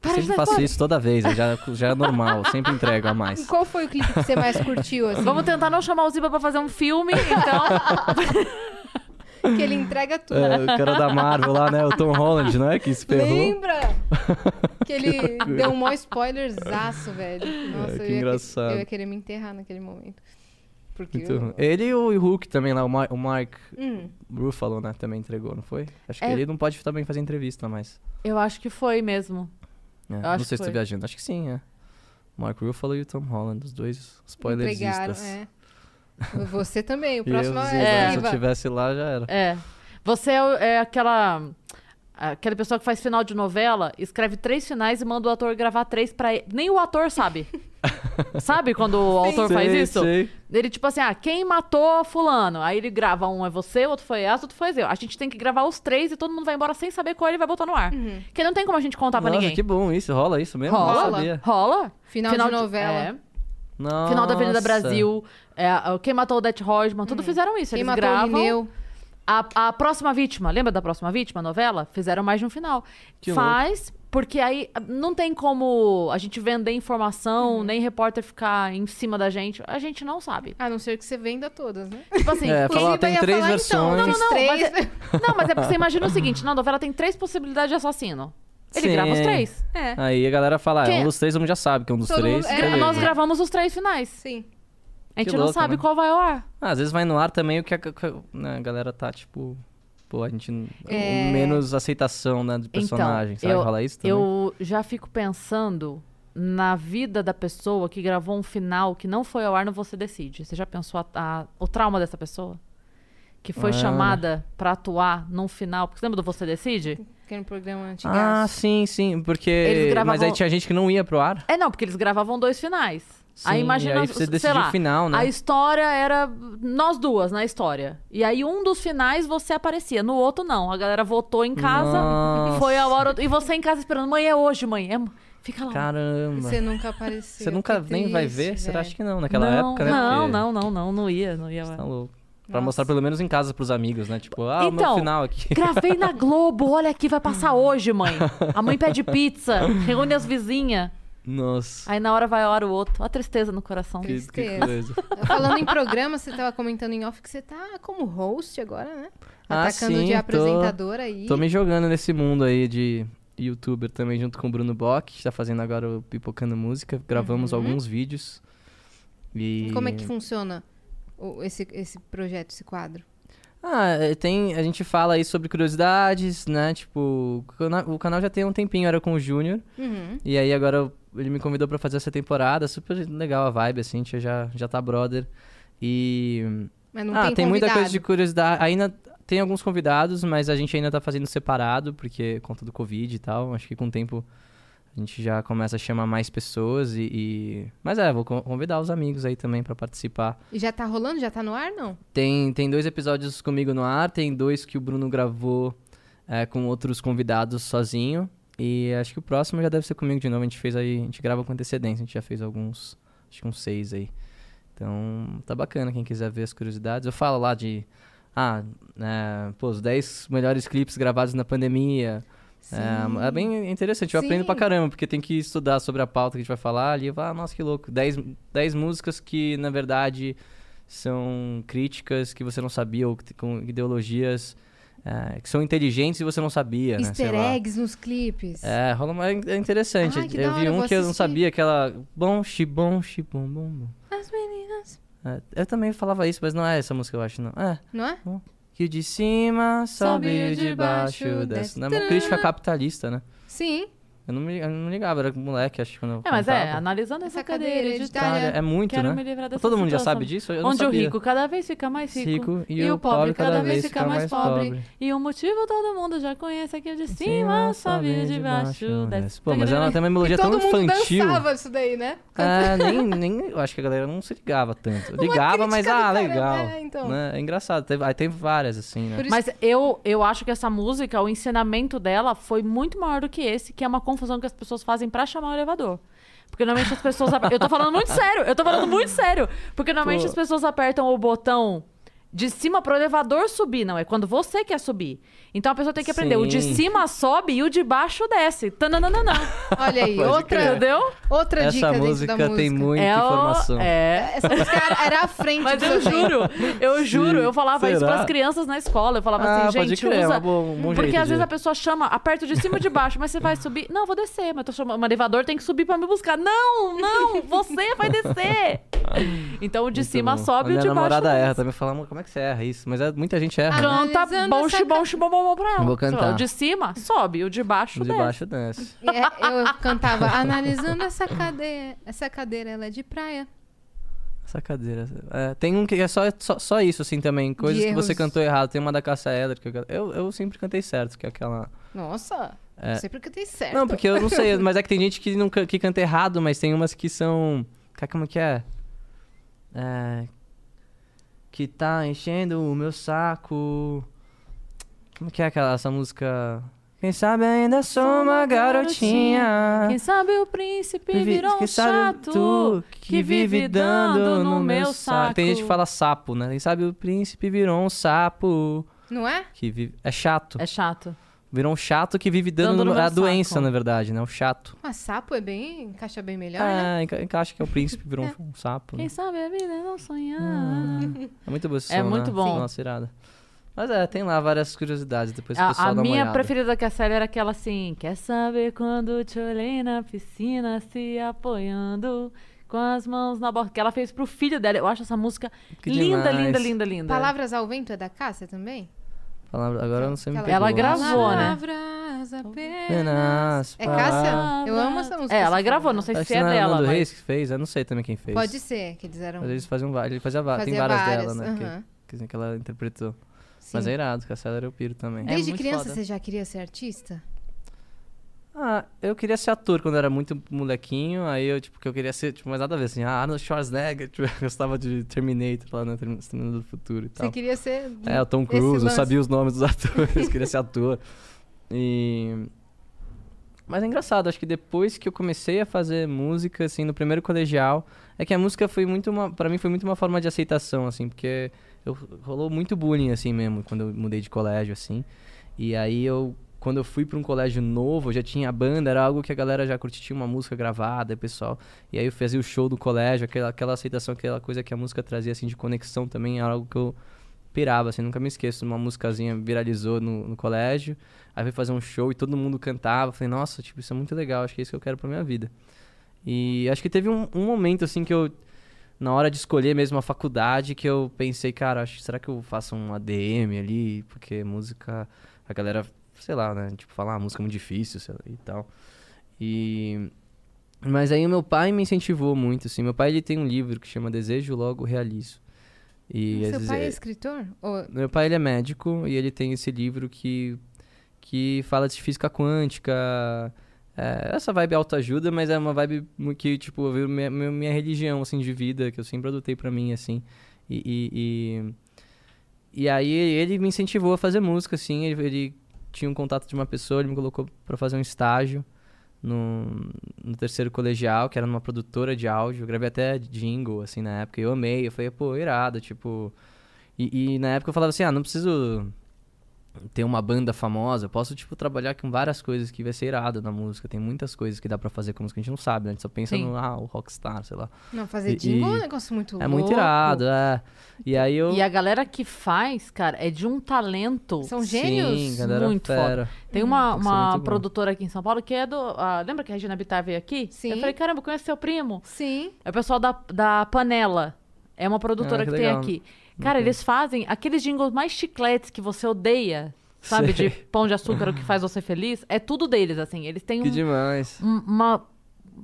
[SPEAKER 1] Para de
[SPEAKER 3] sempre
[SPEAKER 1] dar
[SPEAKER 3] faço
[SPEAKER 1] spoiler.
[SPEAKER 3] isso toda vez. eu Já, já é normal. Sempre entrego a mais.
[SPEAKER 2] Qual foi o clipe que você mais curtiu, assim?
[SPEAKER 1] Vamos tentar não chamar o Ziba pra fazer um filme, então.
[SPEAKER 2] que ele entrega tudo.
[SPEAKER 3] É, o cara da Marvel lá, né? O Tom Holland, não é? Que se ferrou.
[SPEAKER 2] Lembra? Que ele deu um maior spoilerzaço, velho. Nossa,
[SPEAKER 3] É, que
[SPEAKER 2] eu, ia,
[SPEAKER 3] engraçado.
[SPEAKER 2] eu ia querer me enterrar naquele momento. Porque
[SPEAKER 3] Muito
[SPEAKER 2] eu-
[SPEAKER 3] ruim. Ele e o Hulk também lá, o, Mar- o Mark
[SPEAKER 2] Hum.
[SPEAKER 3] Ruffalo, né? Também entregou, não foi? Acho
[SPEAKER 1] É.
[SPEAKER 3] que ele não pode também fazer entrevista mais.
[SPEAKER 1] Eu acho que foi mesmo.
[SPEAKER 3] É,
[SPEAKER 1] acho
[SPEAKER 3] Não sei
[SPEAKER 1] que
[SPEAKER 3] se
[SPEAKER 1] foi.
[SPEAKER 3] tô viajando. Acho que sim, é. O Mark Ruffalo e o Tom Holland, os dois
[SPEAKER 2] Entregaram,
[SPEAKER 3] spoileristas.
[SPEAKER 2] é. Você também, o
[SPEAKER 3] E eu,
[SPEAKER 2] próximo
[SPEAKER 3] Ziba,
[SPEAKER 2] é,
[SPEAKER 3] se eu
[SPEAKER 2] Ziva.
[SPEAKER 3] tivesse lá, já era.
[SPEAKER 1] É. Você é, o- é aquela. Aquela pessoa que faz final de novela, escreve três finais e manda o ator gravar três pra ele. Nem o ator sabe. sabe quando É, o autor
[SPEAKER 3] Sei,
[SPEAKER 1] faz isso?
[SPEAKER 3] sei.
[SPEAKER 1] Ele, tipo assim, ah, quem matou Fulano? Aí ele grava um é você, outro foi essa, outro foi eu. A gente tem que gravar os três e todo mundo vai embora sem saber qual ele vai botar no ar.
[SPEAKER 2] Uhum.
[SPEAKER 1] Porque não tem como a gente contar pra
[SPEAKER 3] Nossa,
[SPEAKER 1] ninguém.
[SPEAKER 3] que bom isso. Rola isso mesmo?
[SPEAKER 1] Rola.
[SPEAKER 3] Não sabia.
[SPEAKER 1] Rola?
[SPEAKER 2] Final, de novela.
[SPEAKER 1] é.
[SPEAKER 3] Nossa.
[SPEAKER 1] Final da Avenida Brasil, é, a- quem matou o Det Rodman, tudo fizeram isso.
[SPEAKER 2] Uhum. Quem
[SPEAKER 1] Eles
[SPEAKER 2] matou
[SPEAKER 1] gravam.
[SPEAKER 2] o Lineu?
[SPEAKER 1] A, a próxima vítima, lembra da próxima vítima, novela? Fizeram mais de um final.
[SPEAKER 3] Que
[SPEAKER 1] Faz, porque aí não tem como a gente vender
[SPEAKER 3] Uhum.
[SPEAKER 1] informação, nem repórter ficar em cima da gente. A gente não sabe.
[SPEAKER 2] A não ser que você venda todas, né?
[SPEAKER 1] Tipo assim.
[SPEAKER 3] É,
[SPEAKER 2] O
[SPEAKER 3] falar,
[SPEAKER 2] Ziva
[SPEAKER 3] tem
[SPEAKER 2] ia
[SPEAKER 3] três
[SPEAKER 2] falar,
[SPEAKER 3] versões.
[SPEAKER 2] Então,
[SPEAKER 1] Não, não, não, mas
[SPEAKER 2] três...
[SPEAKER 1] é- Não, mas é porque você imagina o seguinte: na novela tem três possibilidades de assassino. Ele
[SPEAKER 3] Sim.
[SPEAKER 1] grava os três.
[SPEAKER 2] É,
[SPEAKER 3] Aí a galera fala, ah,
[SPEAKER 1] Quem?
[SPEAKER 3] um dos três, um já sabe que é um dos
[SPEAKER 2] Todo
[SPEAKER 3] três.
[SPEAKER 2] mundo- é,
[SPEAKER 3] beleza.
[SPEAKER 1] Nós gravamos os três finais.
[SPEAKER 2] sim.
[SPEAKER 1] A gente
[SPEAKER 3] Que
[SPEAKER 1] não
[SPEAKER 3] louco,
[SPEAKER 1] sabe
[SPEAKER 3] né?
[SPEAKER 1] qual vai ao ar.
[SPEAKER 3] Ah, às vezes vai no ar também o que a, que a- né, a galera tá, tipo... Pô, a gente... n-
[SPEAKER 2] É.
[SPEAKER 3] Menos aceitação, né, do personagem.
[SPEAKER 1] Então,
[SPEAKER 3] sabe
[SPEAKER 1] eu-
[SPEAKER 3] rolar isso também?
[SPEAKER 1] Eu já fico pensando na vida da pessoa que gravou um final que não foi ao ar no Você Decide. Você já pensou a- a- o trauma dessa pessoa? Que foi
[SPEAKER 3] Ah.
[SPEAKER 1] chamada pra atuar num final. Porque você lembra do Você Decide?
[SPEAKER 2] Que era um programa antigo.
[SPEAKER 3] Ah, sim, sim. Porque...
[SPEAKER 1] Eles gravavam-
[SPEAKER 3] Mas aí tinha gente que não ia pro ar.
[SPEAKER 1] É, não, porque eles gravavam dois finais.
[SPEAKER 3] Sim,
[SPEAKER 1] aí imagina,
[SPEAKER 3] e aí você
[SPEAKER 1] sei
[SPEAKER 3] decidiu
[SPEAKER 1] lá,
[SPEAKER 3] o final, né?
[SPEAKER 1] a história era nós duas na história. E aí um dos finais você aparecia, no outro não. A galera votou em casa,
[SPEAKER 3] Nossa.
[SPEAKER 1] foi ao ar. E você em casa esperando, mãe, é hoje, mãe. É... Fica lá.
[SPEAKER 3] Caramba.
[SPEAKER 2] Você nunca apareceu.
[SPEAKER 3] Você nunca
[SPEAKER 2] que
[SPEAKER 3] nem vai
[SPEAKER 2] triste, é.
[SPEAKER 3] ver? Você
[SPEAKER 2] velho.
[SPEAKER 3] acha que não, naquela
[SPEAKER 1] não,
[SPEAKER 3] época, né?
[SPEAKER 1] Não,
[SPEAKER 3] Porque
[SPEAKER 1] não, não, não, não ia, não ia.
[SPEAKER 3] Você
[SPEAKER 1] lá.
[SPEAKER 3] tá louco. Pra mostrar pelo menos em casa pros amigos, né? Tipo, ah, o meu
[SPEAKER 1] Então,
[SPEAKER 3] final aqui.
[SPEAKER 1] Gravei na Globo, olha aqui, vai passar hoje, mãe. A mãe pede pizza, reúne as vizinhas.
[SPEAKER 3] Nossa.
[SPEAKER 1] Aí na hora vai a hora o outro. Ó, a tristeza no coração.
[SPEAKER 3] que- que
[SPEAKER 2] tristeza.
[SPEAKER 3] coisa.
[SPEAKER 2] Tá Falando em programa, você tava comentando em off que você tá como host agora, né?
[SPEAKER 3] Ah,
[SPEAKER 2] Atacando
[SPEAKER 3] sim,
[SPEAKER 2] de
[SPEAKER 3] tô-
[SPEAKER 2] apresentadora aí.
[SPEAKER 3] Tô me jogando nesse mundo aí de youtuber também, junto com o Bruno Bock, que tá fazendo agora o Pipocando Música. Gravamos alguns vídeos. E...
[SPEAKER 2] Como é que funciona o- esse, esse projeto, esse quadro?
[SPEAKER 3] Ah, é, tem, a gente fala aí sobre curiosidades, né? Tipo, o cana- o canal já tem um tempinho, era com o Júnior.
[SPEAKER 2] Uhum.
[SPEAKER 3] E aí agora eu- ele me convidou pra fazer essa temporada, super legal a vibe, assim, a gente já, já tá brother. E.
[SPEAKER 2] Mas não
[SPEAKER 3] ah,
[SPEAKER 2] tem,
[SPEAKER 3] tem, muita
[SPEAKER 2] convidado.
[SPEAKER 3] coisa de curiosidade. Ainda tem alguns convidados, mas a gente ainda tá fazendo separado, porque conta do Covid e tal. Acho que com o tempo a gente já começa a chamar mais pessoas e. e- Mas é, vou con- convidar os amigos aí também pra participar.
[SPEAKER 2] E já tá rolando? Já tá no ar, não?
[SPEAKER 3] Tem, tem dois episódios comigo no ar, tem dois que o Bruno gravou é, com outros convidados sozinho. E acho que o próximo já deve ser comigo de novo. A gente fez aí, a gente grava com antecedência, a gente já fez alguns, acho que uns seis aí. Então tá bacana quem quiser ver as curiosidades. Eu falo lá de. Ah, é, pô, os 10 melhores clipes gravados na pandemia. É, é bem interessante, eu aprendo pra
[SPEAKER 2] Sim.
[SPEAKER 3] caramba, porque tem que estudar sobre a pauta que a gente vai falar ali. Eu falo, ah, nossa, que louco. 10 10 músicas que, na verdade, são críticas que você não sabia, ou que- com ideologias é, que são inteligentes e você não sabia, né? sei
[SPEAKER 2] Easter
[SPEAKER 3] lá.
[SPEAKER 2] eggs nos clipes.
[SPEAKER 3] É, rola uma... é interessante.
[SPEAKER 2] Ai, que da
[SPEAKER 3] eu
[SPEAKER 2] hora,
[SPEAKER 3] vi
[SPEAKER 2] eu
[SPEAKER 3] um
[SPEAKER 2] vou
[SPEAKER 3] que eu não
[SPEAKER 2] assistir.
[SPEAKER 3] sabia, que ela... Bom, xibom, xibom, bom, bom.
[SPEAKER 1] As meninas.
[SPEAKER 3] É, eu também falava isso, mas não é essa música, eu acho, não. É,
[SPEAKER 2] Não é?
[SPEAKER 3] que o de cima sobe o de baixo, desce. Não é uma crítica capitalista, né?
[SPEAKER 2] Sim.
[SPEAKER 3] Eu não, me, eu não ligava, era moleque, acho que quando eu
[SPEAKER 1] É, mas é,
[SPEAKER 3] cantava.
[SPEAKER 1] analisando essa, cadeira editária.
[SPEAKER 2] Itália.
[SPEAKER 3] É muito,
[SPEAKER 1] Quero
[SPEAKER 3] né?
[SPEAKER 1] me livrar dessa
[SPEAKER 3] Todo mundo já
[SPEAKER 1] situação.
[SPEAKER 3] sabe disso? Eu não
[SPEAKER 1] Onde o
[SPEAKER 3] sabia.
[SPEAKER 1] rico cada vez fica mais rico.
[SPEAKER 3] Rico e o pobre cada vez fica mais pobre.
[SPEAKER 1] E o motivo todo mundo já conhece aqui de cima, sobe de baixo, desce.
[SPEAKER 3] né? Pô, mas ela tem uma
[SPEAKER 2] E
[SPEAKER 3] melodia tão
[SPEAKER 2] todo mundo
[SPEAKER 3] infantil.
[SPEAKER 2] dançava isso daí, né?
[SPEAKER 3] É, nem, nem. Eu acho que a galera não se ligava tanto. Ligava, mas
[SPEAKER 2] crítica do
[SPEAKER 3] ah,
[SPEAKER 2] cara,
[SPEAKER 3] legal.
[SPEAKER 2] é, então.
[SPEAKER 3] né? É engraçado. Teve, aí teve várias, assim, né?
[SPEAKER 2] Por isso-
[SPEAKER 1] Mas eu, eu acho que essa música, o ensinamento dela foi muito maior do que esse, que é uma confusão que as pessoas fazem pra chamar o elevador. Porque normalmente as pessoas. aper- Eu tô falando muito sério, eu tô falando muito sério. Porque normalmente
[SPEAKER 3] Pô.
[SPEAKER 1] as pessoas apertam o botão de cima pro elevador subir, não. É quando você quer subir. Então a pessoa tem que aprender: o de
[SPEAKER 3] Sim.
[SPEAKER 1] cima sobe e o de baixo desce. Tananana.
[SPEAKER 2] Olha aí,
[SPEAKER 3] Pode
[SPEAKER 2] outra,
[SPEAKER 1] Entendeu? É
[SPEAKER 2] outra dica
[SPEAKER 3] Essa
[SPEAKER 2] dentro
[SPEAKER 3] música,
[SPEAKER 2] da música.
[SPEAKER 3] tem muita
[SPEAKER 1] o-
[SPEAKER 3] informação.
[SPEAKER 1] É.
[SPEAKER 2] Essa música era- era à frente
[SPEAKER 1] Mas
[SPEAKER 2] do
[SPEAKER 1] eu
[SPEAKER 2] seu tempo.
[SPEAKER 1] juro, eu juro, eu falava isso
[SPEAKER 3] Tipo, Será?
[SPEAKER 1] pras crianças na escola. Eu falava
[SPEAKER 3] Ah,
[SPEAKER 1] assim,
[SPEAKER 3] pode
[SPEAKER 1] gente,
[SPEAKER 3] crer, é
[SPEAKER 1] usa.
[SPEAKER 3] uma boa- um bom
[SPEAKER 1] porque
[SPEAKER 3] jeito
[SPEAKER 1] às vezes
[SPEAKER 3] de-
[SPEAKER 1] a pessoa chama, aperta de cima e de baixo, mas você vai subir. Não, eu vou descer, mas eu tô chamando. Um elevador tem que subir pra me buscar. Não, não, você vai descer. Então o de
[SPEAKER 3] Muito
[SPEAKER 1] cima
[SPEAKER 3] bom.
[SPEAKER 1] sobe e o
[SPEAKER 3] Olha,
[SPEAKER 1] de baixo.
[SPEAKER 3] A namorada
[SPEAKER 1] desce.
[SPEAKER 3] erra também. Fala, "Amor, como é que você erra isso? Mas é, muita gente erra. né?
[SPEAKER 1] Canta
[SPEAKER 2] Analisando
[SPEAKER 1] bom,
[SPEAKER 2] essa
[SPEAKER 1] chibom, chibom, bom, bom pra ela.
[SPEAKER 3] Vou cantar.
[SPEAKER 1] O de cima sobe, o de baixo
[SPEAKER 3] O De
[SPEAKER 1] desce.
[SPEAKER 3] baixo desce.
[SPEAKER 2] É, eu cantava, analisando essa cadeira. Essa cadeira, ela é de praia.
[SPEAKER 3] Essa cadeira. É, tem um que é só, só, só isso, assim, também. Coisas que você
[SPEAKER 2] erros.
[SPEAKER 3] cantou errado. Tem uma da Caça Éder que eu, eu Eu sempre cantei certo, que é aquela.
[SPEAKER 2] Nossa,
[SPEAKER 3] É.
[SPEAKER 2] sempre que eu tenho certo.
[SPEAKER 3] Não, porque eu não sei, mas é que tem gente que, não, can- que canta errado, mas tem umas que são. Ca- Como que é? É. Que tá enchendo o meu saco. Como que é aquela essa música? Quem sabe ainda sou uma garotinha.
[SPEAKER 1] Quem sabe o príncipe
[SPEAKER 3] Vive-
[SPEAKER 1] virou um
[SPEAKER 3] que é. sabe
[SPEAKER 1] chato
[SPEAKER 3] tu que vive dando no meu saco. Tem gente que fala sapo, né? Quem sabe o príncipe virou um sapo
[SPEAKER 2] Não é?
[SPEAKER 3] que vive. É chato.
[SPEAKER 1] É chato.
[SPEAKER 3] Virou um chato que vive dando,
[SPEAKER 1] Dando no
[SPEAKER 3] no-
[SPEAKER 1] meu
[SPEAKER 3] a doença,
[SPEAKER 1] saco.
[SPEAKER 3] na verdade, né? O chato.
[SPEAKER 2] Mas sapo é bem. encaixa bem melhor, né?
[SPEAKER 3] É, enca- encaixa que é o príncipe virou um- um sapo. né?
[SPEAKER 1] Quem sabe a vida é não sonhar.
[SPEAKER 3] É muito bom esse
[SPEAKER 1] É
[SPEAKER 3] som,
[SPEAKER 1] muito
[SPEAKER 3] né?
[SPEAKER 1] bom. Sim.
[SPEAKER 3] Nossa, irada. Mas é, tem lá várias curiosidades, depois o
[SPEAKER 1] A-
[SPEAKER 3] pessoal
[SPEAKER 1] a
[SPEAKER 3] dá uma
[SPEAKER 1] minha
[SPEAKER 3] olhada.
[SPEAKER 1] preferida que a série era aquela assim: Quer saber quando te olhei na piscina se apoiando com as mãos na borda? Que ela fez pro filho dela. Eu acho essa música
[SPEAKER 3] Que
[SPEAKER 1] linda,
[SPEAKER 3] demais.
[SPEAKER 1] linda, linda, linda.
[SPEAKER 2] Palavras ao vento é da Cássia também?
[SPEAKER 3] Palavra- Agora eu não sei me
[SPEAKER 2] Ela
[SPEAKER 3] pegou.
[SPEAKER 1] gravou, né?
[SPEAKER 2] Palavras apenas.
[SPEAKER 3] é. Apenas
[SPEAKER 2] É Cássia?
[SPEAKER 3] para-
[SPEAKER 2] Eu amo essa música,
[SPEAKER 1] É, ela
[SPEAKER 2] essa
[SPEAKER 1] gravou,
[SPEAKER 2] forma.
[SPEAKER 1] não sei
[SPEAKER 3] Acho
[SPEAKER 1] se
[SPEAKER 3] que
[SPEAKER 1] é
[SPEAKER 3] não era a
[SPEAKER 1] dela.
[SPEAKER 3] Nando
[SPEAKER 1] Mas...
[SPEAKER 3] Reis que fez, eu não sei também quem fez.
[SPEAKER 2] Pode ser, que eles eram.
[SPEAKER 3] Mas eles faziam várias, ele fazia, um va- tem
[SPEAKER 2] Fazia
[SPEAKER 3] várias,
[SPEAKER 2] várias,
[SPEAKER 3] dela, né?
[SPEAKER 2] aham.
[SPEAKER 3] Que, que, que ela interpretou.
[SPEAKER 2] Sim.
[SPEAKER 3] Mas é irado, Cassela era o piro também.
[SPEAKER 1] É
[SPEAKER 2] Desde
[SPEAKER 1] muito
[SPEAKER 2] criança
[SPEAKER 1] foda.
[SPEAKER 2] você já queria ser artista?
[SPEAKER 3] Ah, eu queria ser ator quando eu era muito molequinho, aí eu, tipo, que eu queria ser, tipo, mas nada a ver, assim, ah, Arnold Schwarzenegger, tipo, eu gostava de Terminator lá, né, Termin- Terminador do Futuro e tal.
[SPEAKER 2] Você queria ser.
[SPEAKER 3] Tá. É, o Tom
[SPEAKER 2] esse
[SPEAKER 3] Cruise, eu
[SPEAKER 2] lance.
[SPEAKER 3] sabia os nomes dos atores, queria ser ator. E... Mas é engraçado, acho que depois que eu comecei a fazer música, assim, no primeiro colegial, é que a música foi muito uma, pra mim foi muito uma forma de aceitação, assim, porque eu, rolou muito bullying, assim, mesmo, quando eu mudei de colégio, assim. E aí eu, quando eu fui pra um colégio novo, eu já tinha banda, era algo que a galera já curtia, tinha uma música gravada, e o pessoal. E aí eu fazia o show do colégio, aquela, aquela aceitação, aquela coisa que a música trazia, assim, de conexão também, era algo que eu pirava, assim, nunca me esqueço. Uma musicazinha viralizou no, no colégio, aí fui fazer um show e todo mundo cantava. Falei, nossa, tipo, isso é muito legal, acho que é isso que eu quero pra minha vida. E acho que teve um, um momento, assim, que eu, na hora de escolher mesmo a faculdade, que eu pensei, cara, acho, será que eu faço um ADM ali? Porque música, a galera, sei lá, né, tipo, falar ah, música é muito difícil sei lá, e tal. E... Mas aí o meu pai me incentivou muito, assim. Meu pai, ele tem um livro que chama Desejo Logo Realizo. E
[SPEAKER 2] Seu
[SPEAKER 3] às vezes
[SPEAKER 2] pai é
[SPEAKER 3] é-
[SPEAKER 2] escritor? Ou-
[SPEAKER 3] meu pai ele é médico e ele tem esse livro que, que fala de física quântica. é, essa vibe autoajuda, mas é uma vibe mu- que, tipo, eu vi minha, minha- minha religião, assim, de vida, que eu sempre adotei pra mim, assim. E, e, e, e aí ele me incentivou a fazer música, assim. Ele, ele tinha um contato de uma pessoa, ele me colocou pra fazer um estágio no, no terceiro colegial, que era numa produtora de áudio. Eu gravei até jingle, assim, na época. e Eu amei, eu falei, pô, irado, tipo... E, e na época eu falava assim, ah, não preciso ter uma banda famosa, eu posso, tipo, trabalhar com várias coisas que vai ser irado na música. Tem muitas coisas que dá pra fazer com música que a gente não sabe, né? A gente só pensa
[SPEAKER 1] Sim.
[SPEAKER 3] no, ah, o rockstar, sei lá.
[SPEAKER 2] Não, fazer
[SPEAKER 3] E-
[SPEAKER 2] jingle é um
[SPEAKER 3] e-
[SPEAKER 2] negócio muito
[SPEAKER 3] É muito
[SPEAKER 2] louco.
[SPEAKER 3] irado, é. E aí eu...
[SPEAKER 1] E a galera que faz, cara, é de um talento.
[SPEAKER 2] São gênios?
[SPEAKER 3] Sim, galera
[SPEAKER 1] Muito
[SPEAKER 3] fera.
[SPEAKER 1] Tem uma,
[SPEAKER 3] Hum, Tem que ser
[SPEAKER 1] uma
[SPEAKER 3] muito bom.
[SPEAKER 1] produtora aqui em São Paulo que é do. ah, lembra que a Regina Bittar veio aqui?
[SPEAKER 2] Sim.
[SPEAKER 1] Eu falei, caramba, conhece seu primo?
[SPEAKER 2] Sim.
[SPEAKER 1] É o pessoal da, da Panela. É uma produtora
[SPEAKER 3] Ah,
[SPEAKER 1] que,
[SPEAKER 3] que
[SPEAKER 1] tem
[SPEAKER 3] legal.
[SPEAKER 1] aqui. Cara, eles fazem aqueles jingles mais chicletes que você odeia, sabe?
[SPEAKER 3] Sei.
[SPEAKER 1] De pão de açúcar, o que faz você feliz. É tudo deles, assim. Eles têm
[SPEAKER 3] Que
[SPEAKER 1] um,
[SPEAKER 3] demais.
[SPEAKER 1] um- uma.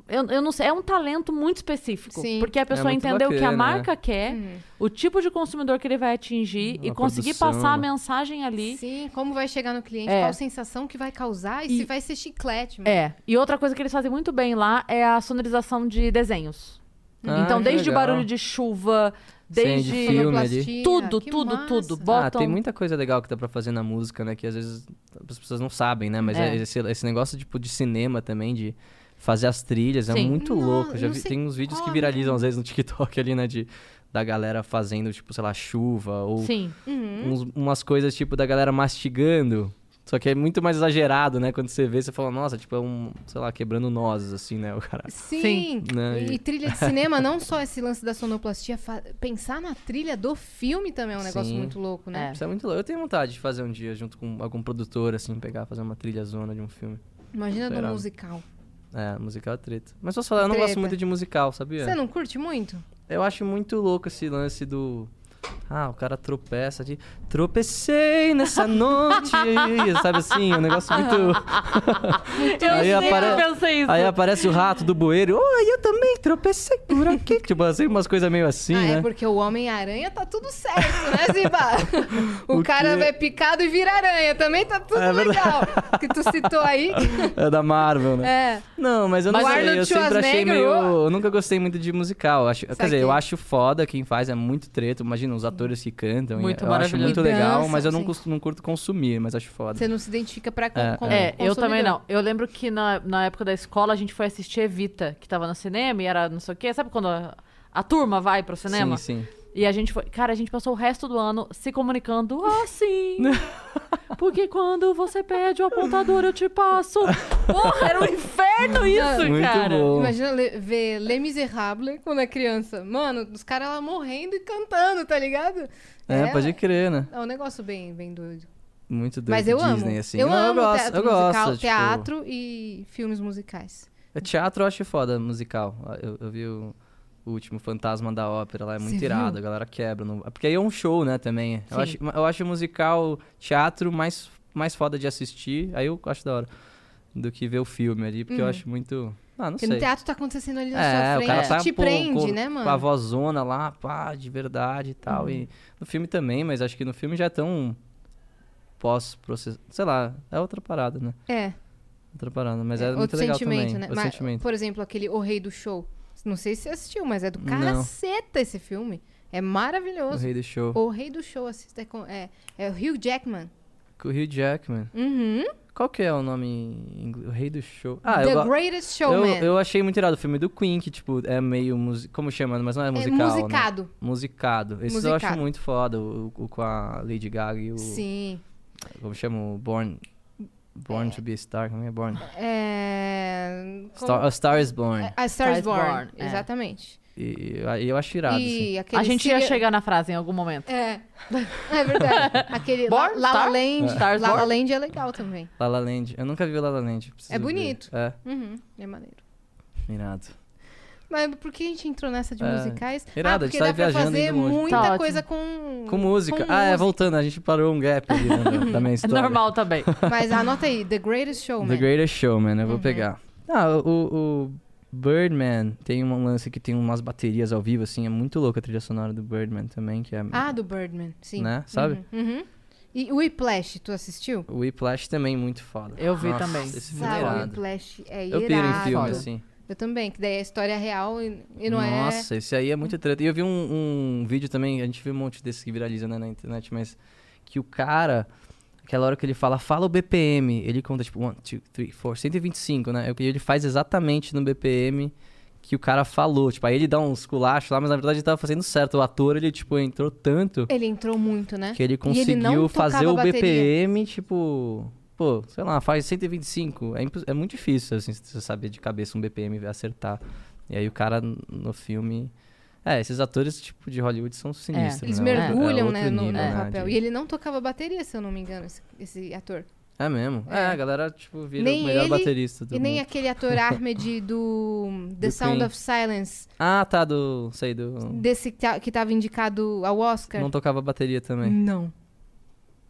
[SPEAKER 1] Eu, eu não sei, é um talento muito específico.
[SPEAKER 2] Sim. Uhum.
[SPEAKER 1] Porque a pessoa
[SPEAKER 3] É muito
[SPEAKER 1] entendeu o que a
[SPEAKER 3] bacana, né?
[SPEAKER 1] marca quer, o tipo de consumidor que ele vai atingir e
[SPEAKER 3] A
[SPEAKER 1] conseguir
[SPEAKER 3] produção,
[SPEAKER 1] passar a
[SPEAKER 3] né?
[SPEAKER 1] mensagem ali.
[SPEAKER 2] Sim, como vai chegar no cliente,
[SPEAKER 1] É.
[SPEAKER 2] qual sensação que vai causar e,
[SPEAKER 1] E-
[SPEAKER 2] se vai ser chiclete. mano.
[SPEAKER 1] É. E outra coisa que eles fazem muito bem lá é a sonorização de desenhos.
[SPEAKER 3] Ah,
[SPEAKER 1] então,
[SPEAKER 3] que
[SPEAKER 1] desde o
[SPEAKER 3] legal.
[SPEAKER 1] barulho de chuva, desde.
[SPEAKER 3] de filme.
[SPEAKER 2] Sonoplastia,
[SPEAKER 1] Tudo,
[SPEAKER 2] que
[SPEAKER 1] tudo, tudo.
[SPEAKER 2] massa.
[SPEAKER 1] Botam.
[SPEAKER 3] Ah, tem muita coisa legal que dá pra fazer na música, né? Que às vezes as pessoas não sabem, né? Mas
[SPEAKER 1] É.
[SPEAKER 3] é esse, esse negócio tipo, de cinema também, de fazer as trilhas, é
[SPEAKER 1] Sim.
[SPEAKER 3] muito
[SPEAKER 2] Não,
[SPEAKER 3] louco. Já
[SPEAKER 2] não
[SPEAKER 3] vi-
[SPEAKER 2] sei
[SPEAKER 3] tem uns vídeos que
[SPEAKER 2] qual,
[SPEAKER 3] viralizam às vezes no TikTok ali, né? De, da galera fazendo, tipo, sei lá, chuva ou
[SPEAKER 1] Sim.
[SPEAKER 3] uns- umas coisas tipo da galera mastigando. Só que é muito mais exagerado, né? Quando você vê, você fala, nossa, tipo, é um, sei lá, quebrando nozes, assim, né? O cara.
[SPEAKER 2] Sim.
[SPEAKER 1] Sim.
[SPEAKER 3] Né,
[SPEAKER 2] E,
[SPEAKER 3] e-
[SPEAKER 2] trilha de cinema, não só esse lance da sonoplastia, fa- pensar na trilha do filme também é um negócio
[SPEAKER 3] Sim.
[SPEAKER 2] muito louco, né?
[SPEAKER 3] Isso é muito louco. Eu tenho vontade de fazer um dia junto com algum produtor, assim, pegar, fazer uma trilha zona de um filme.
[SPEAKER 2] Imagina do
[SPEAKER 3] Será?
[SPEAKER 2] musical.
[SPEAKER 3] É, musical é treta. Mas posso falar, eu não gosto
[SPEAKER 2] Treta.
[SPEAKER 3] muito de musical, sabia?
[SPEAKER 2] Você não curte muito?
[SPEAKER 3] Eu acho muito louco esse lance do. Ah, o cara tropeça de. Tropecei nessa noite! Sabe assim? Um negócio muito.
[SPEAKER 1] Eu
[SPEAKER 3] Aí
[SPEAKER 1] sempre
[SPEAKER 3] apare-
[SPEAKER 1] pensei isso.
[SPEAKER 3] Aí aparece o rato do bueiro. Oh, eu também tropecei por aqui. tipo assim, umas coisas meio assim,
[SPEAKER 2] ah,
[SPEAKER 3] né?
[SPEAKER 2] é porque o Homem-Aranha tá tudo certo, né, Ziba? o,
[SPEAKER 3] O
[SPEAKER 2] cara
[SPEAKER 3] quê?
[SPEAKER 2] vai picado e vira aranha, também tá tudo
[SPEAKER 3] É
[SPEAKER 2] legal. Que tu citou aí.
[SPEAKER 3] É da Marvel, né?
[SPEAKER 2] é.
[SPEAKER 3] Não, mas eu não
[SPEAKER 2] Mas
[SPEAKER 3] sei,
[SPEAKER 2] Arnold
[SPEAKER 3] eu sempre achei
[SPEAKER 2] Schwarzenegger,
[SPEAKER 3] meio...
[SPEAKER 2] ô.
[SPEAKER 3] Eu nunca gostei muito de musical. Acho, quer dizer, eu
[SPEAKER 2] Saquei.
[SPEAKER 3] acho foda quem faz, é muito treto. Imagina, os atores que cantam.
[SPEAKER 1] Muito
[SPEAKER 3] eu acho
[SPEAKER 1] maravilhoso.
[SPEAKER 3] muito
[SPEAKER 2] E
[SPEAKER 3] legal,
[SPEAKER 2] dançam,
[SPEAKER 3] mas eu não,
[SPEAKER 2] sim.
[SPEAKER 3] cus- não curto consumir, mas acho foda.
[SPEAKER 2] Você não se identifica pra com,
[SPEAKER 3] É,
[SPEAKER 2] como
[SPEAKER 1] É, eu
[SPEAKER 2] consumidor.
[SPEAKER 1] também não. Eu lembro que na, na época da escola a gente foi assistir Evita, que tava no cinema e era não sei o quê. Sabe quando a, a turma vai pro cinema?
[SPEAKER 3] Sim, sim.
[SPEAKER 1] E a gente foi. Cara, a gente passou o resto do ano se comunicando assim. porque quando você pede o apontador, eu te passo. Porra, era um inferno isso,
[SPEAKER 3] muito
[SPEAKER 1] cara.
[SPEAKER 3] bom.
[SPEAKER 2] Imagina le- ver Les Miserables quando é criança. Mano, os caras lá morrendo e cantando, tá ligado?
[SPEAKER 3] É, pode crer, né?
[SPEAKER 2] É um negócio bem, bem doido.
[SPEAKER 3] Muito doido.
[SPEAKER 2] Mas eu
[SPEAKER 3] Disney,
[SPEAKER 2] amo.
[SPEAKER 3] assim.
[SPEAKER 2] Eu
[SPEAKER 3] Não,
[SPEAKER 2] amo
[SPEAKER 3] eu gosto,
[SPEAKER 2] teatro
[SPEAKER 3] eu gosto.
[SPEAKER 2] musical,
[SPEAKER 3] tipo,
[SPEAKER 2] teatro e filmes musicais.
[SPEAKER 3] é, Teatro eu acho foda, musical. Ah, Eu, eu vi o, o último Fantasma da Ópera lá, é muito
[SPEAKER 2] Você
[SPEAKER 3] irado,
[SPEAKER 2] viu?
[SPEAKER 3] a galera quebra. no- Porque aí é um show, né, também. Eu
[SPEAKER 1] Sim.
[SPEAKER 3] acho, eu acho musical, teatro mais, mais foda de assistir, aí eu acho da hora. Do que ver o filme ali, porque eu acho muito. Ah, não
[SPEAKER 2] Uhum. Porque no
[SPEAKER 3] sei.
[SPEAKER 2] teatro tá acontecendo ali na
[SPEAKER 3] É,
[SPEAKER 2] sua
[SPEAKER 3] o
[SPEAKER 2] frente.
[SPEAKER 3] cara tá
[SPEAKER 2] te
[SPEAKER 3] pô,
[SPEAKER 2] prende,
[SPEAKER 3] com,
[SPEAKER 2] né,
[SPEAKER 3] com a
[SPEAKER 2] mano? Uhum.
[SPEAKER 3] vozona lá, pá, de verdade e tal. E no filme também, mas acho que no filme já é tão pós-processo. Sei lá, é outra parada, né?
[SPEAKER 2] É.
[SPEAKER 3] Outra parada, mas é,
[SPEAKER 2] É,
[SPEAKER 3] muito
[SPEAKER 2] outro
[SPEAKER 3] legal
[SPEAKER 2] sentimento,
[SPEAKER 3] também.
[SPEAKER 2] né?
[SPEAKER 3] Outro
[SPEAKER 2] Mas,
[SPEAKER 3] sentimento.
[SPEAKER 2] Por exemplo, aquele O Rei do Show. Não sei se você assistiu, mas é do
[SPEAKER 3] Não.
[SPEAKER 2] caceta esse filme. É
[SPEAKER 3] O
[SPEAKER 2] maravilhoso.
[SPEAKER 3] Rei do Show.
[SPEAKER 2] O Rei do Show, assista. É, com- é, é o Hugh Jackman.
[SPEAKER 3] Com o Hugh Jackman.
[SPEAKER 2] Uhum.
[SPEAKER 3] Qual que é o nome em inglês? O Rei do Show. Ah,
[SPEAKER 2] The
[SPEAKER 3] eu, go-
[SPEAKER 2] Greatest
[SPEAKER 3] eu,
[SPEAKER 2] Showman.
[SPEAKER 3] eu achei muito irado o filme do Queen, que, tipo, é meio... Mus... Como chama? Mas não é musical,
[SPEAKER 2] é
[SPEAKER 3] né?
[SPEAKER 2] musicado.
[SPEAKER 3] Musicado. Esse eu
[SPEAKER 2] Musicado.
[SPEAKER 3] acho muito foda, o, o- o com a Lady Gaga e o...
[SPEAKER 2] Sim.
[SPEAKER 3] Como chama? O Born... Born to be a Star, como é? Born...
[SPEAKER 2] É... como-
[SPEAKER 3] Star, a Star is Born.
[SPEAKER 2] A Star is
[SPEAKER 1] Stars Born,
[SPEAKER 2] Born,
[SPEAKER 1] é.
[SPEAKER 2] exatamente.
[SPEAKER 3] E, e eu acho irado, assim.
[SPEAKER 2] E aquele
[SPEAKER 1] A gente ia
[SPEAKER 2] Syria-
[SPEAKER 1] chegar na frase em algum momento.
[SPEAKER 2] É, é verdade. Aquele La,
[SPEAKER 1] Born?
[SPEAKER 2] La La
[SPEAKER 1] Star?
[SPEAKER 2] Land.
[SPEAKER 1] Stars
[SPEAKER 2] La La
[SPEAKER 1] Born?
[SPEAKER 2] Land é legal também.
[SPEAKER 3] La La Land. Eu nunca vi o La La Land. preciso
[SPEAKER 2] É
[SPEAKER 3] ver.
[SPEAKER 2] bonito.
[SPEAKER 3] É,
[SPEAKER 2] Uhum, é maneiro.
[SPEAKER 3] irado.
[SPEAKER 2] Mas por que a gente entrou nessa de
[SPEAKER 3] É,
[SPEAKER 2] musicais?
[SPEAKER 3] irado,
[SPEAKER 2] ah,
[SPEAKER 3] a
[SPEAKER 2] porque
[SPEAKER 3] gente
[SPEAKER 2] dá
[SPEAKER 3] tá
[SPEAKER 2] pra
[SPEAKER 3] viajando
[SPEAKER 2] fazer
[SPEAKER 3] indo longe.
[SPEAKER 2] muita
[SPEAKER 1] Tá
[SPEAKER 2] coisa Hum. com...
[SPEAKER 3] Com música. ah, é,
[SPEAKER 2] música.
[SPEAKER 3] voltando. A gente parou um gap ali né, da- da minha
[SPEAKER 1] É
[SPEAKER 3] história.
[SPEAKER 1] normal também.
[SPEAKER 2] Mas anota aí, The Greatest Showman.
[SPEAKER 3] The Greatest Showman, eu vou
[SPEAKER 2] Uhum.
[SPEAKER 3] pegar. Ah, o, o- o Birdman tem um lance que tem umas baterias ao vivo, assim, é muito louco a trilha sonora do Birdman também, que é...
[SPEAKER 2] Ah, do Birdman, sim.
[SPEAKER 3] Né, sabe?
[SPEAKER 2] Uhum, uhum. E o Whiplash, tu assistiu?
[SPEAKER 3] O Whiplash também muito foda.
[SPEAKER 1] Eu vi
[SPEAKER 3] Nossa,
[SPEAKER 1] também.
[SPEAKER 3] Esse filme é
[SPEAKER 2] Sabe, o
[SPEAKER 3] irado.
[SPEAKER 2] Whiplash é irado.
[SPEAKER 3] Eu piro em filme,
[SPEAKER 1] Foda.
[SPEAKER 3] assim.
[SPEAKER 2] Eu também, que daí é história real e, e não é...
[SPEAKER 3] Nossa, esse aí é muito treta. E eu vi um, um vídeo também, a gente viu um monte desses que viraliza né, na internet, mas que o cara, aquela hora que ele fala, fala o É BPM, ele conta tipo 1, 2, 3, 4, 125, né? E ele faz exatamente no BPM que o cara falou. Tipo, aí ele dá uns culachos lá, mas na verdade ele tava fazendo certo. O ator, ele, tipo, entrou tanto
[SPEAKER 2] Ele entrou muito, né?
[SPEAKER 3] que ele
[SPEAKER 2] E ele não
[SPEAKER 3] conseguiu
[SPEAKER 2] tocava
[SPEAKER 3] fazer o
[SPEAKER 2] bateria.
[SPEAKER 3] BPM, tipo... Pô, sei lá, faz 125. É, impos- é muito difícil, assim, você saber de cabeça um BPM e acertar. E aí o cara n- no filme... É, esses atores, tipo, de Hollywood são sinistros,
[SPEAKER 2] Eles
[SPEAKER 3] né? É outro- é
[SPEAKER 2] mergulham, né,
[SPEAKER 3] outro
[SPEAKER 2] no, no
[SPEAKER 3] nível, né,
[SPEAKER 2] papel.
[SPEAKER 3] de-
[SPEAKER 2] E ele não tocava bateria, se eu não me engano, esse, esse ator.
[SPEAKER 3] É mesmo. É,
[SPEAKER 2] É.
[SPEAKER 3] a galera, tipo, vira
[SPEAKER 2] Nem
[SPEAKER 3] o melhor
[SPEAKER 2] ele
[SPEAKER 3] baterista do
[SPEAKER 2] E nem
[SPEAKER 3] mundo.
[SPEAKER 2] aquele ator Ahmed do The
[SPEAKER 3] Do
[SPEAKER 2] Sound
[SPEAKER 3] Queen.
[SPEAKER 2] of Silence,
[SPEAKER 3] Ah, tá, do... Sei, do...
[SPEAKER 2] desse que ta- que tava indicado ao Oscar.
[SPEAKER 3] Não tocava bateria também.
[SPEAKER 2] Não.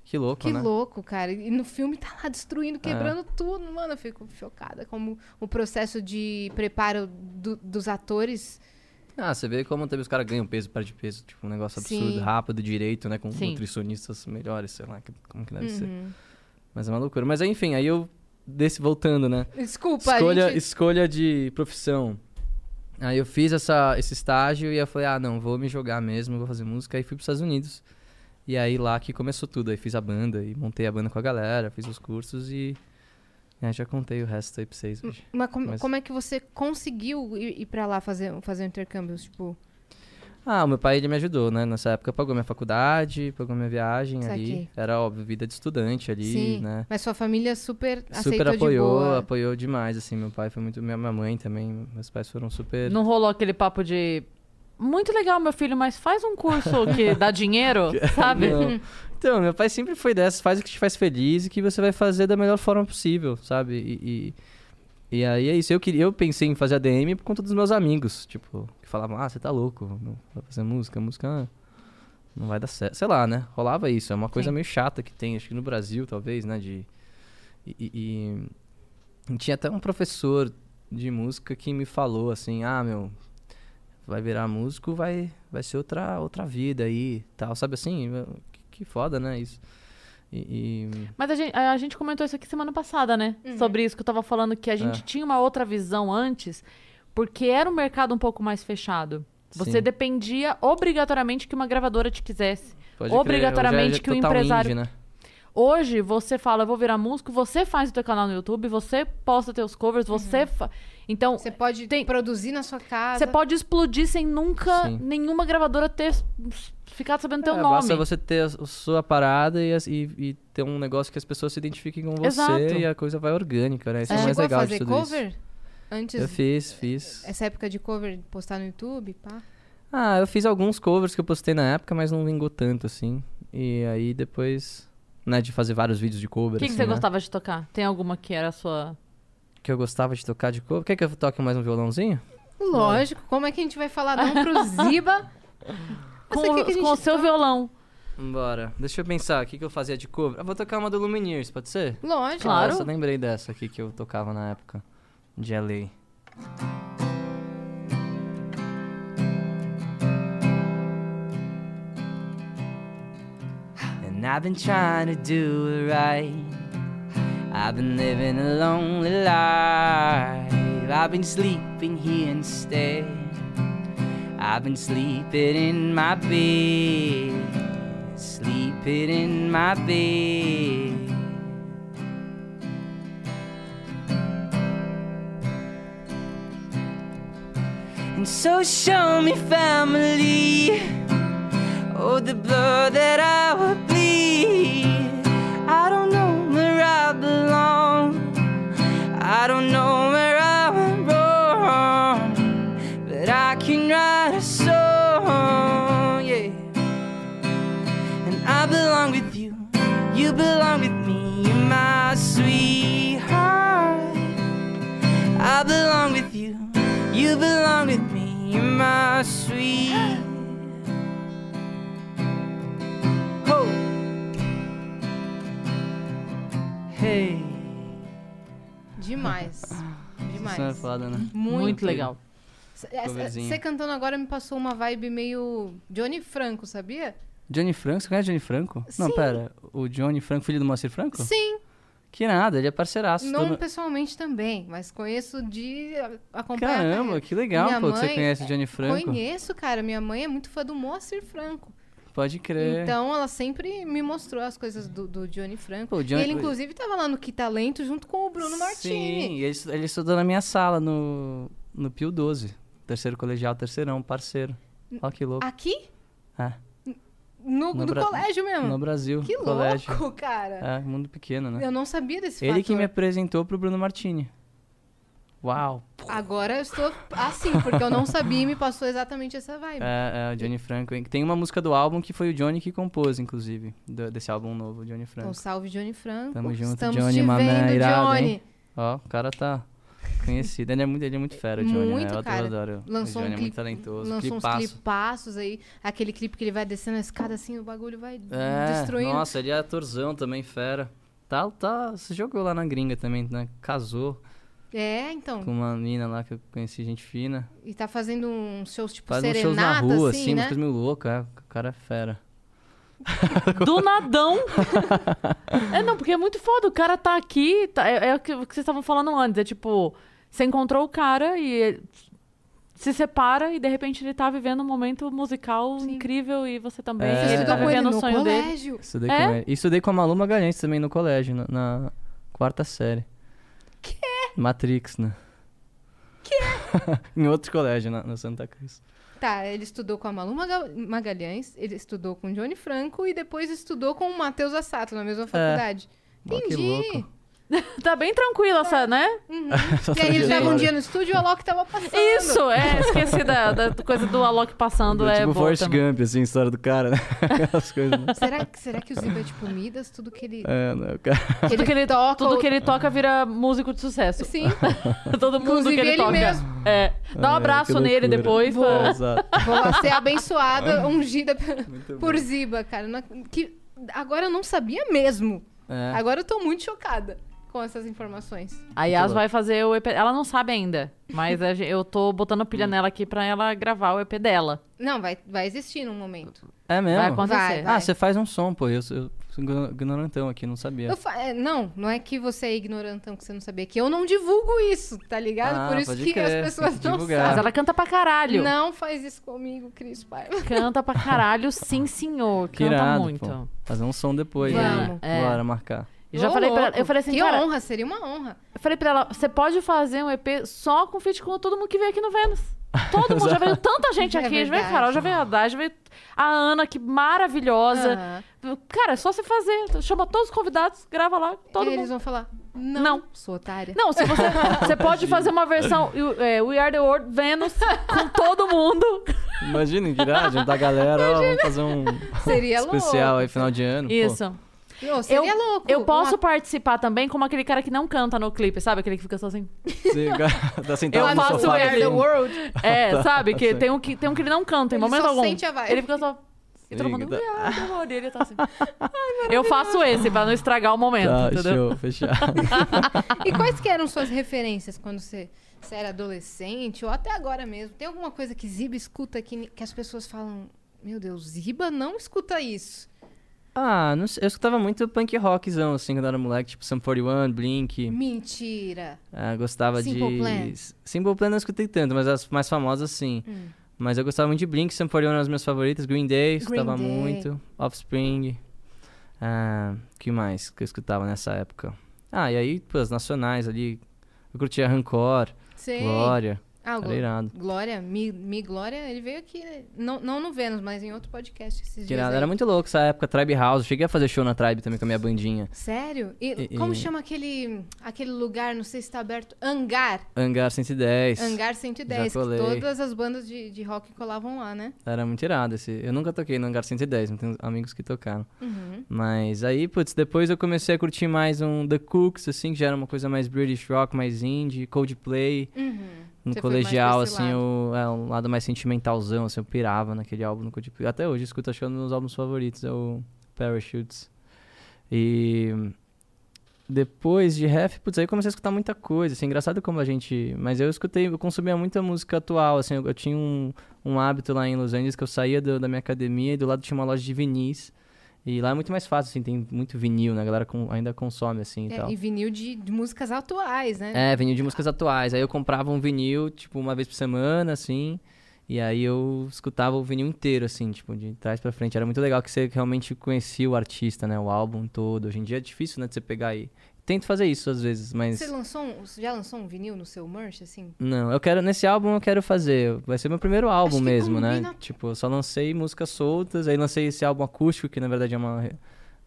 [SPEAKER 3] Que louco,
[SPEAKER 2] Uhum. Que
[SPEAKER 3] né? É.
[SPEAKER 2] louco, cara. E no filme tá lá destruindo, quebrando tudo. Mano, eu fico chocada como o processo de preparo do- dos atores.
[SPEAKER 3] Ah, você vê como também os caras ganham peso, perde peso. Tipo, um negócio absurdo,
[SPEAKER 2] Sim.
[SPEAKER 3] rápido, direito, né? Com
[SPEAKER 1] Sim.
[SPEAKER 3] nutricionistas melhores, sei lá, que- como que deve ser.
[SPEAKER 2] Uhum.
[SPEAKER 3] Mas é uma loucura. Mas enfim, aí eu... Desse, voltando, né?
[SPEAKER 2] Desculpa, a
[SPEAKER 3] escolha,
[SPEAKER 2] gente...
[SPEAKER 3] escolha de profissão. Aí eu fiz essa, esse estágio e eu falei, ah, não, vou me jogar mesmo, vou fazer música. Aí fui para os Estados Unidos. E aí lá que começou tudo. Aí fiz a banda e montei a banda com a galera, fiz os cursos e... aí já contei o resto aí pra vocês hoje.
[SPEAKER 2] Mas como,
[SPEAKER 3] Mas-
[SPEAKER 2] como é que você conseguiu ir, ir pra lá fazer, fazer um intercâmbio? Tipo,
[SPEAKER 3] Ah, o meu pai ele me ajudou, né? Nessa época pagou minha faculdade, pagou minha viagem
[SPEAKER 2] Saquei.
[SPEAKER 3] ali. Era óbvio, vida de estudante ali,
[SPEAKER 2] sim.
[SPEAKER 3] né?
[SPEAKER 2] Mas sua família super,
[SPEAKER 3] super
[SPEAKER 2] aceitou de
[SPEAKER 3] apoiou,
[SPEAKER 2] boa.
[SPEAKER 3] apoiou demais, assim. Meu pai foi muito. Minha minha mãe também. Meus pais foram super.
[SPEAKER 1] Não rolou aquele papo de. Muito legal, meu filho, mas faz um curso que dá dinheiro, sabe?
[SPEAKER 3] Não. Então, meu pai sempre foi dessa, faz o que te faz feliz e que você vai fazer da melhor forma possível, sabe? E, e, e aí é isso. Eu, queria, eu pensei em fazer ADM por conta dos meus amigos, tipo, que falavam, ah, você tá louco, não vai fazer música, música ah, não vai dar certo. Sei lá, né? Rolava isso. É uma coisa meio chata que tem, acho que no Brasil, talvez, né? De, e- e- e- e tinha até um professor de música que me falou assim, ah, meu, vai virar músico, vai, vai ser outra, outra vida aí, tal, sabe assim? Que, que foda, né, isso. E, e-
[SPEAKER 1] Mas a gente, a gente comentou isso aqui semana passada, né?
[SPEAKER 2] Uhum.
[SPEAKER 1] Sobre isso que eu tava falando, que a gente
[SPEAKER 3] É.
[SPEAKER 1] tinha uma outra visão antes, porque era um mercado um pouco mais fechado. Você
[SPEAKER 3] Sim.
[SPEAKER 1] dependia obrigatoriamente que uma gravadora te quisesse.
[SPEAKER 3] pode crer,
[SPEAKER 1] Obrigatoriamente
[SPEAKER 3] hoje é
[SPEAKER 1] que o
[SPEAKER 3] total
[SPEAKER 1] empresário-
[SPEAKER 3] indie, né?
[SPEAKER 1] Hoje você fala, eu vou virar músico, você faz o teu canal no YouTube, você posta teus covers, você. fa- Então,
[SPEAKER 2] Uhum. Você pode
[SPEAKER 1] Tem-
[SPEAKER 2] produzir na sua casa.
[SPEAKER 1] você pode explodir sem nunca
[SPEAKER 3] Sim.
[SPEAKER 1] nenhuma gravadora ter s- ficado sabendo teu
[SPEAKER 3] É,
[SPEAKER 1] nome.
[SPEAKER 3] Basta você ter a s- a sua parada e, as- e- e ter um negócio que as pessoas se identifiquem com você
[SPEAKER 1] Exato.
[SPEAKER 3] e a coisa vai orgânica, né? Isso é,
[SPEAKER 2] Você
[SPEAKER 3] o mais
[SPEAKER 2] chegou a
[SPEAKER 3] legal
[SPEAKER 2] fazer
[SPEAKER 3] de tudo
[SPEAKER 2] cover?
[SPEAKER 3] isso.
[SPEAKER 2] Antes,
[SPEAKER 3] Eu fiz,
[SPEAKER 1] É,
[SPEAKER 3] fiz.
[SPEAKER 2] essa época de cover, postar no YouTube, pá.
[SPEAKER 3] Ah, eu fiz alguns covers que eu postei na época, mas não vingou tanto, assim. E aí depois, né, de fazer vários vídeos de cover,
[SPEAKER 1] O que, que
[SPEAKER 3] assim,
[SPEAKER 1] você
[SPEAKER 3] né?
[SPEAKER 1] gostava de tocar? Tem alguma que era a sua.
[SPEAKER 3] Que eu gostava de tocar de cover. Quer que eu toque mais um violãozinho?
[SPEAKER 2] Lógico, como é que a gente vai falar não pro Ziba?
[SPEAKER 1] Com,
[SPEAKER 2] sei o que que a
[SPEAKER 1] com o
[SPEAKER 2] gente
[SPEAKER 1] seu
[SPEAKER 2] toca.
[SPEAKER 1] violão.
[SPEAKER 3] Bora. Deixa eu pensar, o que, que eu fazia de cover? Eu vou tocar uma do Lumineers, pode ser?
[SPEAKER 2] Lógico.
[SPEAKER 1] Claro.
[SPEAKER 3] Nossa, eu lembrei dessa aqui que eu tocava na época de LA. And I've been trying to do it right. I've been living a lonely life. I've been sleeping here instead. I've been sleeping in my bed. Sleeping in my bed. And so show me family. Oh, the blood that I would bleed. I don't know where I belong. I don't know where I went wrong. But I can write a song, yeah. And I belong with you. You belong with me. You're my sweetheart. I belong with you. You belong with me. You're my sweet. Ho. Hey.
[SPEAKER 2] Demais. Demais.
[SPEAKER 3] Isso é foda, né?
[SPEAKER 1] Muito,
[SPEAKER 3] Muito
[SPEAKER 1] legal.
[SPEAKER 2] S- essa-
[SPEAKER 3] Coverzinho.
[SPEAKER 2] Você cantando agora me passou uma vibe meio Johnny Franco, sabia?
[SPEAKER 3] Johnny Franco, você conhece Johnny Franco? Não,
[SPEAKER 2] Sim.
[SPEAKER 3] pera. O Johnny Franco, filho do Moacir Franco?
[SPEAKER 2] Sim.
[SPEAKER 3] Que nada, ele é parceiraço.
[SPEAKER 2] Não então,
[SPEAKER 3] Todo-
[SPEAKER 2] pessoalmente também, mas conheço de a- acompanhar. a
[SPEAKER 3] Caramba,
[SPEAKER 2] carreira.
[SPEAKER 3] que legal,
[SPEAKER 2] Minha
[SPEAKER 3] pô, que você
[SPEAKER 2] mãe- é
[SPEAKER 3] conhece o Johnny Franco.
[SPEAKER 2] Conheço, cara. Minha mãe é muito fã do Moacir Franco.
[SPEAKER 3] Pode crer.
[SPEAKER 2] Então ela sempre me mostrou as coisas do, do Johnny Franco.
[SPEAKER 3] Pô, o Johnny-
[SPEAKER 2] Ele, inclusive, tava lá no Que Talento junto com o Bruno
[SPEAKER 3] Sim,
[SPEAKER 2] Martini.
[SPEAKER 3] ele, estu- ele estudou na minha sala, no, no Pio 12. Terceiro colegial, terceirão, parceiro. Olha que louco.
[SPEAKER 2] Aqui?
[SPEAKER 3] É,
[SPEAKER 2] No,
[SPEAKER 3] No
[SPEAKER 2] do
[SPEAKER 3] Bra-
[SPEAKER 2] colégio mesmo.
[SPEAKER 3] no Brasil,
[SPEAKER 2] Ah, que
[SPEAKER 3] colégio.
[SPEAKER 2] louco, cara.
[SPEAKER 3] É, mundo pequeno, né?
[SPEAKER 2] Eu não sabia desse
[SPEAKER 3] Ele que
[SPEAKER 2] fator.
[SPEAKER 3] me apresentou pro Bruno Martini. Uau.
[SPEAKER 2] Agora eu estou assim, porque eu não sabia e me passou exatamente essa vibe.
[SPEAKER 3] É, é, o Johnny Franco. Tem uma música do álbum que foi o Johnny que compôs, inclusive, do- desse álbum novo, o Johnny
[SPEAKER 2] Então,
[SPEAKER 3] Franco.
[SPEAKER 2] salve Johnny Franco.
[SPEAKER 3] Tamo junto,
[SPEAKER 2] Estamos
[SPEAKER 3] Johnny,
[SPEAKER 2] te
[SPEAKER 3] mané,
[SPEAKER 2] vendo,
[SPEAKER 3] irado,
[SPEAKER 2] Johnny.
[SPEAKER 3] hein? Ó, o cara tá conhecido. Ele é muito, ele é muito fera, o Johnny,
[SPEAKER 2] Muito,
[SPEAKER 3] né? Eu
[SPEAKER 2] cara.
[SPEAKER 3] adoro, adoro.
[SPEAKER 2] Lançou um
[SPEAKER 3] o Johnny é muito
[SPEAKER 2] clipe,
[SPEAKER 3] talentoso.
[SPEAKER 2] lançou uns
[SPEAKER 3] clipaço.
[SPEAKER 2] clipassos aí. Aquele clipe que ele vai descendo a escada assim, o bagulho vai
[SPEAKER 3] É,
[SPEAKER 2] destruindo.
[SPEAKER 3] nossa, ele é atorzão também, fera. Tá, tá, se jogou lá na gringa também, né? Casou
[SPEAKER 2] É, então.
[SPEAKER 3] com uma mina lá que eu conheci, gente fina.
[SPEAKER 2] E tá fazendo uns shows tipo
[SPEAKER 3] Faz uns
[SPEAKER 2] serenata,
[SPEAKER 3] shows na rua,
[SPEAKER 2] assim,
[SPEAKER 3] assim, umas
[SPEAKER 2] né?
[SPEAKER 3] coisas meio loucas. É, o cara é fera.
[SPEAKER 1] Do nadão. é, não, porque é muito foda. O cara tá aqui. tá- é, é o que o que vocês estavam falando antes. É tipo, você encontrou o cara e ele se separa e de repente ele tá vivendo um momento musical incrível e você também.
[SPEAKER 3] É.
[SPEAKER 1] E
[SPEAKER 2] Você
[SPEAKER 1] ele tá
[SPEAKER 2] estudou com ele
[SPEAKER 1] vivendo
[SPEAKER 2] no
[SPEAKER 1] o sonho dele.
[SPEAKER 2] colégio.
[SPEAKER 3] Estudei,
[SPEAKER 1] É?
[SPEAKER 3] com ele. E Estudei com a Malu Magalhães também no colégio, na, na quarta série.
[SPEAKER 2] Quê?
[SPEAKER 3] Matrix, né? Quê? em outro colégio, na, na Santa Cruz.
[SPEAKER 2] Tá, ele estudou com a Malu Maga- Magalhães, ele estudou com o Johnny Franco e depois estudou com o Matheus Assato na mesma faculdade.
[SPEAKER 3] É. Ó, que
[SPEAKER 2] Entendi.
[SPEAKER 3] louco.
[SPEAKER 1] Tá bem tranquila essa, né?
[SPEAKER 2] Uhum. E aí eles estavam um dia no estúdio e o Alok tava passando.
[SPEAKER 1] Isso, é. Esqueci da, da coisa do Alok passando. É,
[SPEAKER 3] tipo
[SPEAKER 1] boa
[SPEAKER 3] Forrest
[SPEAKER 1] também.
[SPEAKER 3] Gump, assim, história do cara, né? As coisas, né?
[SPEAKER 2] Será, que- será que o Ziba é tipo Midas? Tudo que ele,
[SPEAKER 3] É, né? O cara...
[SPEAKER 2] ele,
[SPEAKER 1] Tudo que ele,
[SPEAKER 2] toca.
[SPEAKER 1] tudo que ele toca vira músico de sucesso.
[SPEAKER 2] Sim,
[SPEAKER 1] Todo mundo
[SPEAKER 2] Inclusive
[SPEAKER 1] que ele,
[SPEAKER 2] ele
[SPEAKER 1] toca.
[SPEAKER 2] mesmo.
[SPEAKER 1] É. Dá um
[SPEAKER 3] É,
[SPEAKER 1] abraço
[SPEAKER 3] que
[SPEAKER 1] nele
[SPEAKER 3] loucura.
[SPEAKER 1] depois.
[SPEAKER 3] É,
[SPEAKER 1] pra-
[SPEAKER 3] exato.
[SPEAKER 2] vou ser abençoada, ungida pe- por Ziba, cara. Não- é Que, agora eu não sabia mesmo.
[SPEAKER 3] É.
[SPEAKER 2] Agora eu tô muito chocada com essas informações.
[SPEAKER 1] A Yas vai fazer o EP. Ela não sabe ainda, mas a gen- eu tô botando
[SPEAKER 3] Hum.
[SPEAKER 1] pilha nela aqui pra ela gravar o EP dela.
[SPEAKER 2] Não, vai, vai existir num momento.
[SPEAKER 3] É mesmo?
[SPEAKER 1] Vai acontecer.
[SPEAKER 2] Vai, vai.
[SPEAKER 3] Ah, você faz um som, pô. Eu, sou- eu sou igno- ignorantão aqui, não sabia.
[SPEAKER 2] Eu fa- é, não, não é que você é ignorantão que você não sabia, que eu não divulgo isso, tá ligado?
[SPEAKER 3] Ah,
[SPEAKER 2] Por isso
[SPEAKER 3] pode
[SPEAKER 2] que
[SPEAKER 3] crer,
[SPEAKER 2] as pessoas
[SPEAKER 3] tem que
[SPEAKER 2] não
[SPEAKER 3] divulgar.
[SPEAKER 1] Mas
[SPEAKER 2] sabem.
[SPEAKER 1] ela canta pra caralho.
[SPEAKER 2] tá. Não faz isso comigo, Cris Paiva.
[SPEAKER 1] Canta pra caralho, sim, senhor.
[SPEAKER 3] Que
[SPEAKER 1] Canta
[SPEAKER 3] irado,
[SPEAKER 1] muito.
[SPEAKER 3] pô. Fazer um som depois,
[SPEAKER 2] Vamos.
[SPEAKER 3] né?
[SPEAKER 1] É.
[SPEAKER 3] Bora marcar.
[SPEAKER 1] Eu já
[SPEAKER 2] Ô,
[SPEAKER 1] falei pra
[SPEAKER 2] louco,
[SPEAKER 1] ela. Eu falei assim,
[SPEAKER 2] que
[SPEAKER 1] cara,
[SPEAKER 2] honra, seria uma honra.
[SPEAKER 1] eu falei pra ela, você pode fazer um EP só com feat com todo mundo que veio aqui no Vênus. Todo mundo, já veio tanta gente
[SPEAKER 2] É
[SPEAKER 1] aqui. já veio a
[SPEAKER 2] verdade.
[SPEAKER 1] Carol, já veio a Haddad, já veio a Ana, que maravilhosa.
[SPEAKER 2] Aham.
[SPEAKER 1] Cara, é só você fazer. Chama todos os convidados, grava lá, todo
[SPEAKER 2] e
[SPEAKER 1] mundo.
[SPEAKER 2] eles vão falar, não,
[SPEAKER 1] Não.
[SPEAKER 2] sou otária.
[SPEAKER 1] Não, se você, você pode fazer uma versão you- é, We Are The World Venus com todo mundo.
[SPEAKER 3] Imagina, que irado, juntar a galera, ó, vamos fazer um
[SPEAKER 2] Seria louco.
[SPEAKER 3] especial aí, final de ano. pô.
[SPEAKER 1] Isso.
[SPEAKER 2] Não, seria louco.
[SPEAKER 1] eu posso
[SPEAKER 2] Uma-
[SPEAKER 1] participar também como aquele cara que não canta no clipe, sabe? Aquele que fica só assim.
[SPEAKER 3] Sim, o cara tá sentado
[SPEAKER 1] Eu
[SPEAKER 3] no
[SPEAKER 1] faço
[SPEAKER 3] sofá.
[SPEAKER 1] ele.
[SPEAKER 3] assim.
[SPEAKER 2] The World.
[SPEAKER 1] É,
[SPEAKER 3] tá,
[SPEAKER 1] sabe? Que
[SPEAKER 3] sei.
[SPEAKER 1] tem um que, tem um que ele não canta em
[SPEAKER 2] Ele
[SPEAKER 1] momento
[SPEAKER 2] só
[SPEAKER 1] algum.
[SPEAKER 2] sente a vibe.
[SPEAKER 1] Ele fica só. E todo
[SPEAKER 3] Sim,
[SPEAKER 1] mundo.
[SPEAKER 3] tá.
[SPEAKER 1] "We are the world", e ele tá assim. eu faço esse pra não estragar o momento,
[SPEAKER 3] Tá,
[SPEAKER 1] entendeu?
[SPEAKER 3] show, fechado.
[SPEAKER 2] E quais que eram suas referências quando você, você era adolescente ou até agora mesmo? Tem alguma coisa que Ziba escuta que, ni- que as pessoas falam, meu Deus, Ziba não escuta isso.
[SPEAKER 3] Ah, não sei, eu escutava muito punk rockzão, assim, quando eu era moleque, tipo Sum 41, Blink.
[SPEAKER 2] Mentira.
[SPEAKER 3] Ah, gostava
[SPEAKER 2] Simple
[SPEAKER 3] de.
[SPEAKER 2] Plan. Hum.
[SPEAKER 3] Simple Plan eu não escutei tanto, mas as mais famosas sim. Mas eu gostava muito de Blink, Sam 41 eram as minhas favoritas, Green Day, eu escutava
[SPEAKER 2] Day.
[SPEAKER 3] muito, Offspring. Ah, que mais que eu escutava nessa época? Ah, e aí, pô, as nacionais ali. Eu curtia Rancor,
[SPEAKER 2] Sei.
[SPEAKER 3] Glória.
[SPEAKER 2] Ah, o
[SPEAKER 3] Era irado.
[SPEAKER 2] Glória, Mi, Mi Glória, ele veio aqui, né? não, não no Vênus, mas em outro podcast esses
[SPEAKER 3] Que
[SPEAKER 2] dias.
[SPEAKER 3] irado.
[SPEAKER 2] aí.
[SPEAKER 3] Era muito louco essa época, Tribe House. Eu Cheguei a fazer show na Tribe também com a minha bandinha.
[SPEAKER 2] Sério? E,
[SPEAKER 3] E-
[SPEAKER 2] como
[SPEAKER 3] e-
[SPEAKER 2] chama aquele, aquele lugar, não sei se tá aberto, Hangar.
[SPEAKER 3] Hangar 110.
[SPEAKER 2] Hangar 110, que
[SPEAKER 3] colei.
[SPEAKER 2] todas as bandas de, de rock colavam lá, né?
[SPEAKER 3] Era muito irado esse. Eu nunca toquei no Hangar 110, mas tenho amigos que tocaram. Mas aí, putz, depois eu comecei a curtir mais um The Cooks, assim, que já era uma coisa mais British Rock, mais indie, Coldplay.
[SPEAKER 1] Uhum.
[SPEAKER 3] No
[SPEAKER 2] Você foi mais
[SPEAKER 3] colegial,
[SPEAKER 2] pra esse
[SPEAKER 3] assim, o, é, um lado mais sentimentalzão, assim, eu pirava naquele álbum no Coldplay. Até hoje, eu escuto achando um dos meus álbuns favoritos, é o Parachutes. E depois de ref, putz, aí eu comecei a escutar muita coisa, assim, engraçado como a gente... Mas eu escutei, eu consumia muita música atual, assim, eu, eu tinha um, um hábito lá em Los Angeles que eu saía do- da minha academia e do lado tinha uma loja de vinis. E lá é muito mais fácil, assim, tem muito vinil, né, a galera com- ainda consome, assim, e
[SPEAKER 2] É,
[SPEAKER 3] tal.
[SPEAKER 2] e vinil de, de músicas atuais, né?
[SPEAKER 3] É, vinil de músicas atuais. Aí eu comprava um vinil, tipo, uma vez por semana, assim. E aí eu escutava o vinil inteiro, assim, tipo, de trás pra frente. Era muito legal que você realmente conhecia o artista, né? O álbum todo. Hoje em dia é difícil, né, de você pegar aí. Tento fazer isso às vezes, mas.
[SPEAKER 2] Você lançou um- você já lançou um vinil no seu merch, assim?
[SPEAKER 3] Não, eu quero. Nesse álbum eu quero fazer. Vai ser meu primeiro álbum
[SPEAKER 2] que
[SPEAKER 3] mesmo, né?
[SPEAKER 2] combina-
[SPEAKER 3] Tipo, eu só lancei músicas soltas, aí lancei esse álbum acústico, que na verdade é uma. re-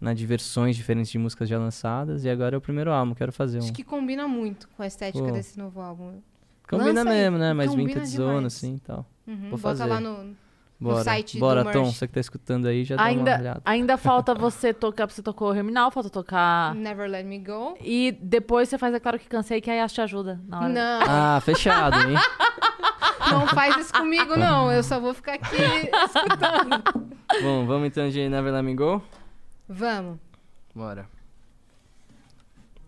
[SPEAKER 3] Na de versões diferentes de músicas já lançadas, e agora é o primeiro álbum, quero fazer um.
[SPEAKER 2] Acho que combina muito com a estética
[SPEAKER 3] Pô.
[SPEAKER 2] desse novo álbum.
[SPEAKER 3] Combina
[SPEAKER 2] lança aí,
[SPEAKER 3] mesmo, né? Mais
[SPEAKER 2] combina
[SPEAKER 3] vintage zona,
[SPEAKER 2] demais.
[SPEAKER 3] assim e tal.
[SPEAKER 2] Uhum,
[SPEAKER 3] Vou
[SPEAKER 2] Bota
[SPEAKER 3] fazer.
[SPEAKER 2] lá no.
[SPEAKER 3] Bora.
[SPEAKER 2] site do
[SPEAKER 3] Bora,
[SPEAKER 2] merch.
[SPEAKER 3] Tom, você que tá escutando aí, já dá uma
[SPEAKER 1] Ainda,
[SPEAKER 3] olhada.
[SPEAKER 1] ainda falta você tocar, você tocou o Reminal, falta tocar.
[SPEAKER 2] Never Let Me Go.
[SPEAKER 1] E depois você faz, é claro que cansei, que aí a te ajuda na hora.
[SPEAKER 2] Não,
[SPEAKER 3] Ah, fechado, hein?
[SPEAKER 2] não faz isso comigo, não. Eu só vou ficar aqui escutando.
[SPEAKER 3] Bom, vamos então de Never Let Me Go?
[SPEAKER 2] Vamos.
[SPEAKER 3] Bora.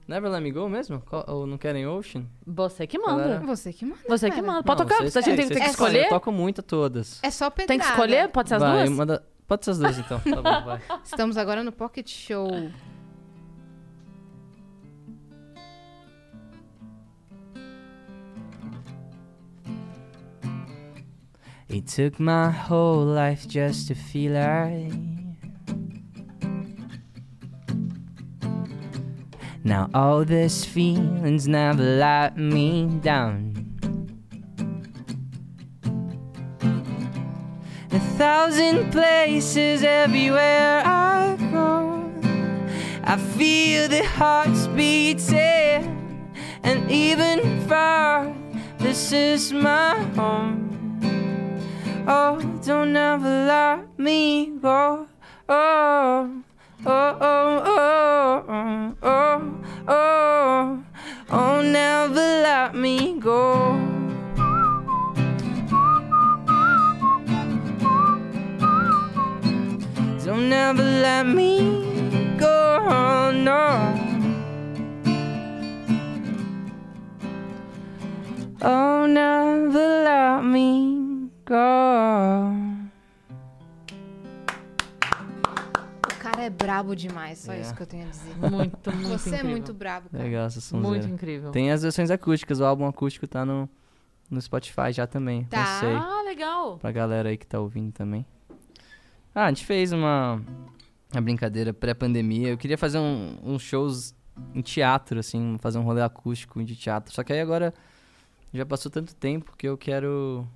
[SPEAKER 3] Never Let Me Go mesmo? Qual- Ou não querem Ocean?
[SPEAKER 1] Você que manda.
[SPEAKER 3] Galera,
[SPEAKER 2] Você que manda.
[SPEAKER 1] Tá. Você que
[SPEAKER 2] cara.
[SPEAKER 1] manda. Pode
[SPEAKER 3] Não,
[SPEAKER 1] tocar?
[SPEAKER 3] vocês
[SPEAKER 1] Você tem,
[SPEAKER 3] querem,
[SPEAKER 1] tem que
[SPEAKER 3] vocês
[SPEAKER 2] escolher?
[SPEAKER 3] escolhem,
[SPEAKER 1] escolher?
[SPEAKER 3] Eu toco muito todas.
[SPEAKER 2] É só pedrada.
[SPEAKER 1] Tem que escolher? Pode ser as
[SPEAKER 3] vai,
[SPEAKER 1] duas?
[SPEAKER 3] manda- Pode ser as duas então, tá bom, vai.
[SPEAKER 2] Estamos agora no Pocket Show.
[SPEAKER 3] It took my whole life just to feel I. Now all these feelings never let me down. A thousand places everywhere I go, I feel the hearts beating, and even far, this is my home. Oh, don't ever let me go. Oh, oh, oh, oh, oh, oh, oh, never let me go. Don't ever let me go, no. Oh, never let me go.
[SPEAKER 2] O cara é brabo demais, só
[SPEAKER 3] É.
[SPEAKER 2] isso que eu tenho a dizer.
[SPEAKER 1] Muito, muito
[SPEAKER 2] Você é
[SPEAKER 1] incrível.
[SPEAKER 2] muito brabo, cara.
[SPEAKER 3] Legal essa
[SPEAKER 1] Muito
[SPEAKER 3] sonzeira.
[SPEAKER 2] Então.
[SPEAKER 1] incrível.
[SPEAKER 3] Tem as versões acústicas, o álbum acústico tá no, no Spotify já também.
[SPEAKER 2] Tá.
[SPEAKER 3] Não sei.
[SPEAKER 1] Ah, legal.
[SPEAKER 3] Pra galera aí que tá ouvindo também. Ah, a gente fez uma, uma brincadeira pré-pandemia. Eu queria fazer um- uns shows em teatro, assim, fazer um rolê acústico de teatro. Só que aí agora já passou tanto tempo que eu quero.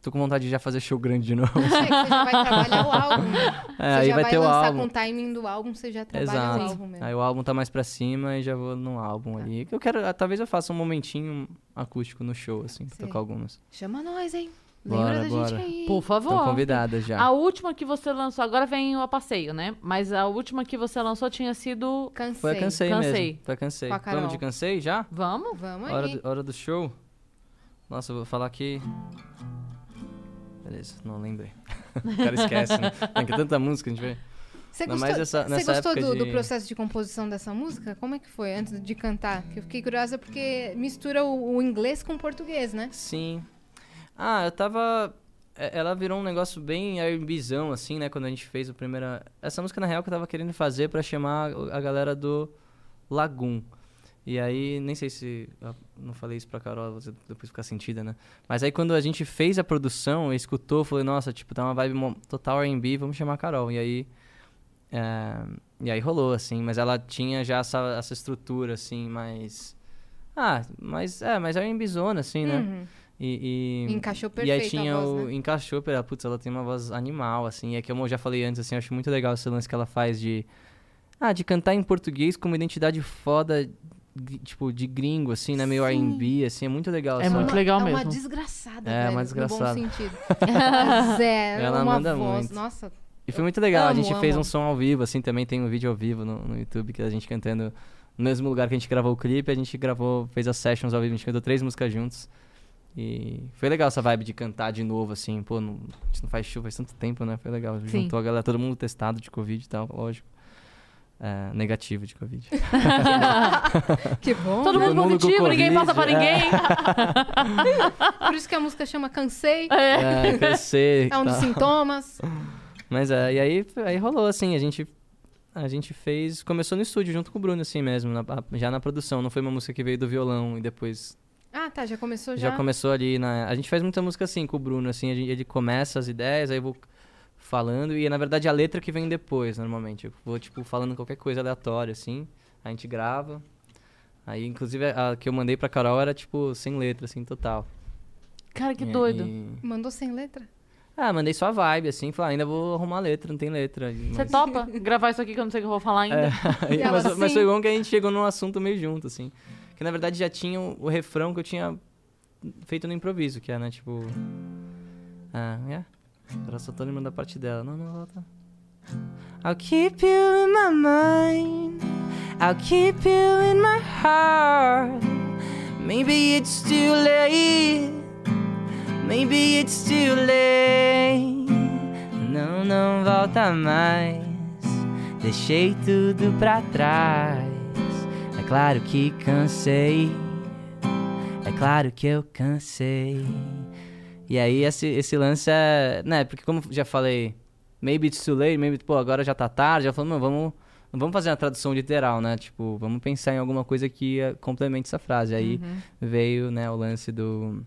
[SPEAKER 3] Tô com vontade de já fazer show grande de novo.
[SPEAKER 2] É que você já vai trabalhar o álbum.
[SPEAKER 3] É,
[SPEAKER 2] você
[SPEAKER 3] aí
[SPEAKER 2] já
[SPEAKER 3] vai, ter o
[SPEAKER 2] lançar
[SPEAKER 3] álbum.
[SPEAKER 2] com o timing do álbum, você já trabalha o
[SPEAKER 3] Exato.
[SPEAKER 2] álbum mesmo. Tá.
[SPEAKER 3] Aí o álbum tá mais pra cima e já vou num álbum ali. Que Eu quero, ah, talvez eu faça um momentinho acústico no show, assim, pra
[SPEAKER 2] Sim.
[SPEAKER 3] tocar algumas.
[SPEAKER 2] Chama nós, hein?
[SPEAKER 3] Bora,
[SPEAKER 2] Lembra da gente
[SPEAKER 3] bora.
[SPEAKER 2] aí.
[SPEAKER 1] Por favor.
[SPEAKER 3] Estão convidadas já.
[SPEAKER 1] A última que você lançou, agora vem o a passeio, né? Mas a última que você lançou tinha sido.
[SPEAKER 2] Cansei.
[SPEAKER 3] Foi a cansei,
[SPEAKER 1] Cansei.
[SPEAKER 3] mesmo. Foi a cansei.
[SPEAKER 2] Com a Carol.
[SPEAKER 3] Vamos de cansei já?
[SPEAKER 1] Vamos?
[SPEAKER 2] Vamos
[SPEAKER 3] Hora
[SPEAKER 2] aí.
[SPEAKER 3] do, hora do show? Nossa, eu vou falar que. Beleza, não lembrei. o cara esquece, né? Tem que tanta música, a gente vê.
[SPEAKER 2] Você
[SPEAKER 3] Ainda
[SPEAKER 2] gostou,
[SPEAKER 3] mais essa-
[SPEAKER 2] você
[SPEAKER 3] nessa
[SPEAKER 2] gostou
[SPEAKER 3] época
[SPEAKER 2] do, do
[SPEAKER 3] de-
[SPEAKER 2] processo de composição dessa música? Como é que foi antes de cantar? Que eu fiquei curiosa porque mistura o, o inglês com o português, né?
[SPEAKER 3] Sim. Ah, eu tava. é- Ela virou um negócio bem Airbnbzão, assim, né? Quando a gente fez a primeira. Essa música, na real, que eu tava querendo fazer pra chamar o- a galera do Lagoon. E aí, nem sei se. eu Não falei isso pra Carol, você depois ficar sentida, né? Mas aí, quando a gente fez a produção, escutou, falei, nossa, tipo, tá uma vibe mo- total RB, vamos chamar a Carol. E aí. é, E aí rolou, assim. Mas ela tinha já essa, essa estrutura, assim, mais. Ah, mas é, mas é um zona, assim, né?
[SPEAKER 2] Uhum.
[SPEAKER 3] E, e-
[SPEAKER 2] Encaixou
[SPEAKER 3] e aí
[SPEAKER 2] perfeito
[SPEAKER 3] tinha
[SPEAKER 2] a voz,
[SPEAKER 3] o.
[SPEAKER 2] né?
[SPEAKER 3] Encaixou, pera, putz, ela tem uma voz animal, assim. É que como eu já falei antes, assim, eu acho muito legal esse lance que ela faz de. Ah, de cantar em português com uma identidade foda, gri- tipo, de gringo, assim, né? Meio
[SPEAKER 2] Sim.
[SPEAKER 3] RB, assim, é muito legal
[SPEAKER 1] É
[SPEAKER 3] essa-
[SPEAKER 1] muito
[SPEAKER 2] Uma-
[SPEAKER 1] legal
[SPEAKER 2] é uma
[SPEAKER 1] mesmo.
[SPEAKER 2] desgraçada,
[SPEAKER 3] É,
[SPEAKER 2] velho,
[SPEAKER 3] uma desgraçada.
[SPEAKER 2] No bom sentido. Mas é,
[SPEAKER 3] Ela
[SPEAKER 2] uma
[SPEAKER 3] manda
[SPEAKER 2] voz.
[SPEAKER 3] muito.
[SPEAKER 2] Nossa,
[SPEAKER 3] E foi muito legal. a
[SPEAKER 2] Amo,
[SPEAKER 3] gente fez
[SPEAKER 2] amo.
[SPEAKER 3] um som ao vivo, assim, também tem um vídeo ao vivo no, no YouTube que a gente cantando no mesmo lugar que a gente gravou o clipe, a gente gravou, fez as sessions ao vivo, a gente cantou três músicas juntos. E foi legal essa vibe de cantar de novo, assim, pô, não, a gente não faz chuva faz tanto tempo, né? Foi legal.
[SPEAKER 1] Sim.
[SPEAKER 3] Juntou a galera, todo mundo testado de Covid e tal, lógico. É, negativo de Covid.
[SPEAKER 2] que bom.
[SPEAKER 1] Todo
[SPEAKER 3] né?
[SPEAKER 1] mundo
[SPEAKER 3] Todo mundo com
[SPEAKER 1] cognitivo, ninguém
[SPEAKER 3] Covid,
[SPEAKER 1] passa pra
[SPEAKER 3] é.
[SPEAKER 1] ninguém.
[SPEAKER 2] Então, Por isso que a música chama Cansei.
[SPEAKER 3] é, cansei.
[SPEAKER 2] É um dos
[SPEAKER 3] tal.
[SPEAKER 2] sintomas.
[SPEAKER 3] Mas é, e aí, aí rolou, assim, a gente, a gente fez. Começou no estúdio junto com o Bruno, assim mesmo, na- já na produção. Não foi uma música que veio do violão e depois
[SPEAKER 2] Ah, Ah, tá, já começou já.
[SPEAKER 3] Já começou ali na. A gente faz muita música assim com o Bruno, assim, a gente- ele começa as ideias, aí eu vou falando, e na verdade é a letra que vem depois, normalmente. Eu vou, tipo, falando qualquer coisa aleatória, assim, a gente grava. Aí, inclusive, a a que eu mandei pra Carol era, tipo, sem letra, assim, total.
[SPEAKER 1] Cara, que
[SPEAKER 3] E-
[SPEAKER 1] doido.
[SPEAKER 3] É, e-
[SPEAKER 2] Mandou sem letra?
[SPEAKER 3] Ah, mandei só a vibe, assim, falei, ah, ainda vou arrumar a letra, não tem letra.
[SPEAKER 1] Você
[SPEAKER 3] mas- É.
[SPEAKER 1] topa gravar isso aqui que eu não sei o que eu vou falar ainda?
[SPEAKER 3] Aí,
[SPEAKER 2] E ela, assim
[SPEAKER 3] mas, mas
[SPEAKER 2] sim.
[SPEAKER 3] foi bom que a gente chegou num assunto meio junto, assim. Que na verdade já tinha o, o refrão que eu tinha feito no improviso, que é, né, tipo. Ah, é? Agora só tô lembrando da parte dela. Não, não, volta. I'll keep you in my mind. I'll keep you in my heart. Maybe it's too late. Maybe it's too late. Não, não volta mais. Deixei tudo pra trás. É claro que cansei. É claro que eu cansei. E aí esse, esse lance é, né, porque como já falei, maybe it's too late, maybe, pô, agora já tá tarde, já falou, não, vamos, não vamos fazer uma tradução literal, né? Tipo, vamos pensar em alguma coisa que eh, complemente essa frase. Aí veio, né, o lance do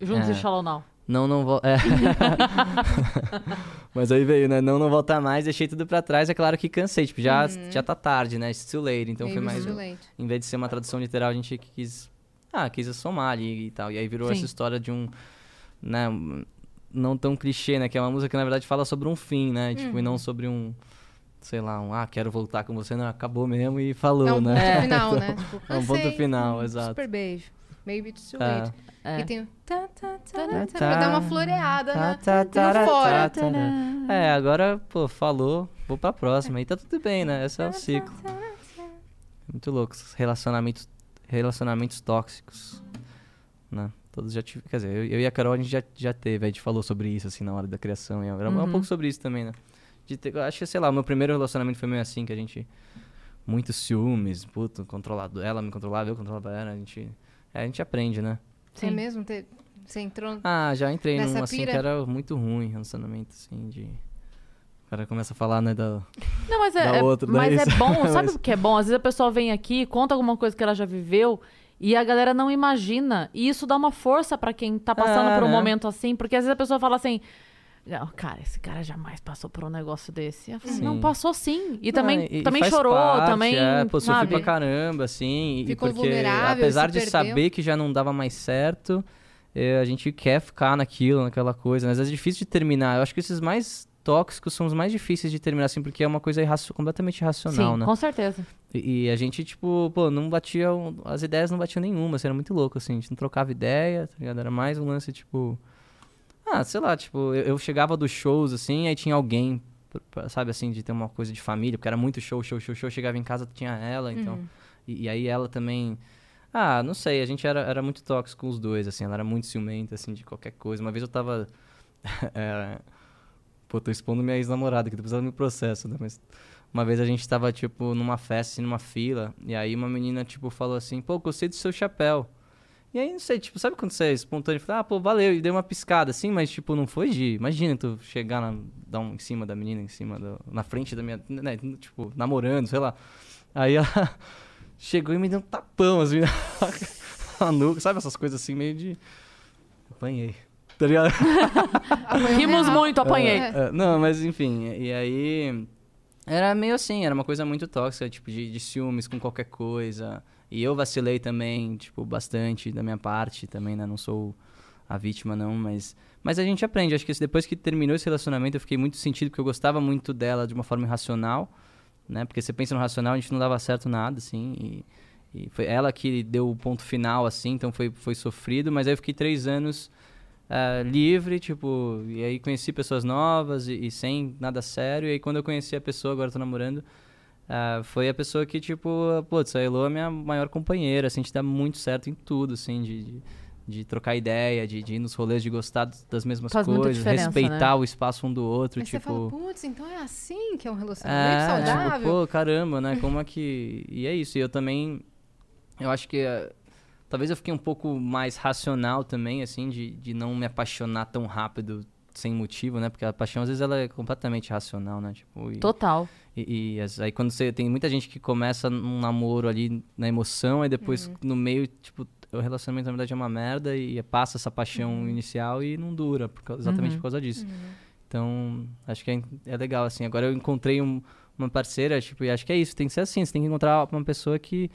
[SPEAKER 1] Juntos
[SPEAKER 3] É.
[SPEAKER 1] e Shallow Now.
[SPEAKER 3] não, não vou. É. Mas aí veio, né? Não, não voltar mais, deixei tudo pra trás. É claro que cansei, tipo, já, já tá tarde, né? It's too late. Então foi
[SPEAKER 2] Uhum. Baby
[SPEAKER 3] mais.
[SPEAKER 2] Too
[SPEAKER 3] um-
[SPEAKER 2] Late.
[SPEAKER 3] Em vez de ser uma tradução literal, a gente quis. Ah, quis somar ali e tal. E aí virou
[SPEAKER 1] Sim.
[SPEAKER 3] essa história de um. Né, um- não tão clichê, né? Que é uma música que na verdade fala sobre um fim, né? Tipo,
[SPEAKER 2] Uhum.
[SPEAKER 3] e não sobre um. Sei lá, um. Ah, quero voltar com você. Não, acabou mesmo e falou,
[SPEAKER 2] É um
[SPEAKER 3] né?
[SPEAKER 2] ponto final, né? Tipo,
[SPEAKER 3] É um ponto
[SPEAKER 2] cansei,
[SPEAKER 3] final,
[SPEAKER 2] hum,
[SPEAKER 3] exato.
[SPEAKER 2] Super beijo. Maybe it's too
[SPEAKER 3] É.
[SPEAKER 2] late.
[SPEAKER 1] É.
[SPEAKER 2] E tem o tá, tá, tá,
[SPEAKER 3] Tá,
[SPEAKER 2] tá, pra dar uma floreada, né?
[SPEAKER 3] tará,
[SPEAKER 2] fora. tá, né?
[SPEAKER 3] tará. tá, É, agora, pô, falou, vou pra próxima. E tá tudo bem, né? Esse é o ciclo. Muito louco. esses Relacionamentos, relacionamentos tóxicos. Né? Todos já tive. Quer dizer, eu, eu e a Carol a gente já, já teve. A gente falou sobre isso, assim, na hora da criação. E era um
[SPEAKER 2] Uhum.
[SPEAKER 3] pouco sobre isso também, né? De ter, eu acho que, sei lá, o meu primeiro relacionamento foi meio assim, que a gente. Muitos ciúmes, puto, controlado. Ela me controlava, eu controlava ela. A gente. é, a gente aprende, né?
[SPEAKER 2] É mesmo? Te- Você entrou.
[SPEAKER 3] Ah, já entrei
[SPEAKER 2] Nessa
[SPEAKER 3] num assim
[SPEAKER 2] pira?
[SPEAKER 3] que era muito ruim, relacionamento assim de. O cara começa a falar, né? Da...
[SPEAKER 1] Não, mas é,
[SPEAKER 3] Dá
[SPEAKER 1] é-
[SPEAKER 3] outro, dá
[SPEAKER 1] mas é
[SPEAKER 3] isso.
[SPEAKER 1] bom, sabe
[SPEAKER 3] Mas-
[SPEAKER 1] o que é bom? Às vezes a pessoa vem aqui, conta alguma coisa que ela já viveu e a galera não imagina. E isso dá uma força pra quem tá passando
[SPEAKER 3] É,
[SPEAKER 1] por um
[SPEAKER 3] né?
[SPEAKER 1] momento assim, porque às vezes a pessoa fala assim. Não, cara, esse cara jamais passou por um negócio desse. Eu falo,
[SPEAKER 3] Sim.
[SPEAKER 1] não, passou sim. E
[SPEAKER 3] Não,
[SPEAKER 1] também,
[SPEAKER 3] Ah, e- e
[SPEAKER 1] também
[SPEAKER 3] faz
[SPEAKER 1] chorou,
[SPEAKER 3] parte,
[SPEAKER 1] também.
[SPEAKER 3] É, pô, sofri
[SPEAKER 1] sabe?
[SPEAKER 3] pra caramba, assim. e-
[SPEAKER 2] Ficou
[SPEAKER 3] e porque,
[SPEAKER 2] vulnerável,
[SPEAKER 3] apesar
[SPEAKER 2] se
[SPEAKER 3] de
[SPEAKER 2] perdeu.
[SPEAKER 3] saber que já não dava mais certo, eh, a gente quer ficar naquilo, naquela coisa. né? Às vezes é difícil de terminar. Eu acho que esses mais tóxicos são os mais difíceis de terminar, assim, porque é uma coisa irracio- completamente irracional,
[SPEAKER 1] Sim,
[SPEAKER 3] né?
[SPEAKER 1] com certeza.
[SPEAKER 3] E, e a gente, tipo, pô, não batia. um- As ideias não batiam nenhuma, assim, era muito louco, assim. A gente não trocava ideia, tá ligado? Era mais um lance, tipo. Ah, sei lá, tipo, eu, eu chegava dos shows, assim, aí tinha alguém, pra- pra- sabe, assim, de ter uma coisa de família, porque era muito show, show, show, show. eu Chegava em casa, tinha ela, então. E, e aí ela também. Ah, não sei, a gente era, era muito tóxico os dois, assim, ela era muito ciumenta, assim, de qualquer coisa. Uma vez eu tava. é, Pô, tô expondo minha ex-namorada, que depois ela me processa, né? Mas uma vez a gente tava, tipo, numa festa, assim, numa fila, e aí uma menina, tipo, falou assim, pô, gostei do seu chapéu. E aí, não sei, tipo, sabe quando você é espontâneo e fala, ah, pô, valeu, e deu uma piscada, assim, mas, tipo, não foi de... Imagina tu chegar, na, dar um em cima da menina, em cima, do, na frente da minha, né, tipo, namorando, sei lá. Aí ela chegou e me deu um tapão, assim, na, na nuca, sabe essas coisas, assim, meio de... Apanhei, tá ligado?
[SPEAKER 2] Apanhou
[SPEAKER 1] Rimos
[SPEAKER 2] real.
[SPEAKER 1] muito, apanhei.
[SPEAKER 2] É.
[SPEAKER 3] É, não, mas enfim, e aí. Era meio assim, era uma coisa muito tóxica, tipo, de, de ciúmes com qualquer coisa. E eu vacilei também, tipo, bastante da minha parte também, né? Não sou a vítima, não, mas. Mas a gente aprende. Acho que depois que terminou esse relacionamento, eu fiquei muito sentido, porque eu gostava muito dela de uma forma irracional, né? Porque você pensa no racional, a gente não dava certo nada, assim. E, e foi ela que deu o ponto final, assim, então foi, foi sofrido. Mas aí eu fiquei três anos ah, livre, tipo, e aí conheci pessoas novas e, e sem nada sério. E aí quando eu conheci a pessoa, agora eu tô namorando, ah, foi a pessoa que, tipo, putz, a Elo é minha maior companheira, assim, a gente dá muito certo em tudo, assim, de, de, de trocar ideia, de, de ir nos rolês, de gostar d- das mesmas
[SPEAKER 1] Faz muita
[SPEAKER 3] coisas,
[SPEAKER 1] diferença,
[SPEAKER 3] respeitar o espaço um do outro,
[SPEAKER 2] Mas você
[SPEAKER 3] tipo.
[SPEAKER 2] fala, putz, então é assim que é um relacionamento
[SPEAKER 3] É,
[SPEAKER 2] saudável?
[SPEAKER 3] Tipo, pô, caramba, né? Como é que. E é isso. E eu também. Eu acho que. eh, Talvez eu fiquei um pouco mais racional também, assim, de, de não me apaixonar tão rápido sem motivo, né? Porque a paixão, às vezes, ela é completamente racional, né? Tipo, e,
[SPEAKER 1] Total.
[SPEAKER 3] e, e as- aí quando você. Tem muita gente que começa um namoro ali na emoção, aí depois no meio, tipo, o relacionamento na verdade é uma merda e passa essa paixão inicial e não dura, por causa- exatamente por causa disso. Então, acho que é, é legal, assim. Agora eu encontrei um- uma parceira, tipo, e acho que é isso, tem que ser assim, você tem que encontrar uma pessoa que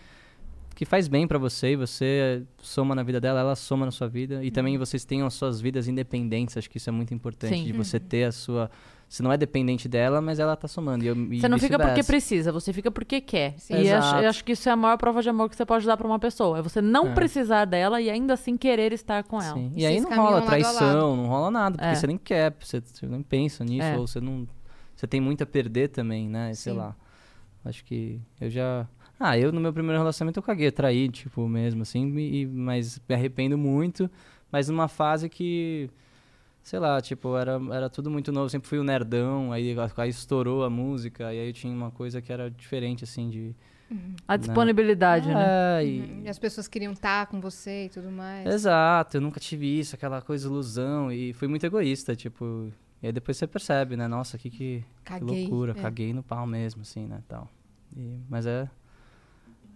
[SPEAKER 3] que faz bem pra você e você soma na vida dela, ela soma na sua vida. E também vocês tenham as suas vidas independentes, acho que isso é muito importante,
[SPEAKER 1] Sim.
[SPEAKER 3] de você ter a sua... Você não é dependente dela, mas ela tá somando. E eu, e
[SPEAKER 1] Você não fica porque
[SPEAKER 3] vice-versa.
[SPEAKER 1] precisa, você fica porque quer.
[SPEAKER 2] Sim.
[SPEAKER 1] E eu acho,
[SPEAKER 3] Exato.
[SPEAKER 1] eu acho que isso é a maior prova de amor que você pode dar pra uma pessoa. É você não
[SPEAKER 3] É.
[SPEAKER 1] precisar dela e ainda assim querer estar com ela.
[SPEAKER 3] Sim. E
[SPEAKER 2] Vocês
[SPEAKER 3] aí não
[SPEAKER 2] caminham
[SPEAKER 3] rola
[SPEAKER 2] lado a lado.
[SPEAKER 3] traição, não rola nada, porque
[SPEAKER 1] É.
[SPEAKER 3] você nem quer, você, você nem pensa nisso,
[SPEAKER 1] É.
[SPEAKER 3] ou você não. Você tem muito a perder também, né? Sei
[SPEAKER 2] Sim.
[SPEAKER 3] lá. Acho que eu já. Ah, eu no meu primeiro relacionamento eu caguei, eu traí, tipo, mesmo, assim, e, e- mas me arrependo muito, mas numa fase que. Sei lá, tipo, era, era tudo muito novo, sempre fui o nerdão, aí, aí estourou a música, e aí eu tinha uma coisa que era diferente, assim, de.
[SPEAKER 1] A disponibilidade, né?
[SPEAKER 3] Ah, e-
[SPEAKER 2] E as pessoas queriam estar com você e tudo
[SPEAKER 1] É
[SPEAKER 2] mais.
[SPEAKER 3] É, Exato, eu nunca tive isso, aquela coisa ilusão, e fui muito egoísta, tipo. E aí depois você percebe, né? Nossa, que, que, que
[SPEAKER 2] Caguei.
[SPEAKER 3] loucura,
[SPEAKER 2] É.
[SPEAKER 3] caguei no pau mesmo, assim, né? Tal. E- mas é.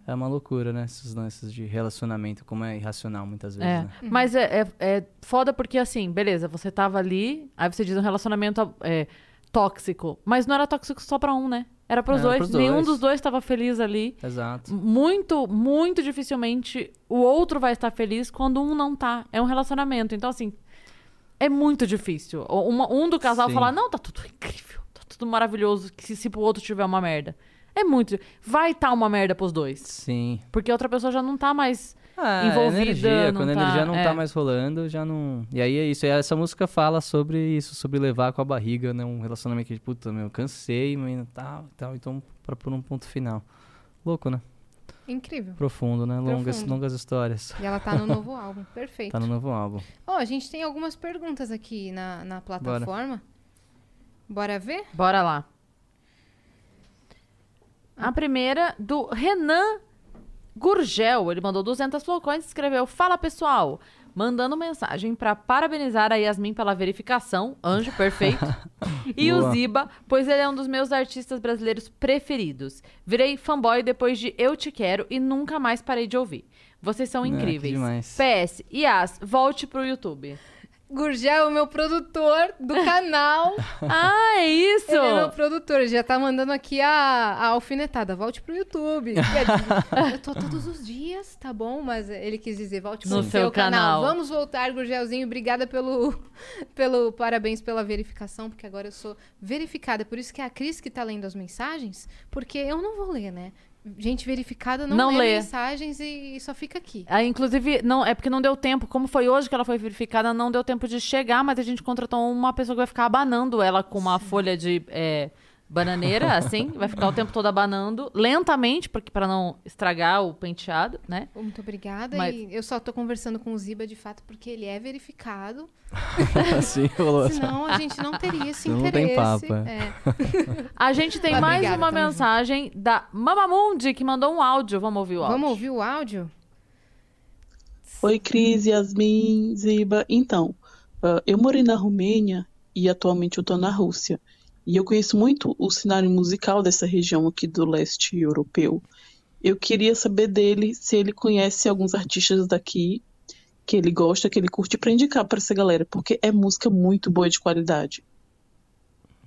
[SPEAKER 3] É uma loucura, né? Esses lances de relacionamento, como é irracional muitas vezes,
[SPEAKER 1] É.
[SPEAKER 3] né?
[SPEAKER 1] Mas é, é, é foda porque, assim, beleza, você tava ali, aí você diz um relacionamento é, tóxico. Mas não era tóxico só pra um, né? Era pros
[SPEAKER 3] Era
[SPEAKER 1] dois.
[SPEAKER 3] pros
[SPEAKER 1] Nenhum
[SPEAKER 3] dois.
[SPEAKER 1] dos dois tava feliz ali.
[SPEAKER 3] Exato.
[SPEAKER 1] Muito, muito dificilmente o outro vai estar feliz quando um não tá. É um relacionamento. Então, assim, é muito difícil. O- uma- um do casal
[SPEAKER 3] Sim.
[SPEAKER 1] falar, não, tá tudo incrível, tá tudo maravilhoso, que se, se pro outro tiver uma merda. É muito. Vai tá uma merda pros dois.
[SPEAKER 3] Sim.
[SPEAKER 1] Porque a outra pessoa já não tá mais.
[SPEAKER 3] Ah,
[SPEAKER 1] Envolvida,
[SPEAKER 3] a energia,
[SPEAKER 1] não
[SPEAKER 3] quando
[SPEAKER 1] tá-
[SPEAKER 3] a energia não
[SPEAKER 1] é.
[SPEAKER 3] tá mais rolando, já não. E aí é isso. E essa música fala sobre isso, sobre levar com a barriga, né? Um relacionamento que, puta, meu, cansei, mas ainda tal, tal. Então, pra pôr um ponto final. Louco, né?
[SPEAKER 2] Incrível.
[SPEAKER 3] Profundo, né? Longas,
[SPEAKER 2] Profundo.
[SPEAKER 3] longas histórias.
[SPEAKER 2] E ela tá no novo álbum. Perfeito.
[SPEAKER 3] Tá no novo álbum.
[SPEAKER 2] Ó, a gente tem algumas perguntas aqui na, na plataforma. Bora ver?
[SPEAKER 1] Bora lá. A primeira do Renan Gurgel. Ele mandou 200 flocões e escreveu: Fala pessoal, mandando mensagem pra parabenizar a Yasmin pela verificação, anjo perfeito, e o
[SPEAKER 3] Boa.
[SPEAKER 1] Ziba, pois ele é um dos meus artistas brasileiros preferidos. Virei fanboy depois de Eu Te Quero e nunca mais parei de ouvir. Vocês são
[SPEAKER 3] É, que
[SPEAKER 1] incríveis.
[SPEAKER 3] demais.
[SPEAKER 1] PS, Yas, volte pro YouTube.
[SPEAKER 2] Gurgel, é o meu produtor do canal.
[SPEAKER 1] ah, é isso!
[SPEAKER 2] Ele é meu produtor, já tá mandando aqui a, a alfinetada. Volte pro YouTube. Quer dizer, Eu tô todos os dias, tá bom? Mas ele quis dizer, volte pro
[SPEAKER 1] No
[SPEAKER 2] seu,
[SPEAKER 1] seu canal.
[SPEAKER 2] canal. Vamos voltar, Gurgelzinho. Obrigada pelo, pelo parabéns pela verificação, porque agora eu sou verificada. Por isso que é a Cris que tá lendo as mensagens, porque eu não vou ler, né? Gente verificada não,
[SPEAKER 1] Não lê.
[SPEAKER 2] mensagens e, e só fica aqui.
[SPEAKER 1] Ah, inclusive, não, é porque não deu tempo. Como foi hoje que ela foi verificada, não deu tempo de chegar, mas a gente contratou uma pessoa que vai ficar abanando ela com uma folha de é, bananeira, assim. Vai ficar o tempo todo abanando, lentamente, porque para não estragar o penteado, né?
[SPEAKER 2] Muito obrigada.
[SPEAKER 1] Mas-
[SPEAKER 2] E eu só tô conversando com o Ziba de fato porque ele é verificado.
[SPEAKER 3] assim rolou.
[SPEAKER 2] Senão a gente não teria esse
[SPEAKER 3] Não tem
[SPEAKER 2] interesse.
[SPEAKER 3] papo,
[SPEAKER 2] É.
[SPEAKER 1] A gente tem mais
[SPEAKER 2] Obrigada,
[SPEAKER 1] uma
[SPEAKER 2] tamo junto.
[SPEAKER 1] mensagem da Mamamundi, que mandou um áudio. Vamos ouvir o áudio.
[SPEAKER 2] Vamos ouvir o áudio?
[SPEAKER 7] Oi, Cris, Yasmin, Ziba. Então, ah, eu morei na Romênia e atualmente eu tô na Rússia. E eu conheço muito o cenário musical dessa região aqui do leste europeu. Eu queria saber dele se ele conhece alguns artistas daqui que ele gosta, que ele curte pra indicar pra essa galera, porque é música muito boa e de qualidade.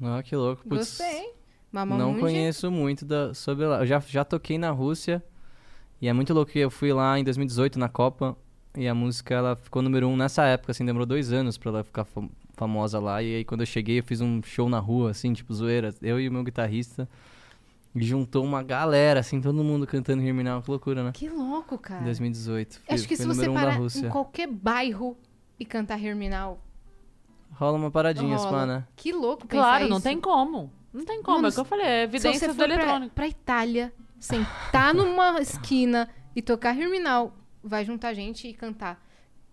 [SPEAKER 3] Ah, que louco. Putz,
[SPEAKER 2] Gostei. É
[SPEAKER 3] não
[SPEAKER 2] Mamamundi.
[SPEAKER 3] conheço muito da, sobre lá. Eu já, já toquei na Rússia. E é muito louco que eu fui lá em 2018 na Copa. E a música ela ficou número um nessa época, assim, demorou dois anos pra ela ficar fam- famosa lá. E aí quando eu cheguei, eu fiz um show na rua, assim, tipo, zoeira. Eu e o meu guitarrista. E juntou uma galera, assim, todo mundo cantando Germinal. Que loucura, né?
[SPEAKER 2] Que louco, cara.
[SPEAKER 3] 2018. Fui,
[SPEAKER 2] Acho que
[SPEAKER 3] fui
[SPEAKER 2] se você
[SPEAKER 3] número um da
[SPEAKER 2] parar
[SPEAKER 3] Rússia.
[SPEAKER 2] em qualquer bairro e cantar Herminal,
[SPEAKER 3] Rola uma paradinha,
[SPEAKER 2] rola.
[SPEAKER 3] pá, né?
[SPEAKER 2] que louco pensar
[SPEAKER 1] Claro, não
[SPEAKER 2] isso.
[SPEAKER 1] tem como. Não tem como,
[SPEAKER 2] Mano,
[SPEAKER 1] é o que eu falei, é
[SPEAKER 2] Se você
[SPEAKER 1] evidências
[SPEAKER 2] for
[SPEAKER 1] do
[SPEAKER 2] pra,
[SPEAKER 1] eletrônico.
[SPEAKER 2] pra Itália, sentar numa esquina e tocar Herminal, vai juntar gente e cantar.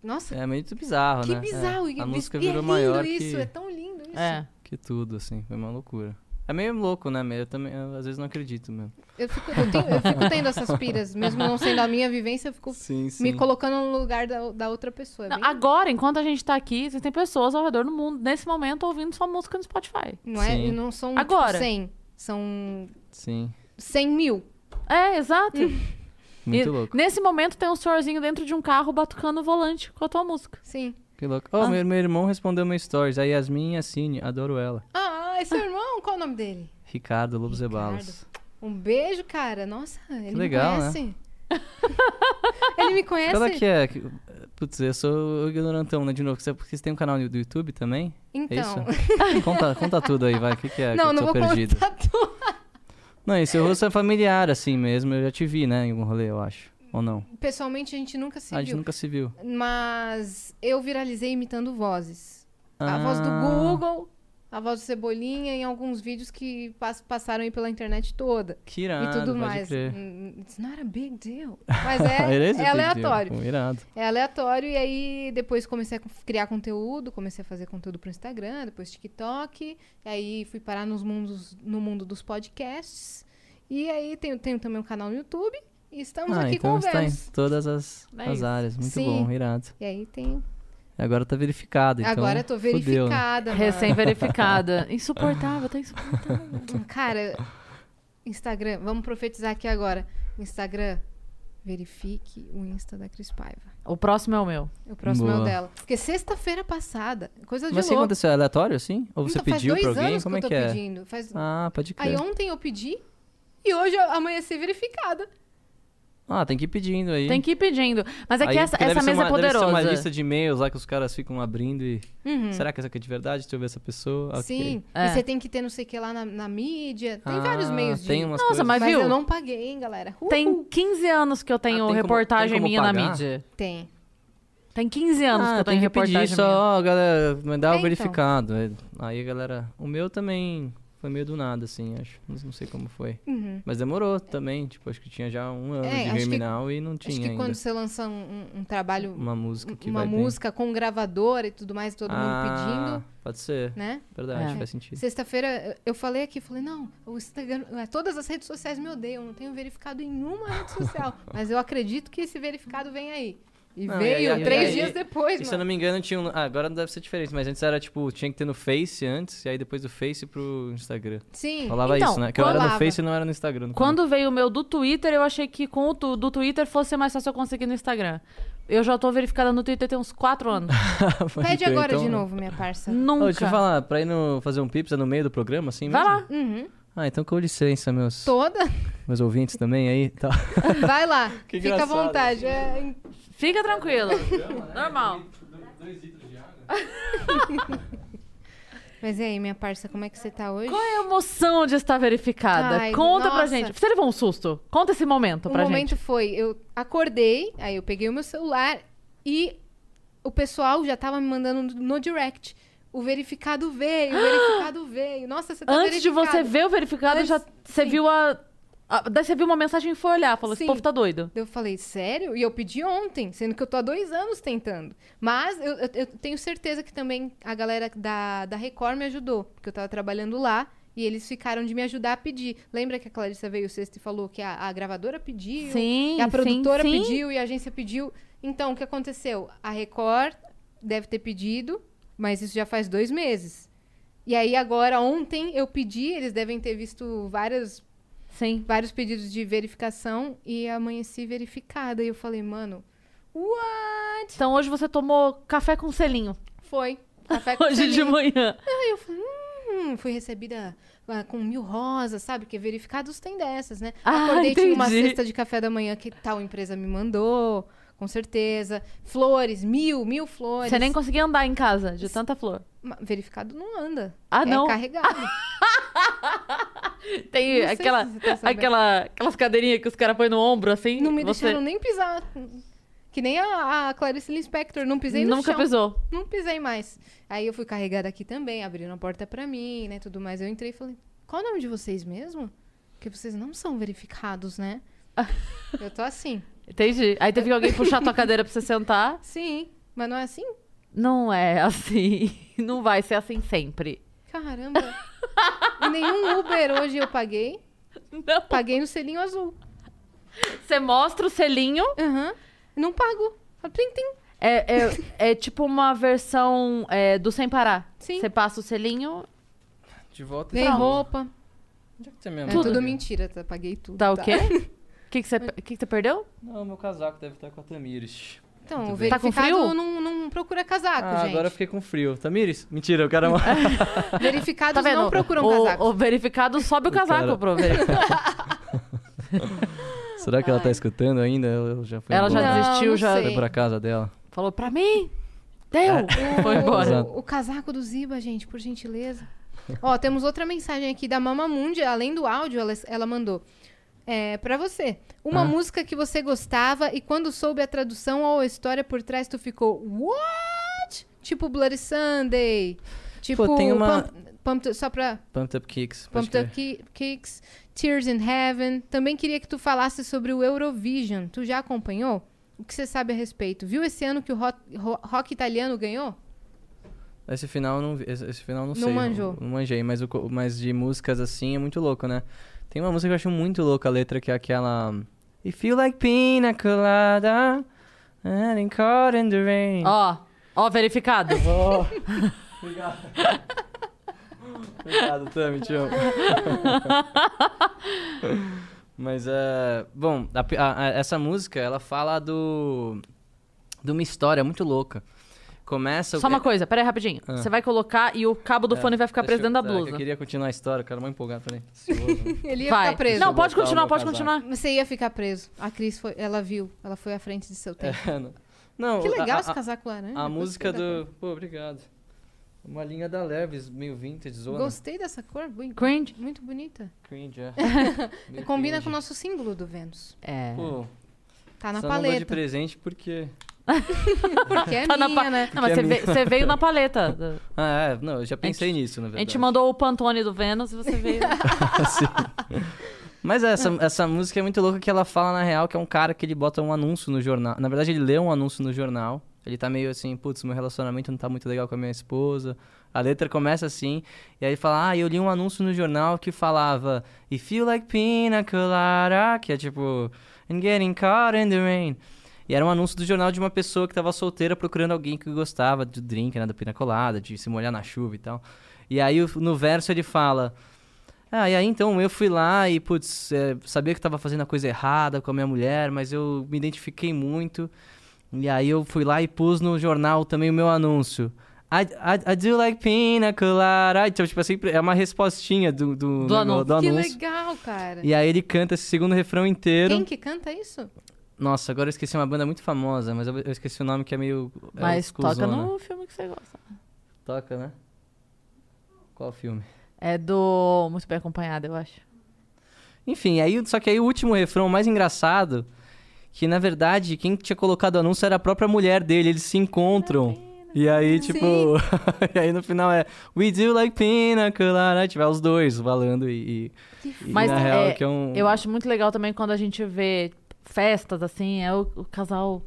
[SPEAKER 2] Nossa,
[SPEAKER 3] É muito bizarro,
[SPEAKER 2] que
[SPEAKER 3] né? É.
[SPEAKER 2] bizarro. E,
[SPEAKER 3] A música
[SPEAKER 2] e é
[SPEAKER 3] virou
[SPEAKER 2] lindo
[SPEAKER 3] maior
[SPEAKER 2] isso,
[SPEAKER 3] que...
[SPEAKER 2] é tão lindo isso. Tá
[SPEAKER 1] É.
[SPEAKER 3] que tudo, assim. Foi uma loucura. É meio louco, né? Eu também, eu, às vezes não acredito mesmo.
[SPEAKER 2] Eu, fico, eu, tenho- eu fico tendo essas piras, mesmo não sendo a minha vivência, eu fico
[SPEAKER 3] Sim, sim.
[SPEAKER 2] me colocando no lugar da, da outra pessoa. é
[SPEAKER 1] Não,
[SPEAKER 2] bem-
[SPEAKER 1] agora, enquanto a gente tá aqui, existem pessoas ao redor do mundo, nesse momento, ouvindo sua música no Spotify.
[SPEAKER 2] Não, é,
[SPEAKER 3] Sim.
[SPEAKER 2] não são
[SPEAKER 1] Agora.
[SPEAKER 2] tipo, 100, são
[SPEAKER 3] Sim.
[SPEAKER 2] 100 mil.
[SPEAKER 1] É, exato.
[SPEAKER 3] Muito
[SPEAKER 1] E
[SPEAKER 3] louco.
[SPEAKER 1] Nesse momento tem um senhorzinho dentro de um carro batucando o volante com a tua música.
[SPEAKER 2] Sim.
[SPEAKER 3] Que louco.
[SPEAKER 2] Ah.
[SPEAKER 3] Oh, meu, meu irmão respondeu meu stories. A Yasmin Yassine, adoro ela.
[SPEAKER 2] Ah, é seu irmão? Qual o nome dele?
[SPEAKER 3] Ricardo Lobzebalos.
[SPEAKER 2] Um beijo, cara. Nossa, ele
[SPEAKER 3] legal,
[SPEAKER 2] me conhece. ele me conhece.
[SPEAKER 3] Ela que é. que- Putz, eu sou o ignorantão, né? De novo, você, porque você tem um canal do YouTube também?
[SPEAKER 2] Então.
[SPEAKER 3] É isso? conta, conta tudo aí, vai. O que, que é? que
[SPEAKER 2] não,
[SPEAKER 3] eu
[SPEAKER 2] não
[SPEAKER 3] tô
[SPEAKER 2] vou
[SPEAKER 3] perdido.
[SPEAKER 2] contar tudo.
[SPEAKER 3] Não, e seu rosto é familiar, assim mesmo. Eu já te vi, né? Em algum rolê, eu acho. Ou não?
[SPEAKER 2] Pessoalmente, a gente nunca se
[SPEAKER 3] Ah, a gente
[SPEAKER 2] viu.
[SPEAKER 3] nunca se viu.
[SPEAKER 2] Mas eu viralizei imitando vozes. A
[SPEAKER 3] Ah.
[SPEAKER 2] voz do Google, a voz do Cebolinha em alguns vídeos que pas- passaram aí pela internet toda.
[SPEAKER 3] Que irado,
[SPEAKER 2] e tudo
[SPEAKER 3] Ah, pode
[SPEAKER 2] mais.
[SPEAKER 3] crer.
[SPEAKER 2] Hum, It's not a big deal. Mas é,
[SPEAKER 3] It
[SPEAKER 2] é
[SPEAKER 3] is a big
[SPEAKER 2] aleatório.
[SPEAKER 3] deal. Irado.
[SPEAKER 2] É aleatório. E aí depois comecei a co- criar conteúdo, comecei a fazer conteúdo pro Instagram, depois TikTok. E aí fui parar nos mundos, no mundo dos podcasts. E aí tenho, tenho também um canal no YouTube. E estamos
[SPEAKER 3] ah,
[SPEAKER 2] aqui
[SPEAKER 3] então está em
[SPEAKER 2] conversando.
[SPEAKER 3] todas as,
[SPEAKER 1] É
[SPEAKER 3] as
[SPEAKER 1] isso.
[SPEAKER 3] áreas. Muito
[SPEAKER 2] Sim.
[SPEAKER 3] bom, irado.
[SPEAKER 2] E aí tem.
[SPEAKER 3] Agora tá verificado, então.
[SPEAKER 2] Agora eu tô
[SPEAKER 3] fudeu, né?
[SPEAKER 2] verificada. mano.
[SPEAKER 1] Recém-verificada. Insuportável, tá insuportável.
[SPEAKER 2] Cara, Instagram, vamos profetizar aqui agora. Instagram, verifique o Insta da Cris Paiva.
[SPEAKER 1] O próximo é o meu.
[SPEAKER 2] O próximo é o
[SPEAKER 3] Boa.
[SPEAKER 2] dela. Porque sexta-feira passada, coisa de
[SPEAKER 3] Mas assim
[SPEAKER 2] louco.
[SPEAKER 3] aconteceu aleatório, assim? Ou você
[SPEAKER 2] Então,
[SPEAKER 3] pediu
[SPEAKER 2] faz
[SPEAKER 3] pra
[SPEAKER 2] dois
[SPEAKER 3] alguém?
[SPEAKER 2] anos
[SPEAKER 3] Como
[SPEAKER 2] que
[SPEAKER 3] é
[SPEAKER 2] eu
[SPEAKER 3] que
[SPEAKER 2] tô
[SPEAKER 3] é?
[SPEAKER 2] pedindo. Faz...
[SPEAKER 3] Ah, pode
[SPEAKER 2] Aí
[SPEAKER 3] crer.
[SPEAKER 2] ontem eu pedi e hoje eu amanheci verificada.
[SPEAKER 3] Ah, tem que ir pedindo aí.
[SPEAKER 1] Tem que ir pedindo. Mas é
[SPEAKER 3] Aí,
[SPEAKER 1] que essa,
[SPEAKER 3] porque deve
[SPEAKER 1] essa
[SPEAKER 3] ser
[SPEAKER 1] mesa
[SPEAKER 3] uma,
[SPEAKER 1] é
[SPEAKER 3] Deve ser uma
[SPEAKER 1] poderosa.
[SPEAKER 3] lista de e-mails lá que os caras ficam abrindo e... Será que essa aqui é de verdade? Deixa eu ver essa pessoa. Ok.
[SPEAKER 2] Uhum. Sim.
[SPEAKER 1] É.
[SPEAKER 2] E você tem que ter não sei o que lá na, na mídia. Tem
[SPEAKER 3] Ah,
[SPEAKER 2] vários meios de.
[SPEAKER 3] Tem umas
[SPEAKER 1] Nossa,
[SPEAKER 3] coisas.
[SPEAKER 1] mas-
[SPEAKER 2] Mas
[SPEAKER 1] viu?
[SPEAKER 2] eu não paguei, hein, galera. Uhul.
[SPEAKER 1] Tem 15 anos que eu tenho
[SPEAKER 3] Ah, tem como-
[SPEAKER 1] reportagem
[SPEAKER 3] tem como
[SPEAKER 1] minha na
[SPEAKER 3] pagar?
[SPEAKER 1] mídia.
[SPEAKER 2] Tem.
[SPEAKER 1] Tem 15 anos
[SPEAKER 3] ah,
[SPEAKER 1] que eu
[SPEAKER 3] tem
[SPEAKER 1] tenho
[SPEAKER 3] que pedir
[SPEAKER 1] reportagem minha.
[SPEAKER 3] só, ó, galera, mandar
[SPEAKER 2] É,
[SPEAKER 3] o
[SPEAKER 2] então.
[SPEAKER 3] verificado. Aí, galera, o meu também foi meio do nada, assim, acho. Mas Não sei como foi.
[SPEAKER 2] Uhum.
[SPEAKER 3] Mas demorou também, tipo, acho que tinha já um ano
[SPEAKER 2] É,
[SPEAKER 3] de
[SPEAKER 2] acho que-
[SPEAKER 3] germinal e não tinha
[SPEAKER 2] Acho que
[SPEAKER 3] ainda
[SPEAKER 2] quando você lança um, um- um trabalho,
[SPEAKER 3] uma música que
[SPEAKER 2] uma
[SPEAKER 3] vai
[SPEAKER 2] música com gravadora e tudo mais,
[SPEAKER 3] bem.
[SPEAKER 2] todo
[SPEAKER 3] ah,
[SPEAKER 2] mundo
[SPEAKER 3] Pode ser,
[SPEAKER 2] pedindo, né?
[SPEAKER 3] verdade,
[SPEAKER 1] É.
[SPEAKER 3] faz sentido.
[SPEAKER 2] Sexta-feira eu- eu falei aqui, falei, não, o Instagram, é, todas as redes sociais me odeiam, não tenho verificado em nenhuma rede social. mas eu acredito que esse verificado vem aí. E
[SPEAKER 3] Não, e aí-
[SPEAKER 2] veio
[SPEAKER 3] e
[SPEAKER 2] três
[SPEAKER 3] aí-
[SPEAKER 2] dias depois,
[SPEAKER 3] E se eu
[SPEAKER 2] mano.
[SPEAKER 3] não me engano, tinha um. Ah, agora deve ser diferente, mas antes era tipo, tinha que ter no Face antes, e aí depois do Face pro Instagram.
[SPEAKER 2] Sim.
[SPEAKER 3] Falava
[SPEAKER 1] Então,
[SPEAKER 3] isso, né? Que eu era no
[SPEAKER 2] falava.
[SPEAKER 3] Face e não era no Instagram. no começo.
[SPEAKER 1] Quando veio o meu do Twitter, eu achei que com o tu- do Twitter fosse mais fácil eu conseguir no Instagram. Eu já tô verificada no Twitter tem uns 4 anos.
[SPEAKER 3] Pode
[SPEAKER 2] Pede
[SPEAKER 3] crer,
[SPEAKER 2] agora
[SPEAKER 3] então,
[SPEAKER 2] de
[SPEAKER 3] né?
[SPEAKER 2] novo, minha parça.
[SPEAKER 1] Nunca.
[SPEAKER 3] Ô, deixa eu falar, pra ir no, fazer um pips é no meio do programa, assim
[SPEAKER 1] Vai
[SPEAKER 3] mesmo?
[SPEAKER 1] lá.
[SPEAKER 2] Uhum.
[SPEAKER 3] Ah, então com licença, meus,
[SPEAKER 2] Toda.
[SPEAKER 3] meus ouvintes também aí. Tá.
[SPEAKER 2] Vai lá.
[SPEAKER 3] Que
[SPEAKER 2] Fica à
[SPEAKER 3] engraçado. né?
[SPEAKER 2] vontade. É, em-
[SPEAKER 1] Fica tranquilo. Normal.
[SPEAKER 2] Mas e aí, minha parça, como é que você tá hoje?
[SPEAKER 1] Qual é a emoção de estar verificada?
[SPEAKER 2] Ai,
[SPEAKER 1] Conta pra
[SPEAKER 2] nossa.
[SPEAKER 1] gente. Você levou um susto? Conta esse momento
[SPEAKER 2] O
[SPEAKER 1] pra
[SPEAKER 2] momento
[SPEAKER 1] gente.
[SPEAKER 2] foi, eu acordei, aí eu peguei o meu celular e o pessoal já tava me mandando no direct. O verificado veio, o verificado veio. Nossa, você tá
[SPEAKER 1] Antes de você
[SPEAKER 2] verificado.
[SPEAKER 1] ver o verificado,
[SPEAKER 2] Antes-
[SPEAKER 1] já você
[SPEAKER 2] sim.
[SPEAKER 1] viu a, a- Daí você viu uma mensagem e foi olhar. Falou, esse
[SPEAKER 2] Sim.
[SPEAKER 1] povo tá doido.
[SPEAKER 2] Eu falei, sério? E eu pedi ontem, sendo que eu tô há dois anos tentando. Mas eu, eu- eu tenho certeza que também a galera da, da Record me ajudou, porque eu tava trabalhando lá e eles ficaram de me ajudar a pedir. Lembra que a Clarissa veio sexta e falou que a, a gravadora pediu,
[SPEAKER 1] Sim,
[SPEAKER 2] e a
[SPEAKER 1] sim,
[SPEAKER 2] produtora
[SPEAKER 1] sim.
[SPEAKER 2] pediu e a agência pediu? Então, o que aconteceu? A Record deve ter pedido, mas isso já faz dois meses. E aí, agora, ontem, eu pedi, eles devem ter visto várias
[SPEAKER 1] Sim.
[SPEAKER 2] vários pedidos de verificação e amanheci verificada. E eu falei, mano, what?
[SPEAKER 1] Então hoje você tomou café com selinho.
[SPEAKER 2] Foi. Café É com
[SPEAKER 1] Hoje de
[SPEAKER 2] selinho.
[SPEAKER 1] manhã.
[SPEAKER 2] Aí eu falei, hum, fui recebida ah, com mil rosas, sabe? Porque verificados tem dessas, né?
[SPEAKER 1] Ah,
[SPEAKER 2] Acordei, tinha uma
[SPEAKER 1] entendi.
[SPEAKER 2] cesta de café da manhã que tal empresa me mandou, com certeza. Flores, mil, mil flores.
[SPEAKER 1] Você nem conseguia andar em casa, de tanta flor.
[SPEAKER 2] Ma- Verificado não anda.
[SPEAKER 1] Ah,
[SPEAKER 2] é
[SPEAKER 1] não?
[SPEAKER 2] carregado.
[SPEAKER 1] Tem
[SPEAKER 2] Não sei
[SPEAKER 1] aquela,
[SPEAKER 2] se você tá sabendo.
[SPEAKER 1] aquela, aquelas cadeirinhas que os caras põem no ombro, assim.
[SPEAKER 2] Não me
[SPEAKER 1] você
[SPEAKER 2] deixaram nem pisar. Que nem a, a Clarice Lispector, não pisei no
[SPEAKER 1] Nunca
[SPEAKER 2] chão.
[SPEAKER 1] pisou.
[SPEAKER 2] não pisei mais. Aí eu fui carregada aqui também, abriram a porta pra mim, né, tudo mais. Eu entrei e falei, qual o nome de vocês mesmo? Porque vocês não são verificados, né? eu tô assim.
[SPEAKER 1] Entendi. Aí
[SPEAKER 2] É.
[SPEAKER 1] teve que alguém puxar tua cadeira pra você sentar.
[SPEAKER 2] Sim, mas não é assim?
[SPEAKER 1] Não é assim. Não vai ser assim sempre.
[SPEAKER 2] Caramba. e nenhum Uber hoje eu paguei.
[SPEAKER 1] Não.
[SPEAKER 2] Paguei no selinho azul.
[SPEAKER 1] Você mostra o selinho.
[SPEAKER 2] Aham. Não pago. Fala, Plim, plim.
[SPEAKER 1] É, é, é tipo uma versão é, do Sem Parar.
[SPEAKER 2] Sim.
[SPEAKER 1] Você passa o selinho.
[SPEAKER 3] De volta então? é
[SPEAKER 1] É
[SPEAKER 2] Vem roupa. É tudo É mentira, tá? Paguei tudo.
[SPEAKER 1] Tá o quê? O que que você que que você perdeu?
[SPEAKER 3] Não, meu casaco deve estar com a Tamires.
[SPEAKER 2] Então,
[SPEAKER 3] Muito
[SPEAKER 2] o
[SPEAKER 3] bem.
[SPEAKER 1] Tá com
[SPEAKER 2] verificado
[SPEAKER 1] frio?
[SPEAKER 2] não, não procura casaco,
[SPEAKER 3] ah,
[SPEAKER 2] gente.
[SPEAKER 3] agora eu fiquei com frio. Tamires? Mentira, eu quero uma.
[SPEAKER 2] Verificados
[SPEAKER 1] Tá vendo?
[SPEAKER 2] não procuram
[SPEAKER 1] o,
[SPEAKER 2] casaco.
[SPEAKER 1] O verificado sobe o
[SPEAKER 3] cara.
[SPEAKER 1] casaco pro verificado.
[SPEAKER 3] Será que ela tá escutando ainda? Eu já fui
[SPEAKER 1] Ela já
[SPEAKER 3] embora.
[SPEAKER 2] Não,
[SPEAKER 1] desistiu,
[SPEAKER 2] não
[SPEAKER 1] já
[SPEAKER 2] sei.
[SPEAKER 3] Foi pra casa dela.
[SPEAKER 1] falou pra mim. Deu.
[SPEAKER 3] É.
[SPEAKER 1] Foi embora.
[SPEAKER 3] Exato.
[SPEAKER 2] O, o casaco do Ziba, gente, por gentileza. Ó, temos outra mensagem aqui da Mama Mundi, além do áudio, ela, ela mandou. É, para você. Uma
[SPEAKER 3] Ah.
[SPEAKER 2] música que você gostava e quando soube a tradução ou a história por trás, tu ficou. What? Tipo Bloody Sunday. Tipo.
[SPEAKER 3] tem uma-
[SPEAKER 2] Pump- Pump- só pra.
[SPEAKER 3] Pumped Up Kicks. pode
[SPEAKER 2] Pumped Up Ki- Kicks, Tears in Heaven. Também queria que tu falasse sobre o Eurovision. Tu já acompanhou? O que você sabe a respeito? Viu esse ano que o rock, ro- rock italiano ganhou?
[SPEAKER 3] Esse final eu não vi- esse, esse final eu não,
[SPEAKER 2] Não
[SPEAKER 3] sei.
[SPEAKER 2] manjou.
[SPEAKER 3] Não, não manjei, mas, o co- mas de músicas assim é muito louco, né? Tem uma música que eu acho muito louca a letra, que é aquela. If you like pina colada, and I'm caught in the rain.
[SPEAKER 1] Ó, ó, verificado.
[SPEAKER 3] Oh. Obrigado. Obrigado, Tami, te amo. Mas é. Bom, a pi- a- a- essa música, ela fala do. de uma história muito louca. Começa.
[SPEAKER 1] Só uma coisa, pera aí rapidinho. Você vai colocar e o cabo do fone vai ficar preso dentro da
[SPEAKER 3] Ah. Deixa eu- é,
[SPEAKER 1] blusa.
[SPEAKER 3] que Eu queria continuar a história, o cara mais empolgado. Falei,
[SPEAKER 2] Ele ia
[SPEAKER 1] Vai.
[SPEAKER 2] ficar preso.
[SPEAKER 1] Não, pode
[SPEAKER 3] Deixa eu
[SPEAKER 1] continuar,
[SPEAKER 3] botar o
[SPEAKER 1] pode
[SPEAKER 3] meu
[SPEAKER 1] continuar.
[SPEAKER 2] Você ia ficar preso. A Cris foi, ela viu, ela foi à frente de seu tempo.
[SPEAKER 3] é, não. não.
[SPEAKER 2] Que
[SPEAKER 3] a-
[SPEAKER 2] legal
[SPEAKER 3] a-
[SPEAKER 2] esse casaco laranja.
[SPEAKER 3] A, a
[SPEAKER 2] gostei
[SPEAKER 3] música
[SPEAKER 2] da
[SPEAKER 3] do. Pô, obrigado. Uma linha da Leves, meio vintage,
[SPEAKER 2] cor.
[SPEAKER 3] zona.
[SPEAKER 2] Gostei dessa cor, bui-
[SPEAKER 1] Cringe.
[SPEAKER 2] muito bonita.
[SPEAKER 3] Cringe, é. Meio
[SPEAKER 2] Combina
[SPEAKER 3] cringe.
[SPEAKER 2] com o nosso símbolo do Vênus.
[SPEAKER 1] É.
[SPEAKER 3] Pô,
[SPEAKER 2] Tá na
[SPEAKER 3] só não dou de
[SPEAKER 2] paleta.
[SPEAKER 3] presente porque.
[SPEAKER 2] Porque é
[SPEAKER 1] Tá na
[SPEAKER 2] minha,
[SPEAKER 1] pa-
[SPEAKER 2] né?
[SPEAKER 1] Não, mas
[SPEAKER 3] é
[SPEAKER 1] você,
[SPEAKER 3] minha.
[SPEAKER 1] ve- você veio na paleta. do-
[SPEAKER 3] Ah, é, não, eu já pensei
[SPEAKER 1] A
[SPEAKER 3] nisso, na
[SPEAKER 1] A
[SPEAKER 3] verdade.
[SPEAKER 1] gente mandou o Pantone do Vênus e você veio.
[SPEAKER 3] Sim. Mas é, essa, essa música é muito louca que ela fala, na real, que é um cara que ele bota um anúncio no jornal. Na verdade, ele lê um anúncio no jornal. Ele tá meio assim, putz, meu relacionamento não tá muito legal com a minha esposa. A letra começa assim, e aí ele fala, ah, eu li um anúncio no jornal que falava If you like pina colada, que é tipo And getting caught in the rain. E era um anúncio do jornal de uma pessoa que tava solteira procurando alguém que gostava do drink, né, da pina colada, de se molhar na chuva e tal. E aí o- no verso ele fala... Ah, e aí então eu fui lá e, putz, é, sabia que tava fazendo a coisa errada com a minha mulher, mas eu me identifiquei muito. E aí eu fui lá e pus no jornal também o meu anúncio. I, I, I do like pina colada. Então, tipo assim, é uma respostinha do, do,
[SPEAKER 1] Do
[SPEAKER 3] nego-
[SPEAKER 1] anúncio.
[SPEAKER 3] do
[SPEAKER 2] Que
[SPEAKER 3] anúncio.
[SPEAKER 2] legal, cara.
[SPEAKER 3] E aí ele canta esse segundo refrão inteiro.
[SPEAKER 2] Quem que canta isso?
[SPEAKER 3] Nossa, agora eu esqueci uma banda muito famosa, mas eu, eu esqueci o nome que é meio. é
[SPEAKER 1] Mas toca
[SPEAKER 3] escusona.
[SPEAKER 1] no filme que você gosta.
[SPEAKER 3] Toca, né? Qual filme?
[SPEAKER 1] É do Muito Bem Acompanhado, eu acho.
[SPEAKER 3] Enfim, aí, só que aí o último refrão mais engraçado, que na verdade quem tinha colocado o anúncio era a própria mulher dele, eles se encontram. E aí, tipo, e aí no final é We do like pina colada, tiver tipo, é os dois falando e, e, e
[SPEAKER 1] Mas,
[SPEAKER 3] na real
[SPEAKER 1] é,
[SPEAKER 3] que é um
[SPEAKER 1] Eu acho muito legal também quando a gente vê festas, assim, é o, o casal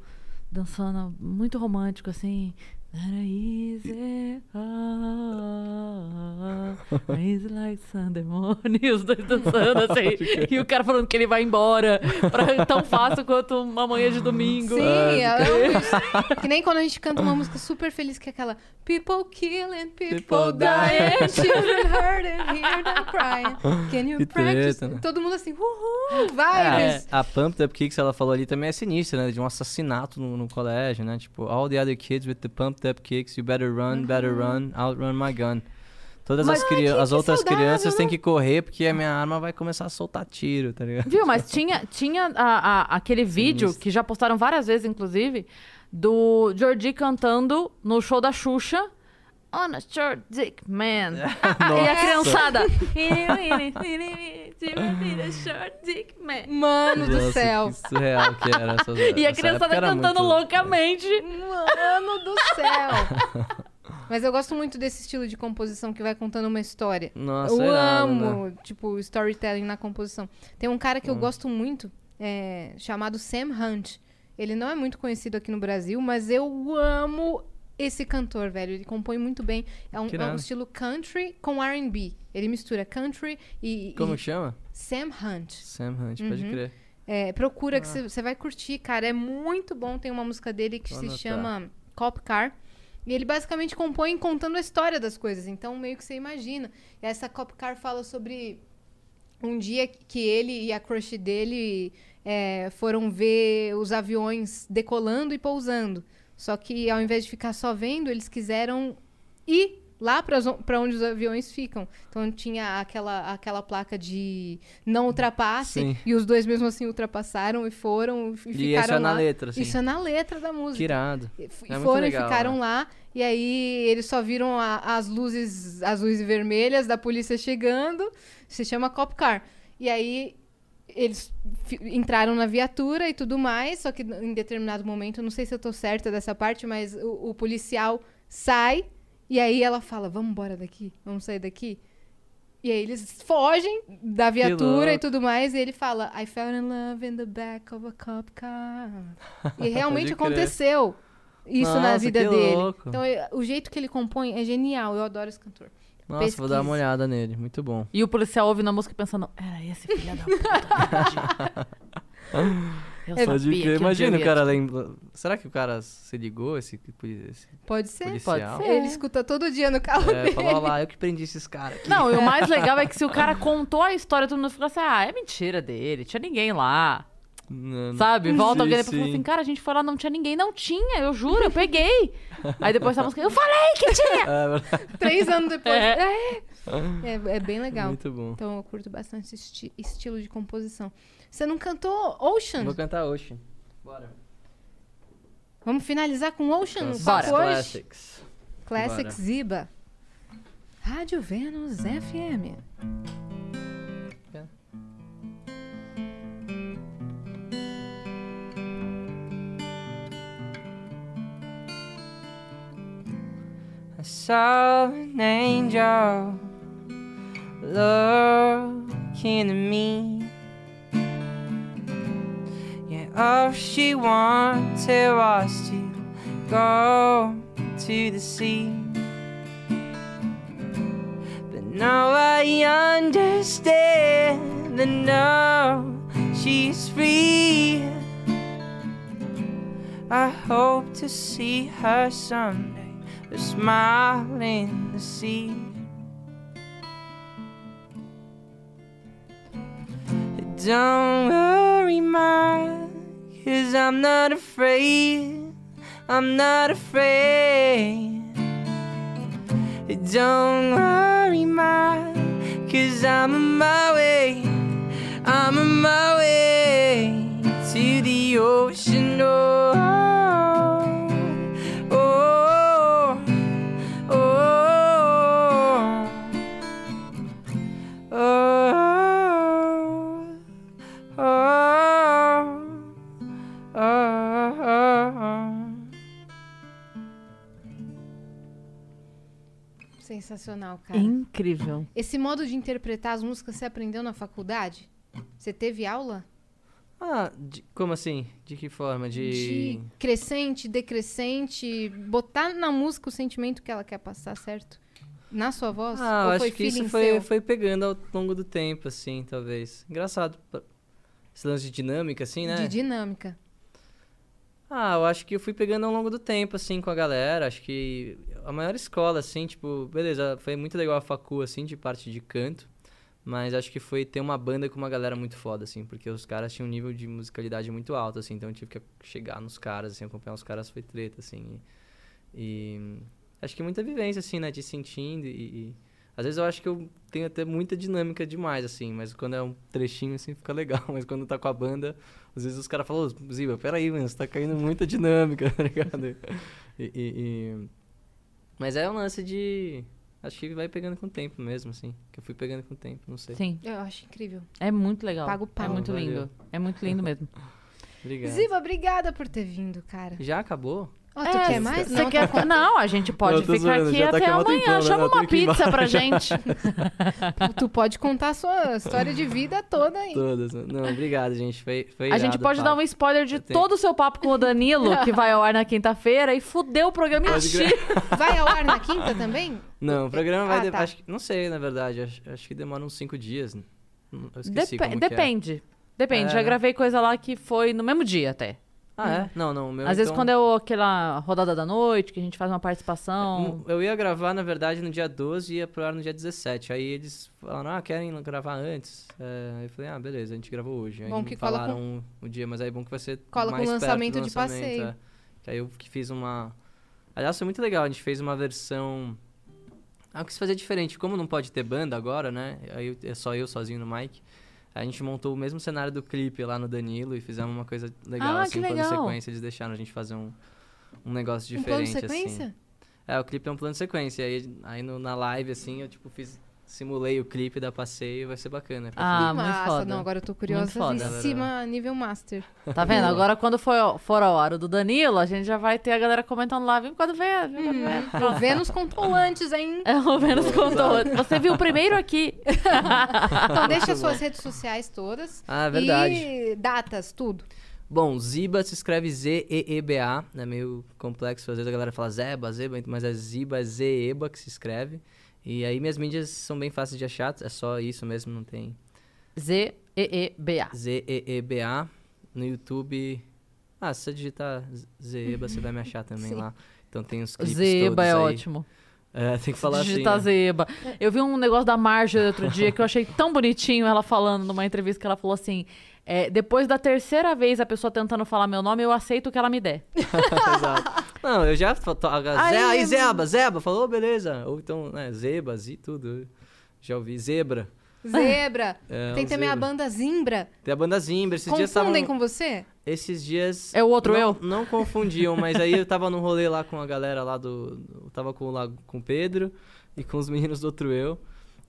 [SPEAKER 1] dançando muito romântico, assim. Not easy, ah, ah, easy like Sunday morning. E os dois dançando, assim. e o cara falando que ele vai embora. Pra, tão fácil quanto uma manhã de
[SPEAKER 3] é
[SPEAKER 1] domingo.
[SPEAKER 2] Sim, eu amo isso. Que nem quando a gente canta uma música super feliz, que é aquela People killing, people,
[SPEAKER 3] People
[SPEAKER 2] dying, children hurting, hear them crying. Can you
[SPEAKER 3] Que
[SPEAKER 2] practice?
[SPEAKER 3] treta, né?
[SPEAKER 2] Todo mundo assim, uhul,
[SPEAKER 3] É,
[SPEAKER 2] vai,
[SPEAKER 3] a Pumped Up Kicks, ela falou ali também é sinistra, né? De um assassinato no, no colégio, né? Tipo, all the other kids with the pumped up kicks, you better run, better run, outrun my gun. Todas
[SPEAKER 2] Uhum. Mas-
[SPEAKER 3] as, cri-
[SPEAKER 2] Ai, que-
[SPEAKER 3] as
[SPEAKER 2] que
[SPEAKER 3] outras
[SPEAKER 2] saudável,
[SPEAKER 3] crianças
[SPEAKER 2] né?
[SPEAKER 3] têm que correr porque a minha arma vai começar a soltar tiro, tá ligado?
[SPEAKER 1] Viu? Mas tinha, tinha a- a- aquele vídeo que já postaram várias vezes, inclusive, do Jordi cantando no show da Xuxa. On a short dick man. e a criançada. short dick man.
[SPEAKER 2] Mano do
[SPEAKER 3] Nossa,
[SPEAKER 2] céu.
[SPEAKER 3] Que surreal que era essas-
[SPEAKER 1] E a
[SPEAKER 3] essa
[SPEAKER 2] tá
[SPEAKER 3] época
[SPEAKER 1] criançada
[SPEAKER 3] era
[SPEAKER 1] cantando
[SPEAKER 3] muito-
[SPEAKER 1] loucamente.
[SPEAKER 2] Mano Um do céu! Mas eu gosto muito desse estilo de composição que vai contando uma história.
[SPEAKER 3] Nossa,
[SPEAKER 2] eu
[SPEAKER 3] é irado,
[SPEAKER 2] amo, tipo, storytelling na composição. Tem um cara que
[SPEAKER 3] Ah.
[SPEAKER 2] eu gosto muito, é, chamado Sam Hunt. Ele não é muito conhecido aqui no Brasil, mas eu amo esse cantor, velho. Ele compõe muito bem. É um,
[SPEAKER 3] Que
[SPEAKER 2] é um
[SPEAKER 3] irado.
[SPEAKER 2] estilo country com R&B. Ele mistura country e, e-
[SPEAKER 3] Como
[SPEAKER 2] e
[SPEAKER 3] que chama?
[SPEAKER 2] Sam Hunt.
[SPEAKER 3] Sam Hunt, pode crer.
[SPEAKER 2] É, procura
[SPEAKER 3] Ah.
[SPEAKER 2] que você vai curtir, cara. É muito bom. Tem uma música dele que
[SPEAKER 3] Vou
[SPEAKER 2] se
[SPEAKER 3] anotar.
[SPEAKER 2] chama Cop Car. E ele basicamente compõe contando a história das coisas. Então, meio que você imagina. E essa Cop Car fala sobre um dia que ele e a crush dele é, foram ver os aviões decolando e pousando. Só que ao invés de ficar só vendo, eles quiseram ir lá para onde os aviões ficam. Então tinha aquela, aquela placa de não ultrapasse
[SPEAKER 3] Sim.
[SPEAKER 2] e os dois mesmo assim ultrapassaram e foram e,
[SPEAKER 3] E
[SPEAKER 2] ficaram
[SPEAKER 3] isso é na
[SPEAKER 2] lá.
[SPEAKER 3] letra, assim.
[SPEAKER 2] Isso é na letra da música.
[SPEAKER 3] Que irado.
[SPEAKER 2] E f-
[SPEAKER 3] É muito
[SPEAKER 2] foram
[SPEAKER 3] legal,
[SPEAKER 2] e ficaram
[SPEAKER 3] né?
[SPEAKER 2] lá. E aí eles só viram a- as luzes azuis e vermelhas da polícia chegando. Se chama Cop Car. E aí eles fi- entraram na viatura e tudo mais. Só que em determinado momento, não sei se eu tô certa dessa parte, mas o, o policial sai. E aí ela fala: Vamos embora daqui? Vamos sair daqui? E aí eles fogem da viatura e
[SPEAKER 3] louco.
[SPEAKER 2] tudo mais. E ele fala: I fell in love in the back of a cop car. E realmente
[SPEAKER 3] Pode crer.
[SPEAKER 2] aconteceu isso na
[SPEAKER 3] Nossa,
[SPEAKER 2] vida
[SPEAKER 3] que
[SPEAKER 2] dele.
[SPEAKER 3] louco.
[SPEAKER 2] Então, eu- o jeito que ele compõe é genial. Eu adoro esse cantor.
[SPEAKER 3] Nossa, vou dar uma
[SPEAKER 2] Pesquisa.
[SPEAKER 3] olhada nele. Muito bom.
[SPEAKER 1] E o policial ouve na música pensando, era esse filho da puta. Eu
[SPEAKER 2] É,
[SPEAKER 1] sabia que um dia
[SPEAKER 3] Imagina
[SPEAKER 1] eu
[SPEAKER 3] o
[SPEAKER 1] ia
[SPEAKER 3] cara lembra. Será que o cara se ligou esse, tipo esse
[SPEAKER 2] Pode ser?
[SPEAKER 3] policial?
[SPEAKER 1] ser.
[SPEAKER 2] Ele escuta todo dia no carro
[SPEAKER 3] É,
[SPEAKER 2] dele.
[SPEAKER 3] falou, "Ó lá, eu que prendi esses caras aqui.
[SPEAKER 1] Não, e o mais legal é que se o cara contou a história, todo mundo ficou assim, ah, é mentira dele, tinha ninguém lá.
[SPEAKER 3] Não, não.
[SPEAKER 1] Sabe? Volta
[SPEAKER 3] Sim,
[SPEAKER 1] alguém depois e fala assim,
[SPEAKER 3] sim.
[SPEAKER 1] cara, a gente foi lá, não tinha ninguém. Não tinha, eu juro, eu peguei. Aí depois a música, eu falei que tinha!
[SPEAKER 3] É verdade.
[SPEAKER 2] Três anos depois. É.
[SPEAKER 1] É.
[SPEAKER 2] É- é bem legal.
[SPEAKER 3] Muito bom.
[SPEAKER 1] Hum.
[SPEAKER 2] Então eu curto bastante esse esti- estilo de composição. Você não cantou Ocean?
[SPEAKER 3] Vou cantar Ocean. Bora.
[SPEAKER 2] Vamos finalizar com Ocean?
[SPEAKER 3] Os
[SPEAKER 1] Hum, Bora.
[SPEAKER 2] Hoje?
[SPEAKER 3] Classics.
[SPEAKER 2] Classic
[SPEAKER 3] Bora.
[SPEAKER 2] Ziba. Rádio Vênus FM.
[SPEAKER 8] I saw an angel looking at me. Yeah, all she wanted was to go to the sea. But now I understand that now she's free. I hope to see her someday, a smile in the sea. Don't worry, ma, cause I'm not afraid. I'm not afraid. Don't worry, ma, cause I'm on my way. I'm on my way to the ocean. Oh, oh, oh, oh, oh, oh, oh, oh.
[SPEAKER 2] Sensacional, cara.
[SPEAKER 1] Incrível.
[SPEAKER 2] Esse modo de interpretar as músicas você aprendeu na faculdade? Você teve aula?
[SPEAKER 3] Ah, de- como assim? De que forma? De.
[SPEAKER 2] De crescente, decrescente, botar na música o sentimento que ela quer passar, certo? Na sua voz?
[SPEAKER 3] Ah, eu
[SPEAKER 2] Ou
[SPEAKER 3] acho
[SPEAKER 2] foi
[SPEAKER 3] que isso
[SPEAKER 2] feeling
[SPEAKER 3] foi,
[SPEAKER 2] seu?
[SPEAKER 3] foi pegando ao longo do tempo, assim, talvez. Engraçado. pa- Esse lance de dinâmica, assim, né?
[SPEAKER 2] de dinâmica.
[SPEAKER 3] Ah, eu acho que eu fui pegando ao longo do tempo, assim, com a galera. Acho que a maior escola, assim, tipo, beleza, foi muito legal a facu, assim, de parte de canto. Mas acho que foi ter uma banda com uma galera muito foda, assim, porque os caras tinham um nível de musicalidade muito alto, assim, então eu tive que chegar nos caras, assim, acompanhar os caras foi treta, assim. E, e acho que muita vivência, assim, né, de sentindo e, e- Às vezes eu acho que eu tenho até muita dinâmica demais, assim, mas quando é um trechinho, assim, fica legal. Mas quando tá com a banda, às vezes os caras falam, "Ô, Ziba, peraí, mano, você tá caindo muita dinâmica, tá ligado? E, e- e- Mas é um lance de. Acho que vai pegando com o tempo mesmo, assim. Que eu fui pegando com o tempo, não sei.
[SPEAKER 1] Sim,
[SPEAKER 2] Eu acho incrível.
[SPEAKER 1] é muito legal.
[SPEAKER 2] Paga o pau.
[SPEAKER 1] É muito
[SPEAKER 3] Valeu.
[SPEAKER 1] lindo. É muito lindo mesmo.
[SPEAKER 3] Obrigado.
[SPEAKER 2] Ziva, obrigada por ter vindo, cara.
[SPEAKER 3] Já acabou?
[SPEAKER 2] Ó, tu
[SPEAKER 1] É,
[SPEAKER 2] quer mais?
[SPEAKER 1] Você
[SPEAKER 2] Não,
[SPEAKER 1] quer...
[SPEAKER 2] tá
[SPEAKER 1] Não, a gente pode
[SPEAKER 3] Eu tô
[SPEAKER 1] ficar
[SPEAKER 3] zoando,
[SPEAKER 1] aqui
[SPEAKER 3] já tá
[SPEAKER 1] até
[SPEAKER 3] aqui há mó
[SPEAKER 1] amanhã.
[SPEAKER 3] tempão, né?
[SPEAKER 1] Chama
[SPEAKER 3] Eu tenho
[SPEAKER 1] uma
[SPEAKER 3] que ir
[SPEAKER 1] pizza pra
[SPEAKER 3] embora já.
[SPEAKER 1] gente.
[SPEAKER 2] com- tu pode contar a sua história de vida toda aí.
[SPEAKER 3] Todas. né? Não, obrigado, gente. Foi, foi tá?
[SPEAKER 1] A gente pode dar um spoiler de
[SPEAKER 3] Eu tenho-
[SPEAKER 1] todo o seu papo com o Danilo, que vai ao ar na quinta-feira, e fudeu o programa inteiro.
[SPEAKER 2] Vai ao ar na quinta também? Um
[SPEAKER 3] Não, o programa vai.
[SPEAKER 2] Ah,
[SPEAKER 3] de-
[SPEAKER 2] tá.
[SPEAKER 3] acho que- Não sei, na verdade. Acho, acho que demora uns cinco dias. né? Eu esqueci
[SPEAKER 1] Depe-
[SPEAKER 3] como que é.
[SPEAKER 1] Depende. Depende.
[SPEAKER 3] É,
[SPEAKER 1] Já
[SPEAKER 3] né?
[SPEAKER 1] gravei coisa lá que foi no mesmo dia até.
[SPEAKER 3] Ah, é? Não, não. o meu,
[SPEAKER 1] Às vezes
[SPEAKER 3] então-
[SPEAKER 1] quando é o- aquela rodada da noite, que a gente faz uma participação.
[SPEAKER 3] Hum, Eu ia gravar, na verdade, no dia 12 e ia pro ar no dia 17. Aí eles falaram, ah, querem gravar antes? É, eu falei, ah, beleza, a gente gravou hoje. Aí
[SPEAKER 2] Bom
[SPEAKER 3] não
[SPEAKER 2] que cola
[SPEAKER 3] falaram o dia, mas aí é bom que vai ser
[SPEAKER 2] Cola com
[SPEAKER 3] mais perto do
[SPEAKER 2] lançamento de
[SPEAKER 3] lançamento,
[SPEAKER 2] passeio.
[SPEAKER 3] é. Que aí eu que fiz uma... Aliás, foi muito legal, a gente fez uma versão... Ah, eu quis fazer diferente. Como não pode ter banda agora, né? Aí eu- é só eu sozinho no mic. A gente montou o mesmo cenário do clipe lá no Danilo e fizemos uma coisa legal,
[SPEAKER 1] Ah,
[SPEAKER 3] assim,
[SPEAKER 1] que
[SPEAKER 3] um plano
[SPEAKER 1] legal.
[SPEAKER 3] sequência. Eles deixaram a gente fazer um, um negócio
[SPEAKER 2] Um
[SPEAKER 3] diferente,
[SPEAKER 2] plano de
[SPEAKER 3] assim.
[SPEAKER 2] sequência?
[SPEAKER 3] É, o clipe é um plano de sequência. Aí, aí no- na live, assim, eu tipo fiz. Simulei o clipe da passeio, vai ser bacana.
[SPEAKER 1] Ah,
[SPEAKER 2] Que
[SPEAKER 1] muito
[SPEAKER 2] massa.
[SPEAKER 1] foda.
[SPEAKER 2] Não, agora eu tô curiosa.
[SPEAKER 1] foda,
[SPEAKER 2] em
[SPEAKER 3] galera.
[SPEAKER 2] cima, nível master.
[SPEAKER 3] É,
[SPEAKER 1] Tá vendo? Agora quando for, for a hora do Danilo, a gente já vai ter a galera comentando lá. Vem quando vem, vem quando
[SPEAKER 3] Hum.
[SPEAKER 1] vem.
[SPEAKER 2] O Vênus contou antes, hein?
[SPEAKER 1] É, o Vênus contou. Você viu o primeiro aqui.
[SPEAKER 2] Então deixa suas redes sociais todas.
[SPEAKER 3] Tá Ah, é verdade.
[SPEAKER 2] E datas, tudo.
[SPEAKER 3] Bom, Ziba se escreve Z-E-E-B-A. É meio complexo, às vezes a galera fala Zeba, Zeba, mas é Ziba, é Zeba que se escreve. E aí minhas mídias são bem fáceis de achar, é só isso mesmo, não tem.
[SPEAKER 1] Z-E-E-B-A.
[SPEAKER 3] Z-E-E-B-A. No YouTube. Ah, se você digitar Zeba, você vai me achar também lá. Então tem os clipes
[SPEAKER 1] Zeba
[SPEAKER 3] todos
[SPEAKER 1] é
[SPEAKER 3] aí.
[SPEAKER 1] ótimo.
[SPEAKER 3] É, tem que falar
[SPEAKER 1] Digitar
[SPEAKER 3] assim. né?
[SPEAKER 1] tá zeba. Eu vi um negócio da Marjorie outro dia que eu achei tão bonitinho ela falando numa entrevista que ela falou assim: é, depois da terceira vez a pessoa tentando falar meu nome, eu aceito o que ela me der.
[SPEAKER 3] Exato. Não, eu já. fa- to- a-
[SPEAKER 1] Aí,
[SPEAKER 3] Zé, aí, Zeba, Zeba, falou, beleza. Ou então, né, Zeba, Zi, tudo. Já ouvi. Zebra.
[SPEAKER 2] Zebra.
[SPEAKER 3] É,
[SPEAKER 2] Tem
[SPEAKER 3] um
[SPEAKER 2] também a
[SPEAKER 3] zebra.
[SPEAKER 2] banda Zimbra.
[SPEAKER 3] Tem a banda Zimbra. Esses dias estavam.
[SPEAKER 2] Confundem com você?
[SPEAKER 3] Esses dias.
[SPEAKER 1] É o outro
[SPEAKER 3] não,
[SPEAKER 1] eu?
[SPEAKER 3] Não confundiam, mas aí eu tava num rolê lá com a galera lá do. Eu tava com, o Lago- com o Pedro e com os meninos do outro eu.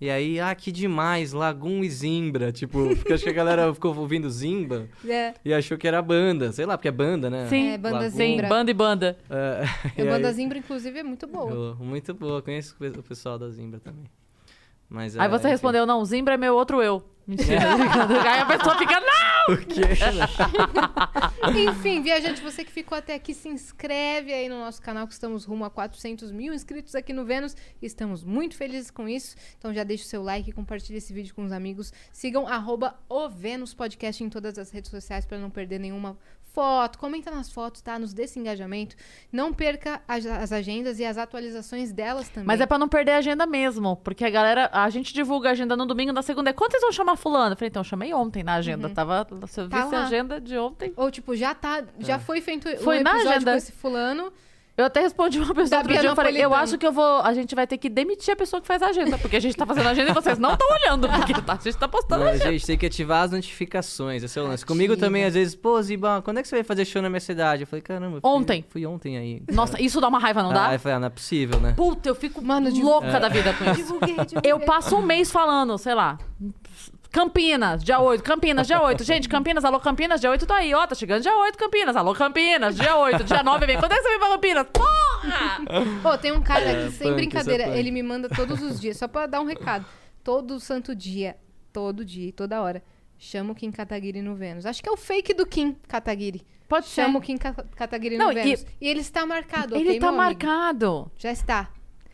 [SPEAKER 3] E aí, ah, que demais, Lagum e Zimbra. Tipo, porque acho que a galera ficou ouvindo Zimba
[SPEAKER 2] É,
[SPEAKER 3] e achou que era banda. Sei lá, porque é banda, né?
[SPEAKER 1] Sim.
[SPEAKER 2] é banda
[SPEAKER 3] Lagoon.
[SPEAKER 1] Sim,
[SPEAKER 2] Zimbra.
[SPEAKER 1] banda e banda.
[SPEAKER 3] É, e
[SPEAKER 2] A banda
[SPEAKER 3] aí-
[SPEAKER 2] Zimbra, inclusive, é muito boa.
[SPEAKER 3] Eu- muito boa, conheço o pe- o pessoal da Zimbra também. Mas,
[SPEAKER 1] Aí
[SPEAKER 3] é,
[SPEAKER 1] você
[SPEAKER 3] enfim.
[SPEAKER 1] respondeu: não, Zimbra é meu outro eu. Mentira. Aí a pessoa fica, não!
[SPEAKER 3] O quê?
[SPEAKER 2] Enfim, viajante, você que ficou até aqui, se inscreve aí no nosso canal, que estamos rumo a 400 mil inscritos aqui no Vênus. Estamos muito felizes com isso. Então já deixa o seu like, compartilha esse vídeo com os amigos. Sigam arroba o Vênus Podcast em todas as redes sociais para não perder nenhuma foto. Comenta nas fotos, tá? Nos dê esse engajamento. Não perca as, as agendas e as atualizações delas também.
[SPEAKER 1] Mas é pra não perder a agenda mesmo. Porque a galera, a gente divulga a agenda no domingo, na segunda. é, Quando vocês vão chamar fulano? Eu falei, então, chamei ontem na agenda. Tava, se eu
[SPEAKER 2] Tá
[SPEAKER 1] visse a
[SPEAKER 2] lá.
[SPEAKER 1] agenda de ontem.
[SPEAKER 2] Ou tipo, já tá,
[SPEAKER 3] É.
[SPEAKER 2] já foi feito
[SPEAKER 1] Foi
[SPEAKER 2] um
[SPEAKER 1] na
[SPEAKER 2] episódio
[SPEAKER 1] agenda.
[SPEAKER 2] com esse fulano.
[SPEAKER 1] Eu até respondi uma pessoa
[SPEAKER 2] Da
[SPEAKER 1] outro dia, eu falei, eu
[SPEAKER 2] Napolitano.
[SPEAKER 1] acho que eu vou, a gente vai ter que demitir a pessoa que faz a agenda, porque a gente tá fazendo a agenda e vocês não estão olhando, porque tá- a gente tá postando.
[SPEAKER 3] Não, gente, tem que ativar as notificações, esse é o lance. Comigo também, às vezes, pô, Ziba, quando é que você vai fazer show na minha cidade? Eu falei, caramba. eu fui-
[SPEAKER 1] Ontem.
[SPEAKER 3] Fui ontem aí.
[SPEAKER 1] Nossa, isso dá uma raiva, não
[SPEAKER 3] Ah, eu
[SPEAKER 1] dá?
[SPEAKER 3] falei, ah, não é possível, né?
[SPEAKER 1] Puta, eu fico
[SPEAKER 2] Mano, de-
[SPEAKER 1] louca da vida com isso.
[SPEAKER 2] Divulguei, divulguei.
[SPEAKER 1] Eu passo um mês falando, sei lá. Campinas, dia 8. Campinas, dia 8. Gente, Campinas, alô, Campinas, dia 8 tá aí. Ó, tá chegando dia 8, Campinas. Alô, Campinas, dia 8. Dia 9 vem. Quando é que você vem pra Campinas? Porra!
[SPEAKER 2] Pô, tem um cara
[SPEAKER 3] É,
[SPEAKER 2] que, sem
[SPEAKER 3] punk,
[SPEAKER 2] brincadeira,
[SPEAKER 3] isso é punk.
[SPEAKER 2] ele me manda todos os dias, só pra dar um recado. Todo santo dia, todo dia, e toda hora. Chama o Kim Kataguiri no Vênus. Acho que é o fake do Kim Kataguiri.
[SPEAKER 1] Pode ser.
[SPEAKER 2] Chama o Kim Ka- Kataguiri
[SPEAKER 1] É. Não,
[SPEAKER 2] no
[SPEAKER 1] e-
[SPEAKER 2] Vênus. E... ele está marcado,
[SPEAKER 1] Ele
[SPEAKER 2] ok,
[SPEAKER 1] tá
[SPEAKER 2] meu amigo?
[SPEAKER 1] marcado.
[SPEAKER 2] Já está.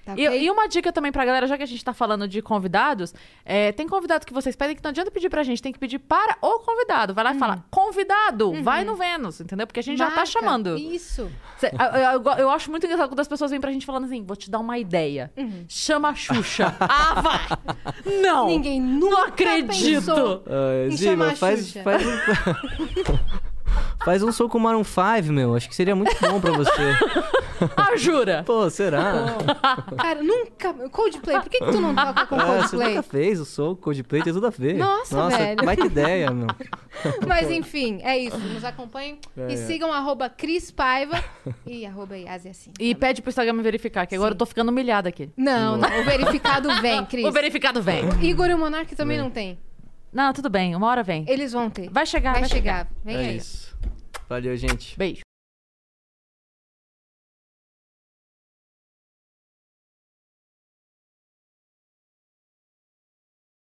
[SPEAKER 2] Tá
[SPEAKER 1] E,
[SPEAKER 2] ok?
[SPEAKER 1] e uma dica também pra galera, já que a gente tá falando de convidados, é, tem convidado que vocês pedem que não adianta pedir pra gente, tem que pedir para o convidado. Vai lá e fala, convidado, vai no Vênus, entendeu? Porque a gente já tá
[SPEAKER 2] Marca.
[SPEAKER 1] chamando.
[SPEAKER 2] Isso.
[SPEAKER 1] Cê- eu, eu- eu- eu acho muito engraçado quando as pessoas vêm pra gente falando assim: vou te dar uma ideia. Chama a Xuxa. Uhum. ah, vai! Não!
[SPEAKER 2] Ninguém
[SPEAKER 1] não
[SPEAKER 2] nunca
[SPEAKER 1] acredito!
[SPEAKER 2] pensou.
[SPEAKER 3] Ah,
[SPEAKER 2] Em chamar
[SPEAKER 3] Ziba,
[SPEAKER 2] a
[SPEAKER 3] faz,
[SPEAKER 2] Xuxa.
[SPEAKER 3] faz um. faz um som com o Maroon 5, meu. Acho que seria muito bom pra você.
[SPEAKER 1] Ah, jura!
[SPEAKER 3] Pô, será?
[SPEAKER 2] Cara, nunca... Coldplay, por que, que tu não toca com
[SPEAKER 3] Ah, você
[SPEAKER 2] Coldplay?
[SPEAKER 3] nunca fez o som, Coldplay tem tudo a ver.
[SPEAKER 2] Nossa, velho.
[SPEAKER 3] Vai que ideia, meu.
[SPEAKER 2] Mas enfim, é isso. Nos acompanhem
[SPEAKER 3] É,
[SPEAKER 2] e
[SPEAKER 3] é.
[SPEAKER 2] sigam arroba Cris Paiva e arroba Yasi assim.
[SPEAKER 1] E pede pro Instagram me verificar, que agora eu tô ficando humilhada aqui.
[SPEAKER 2] Não, não, o verificado vem, Cris.
[SPEAKER 1] O verificado vem.
[SPEAKER 2] Igor e o Monark também não tem.
[SPEAKER 1] Não, tudo bem, uma hora vem.
[SPEAKER 2] Eles vão ter.
[SPEAKER 1] Vai chegar,
[SPEAKER 2] Vai,
[SPEAKER 1] vai
[SPEAKER 2] chegar. Vem
[SPEAKER 3] é
[SPEAKER 2] aí.
[SPEAKER 3] isso. Valeu, gente.
[SPEAKER 1] Beijo.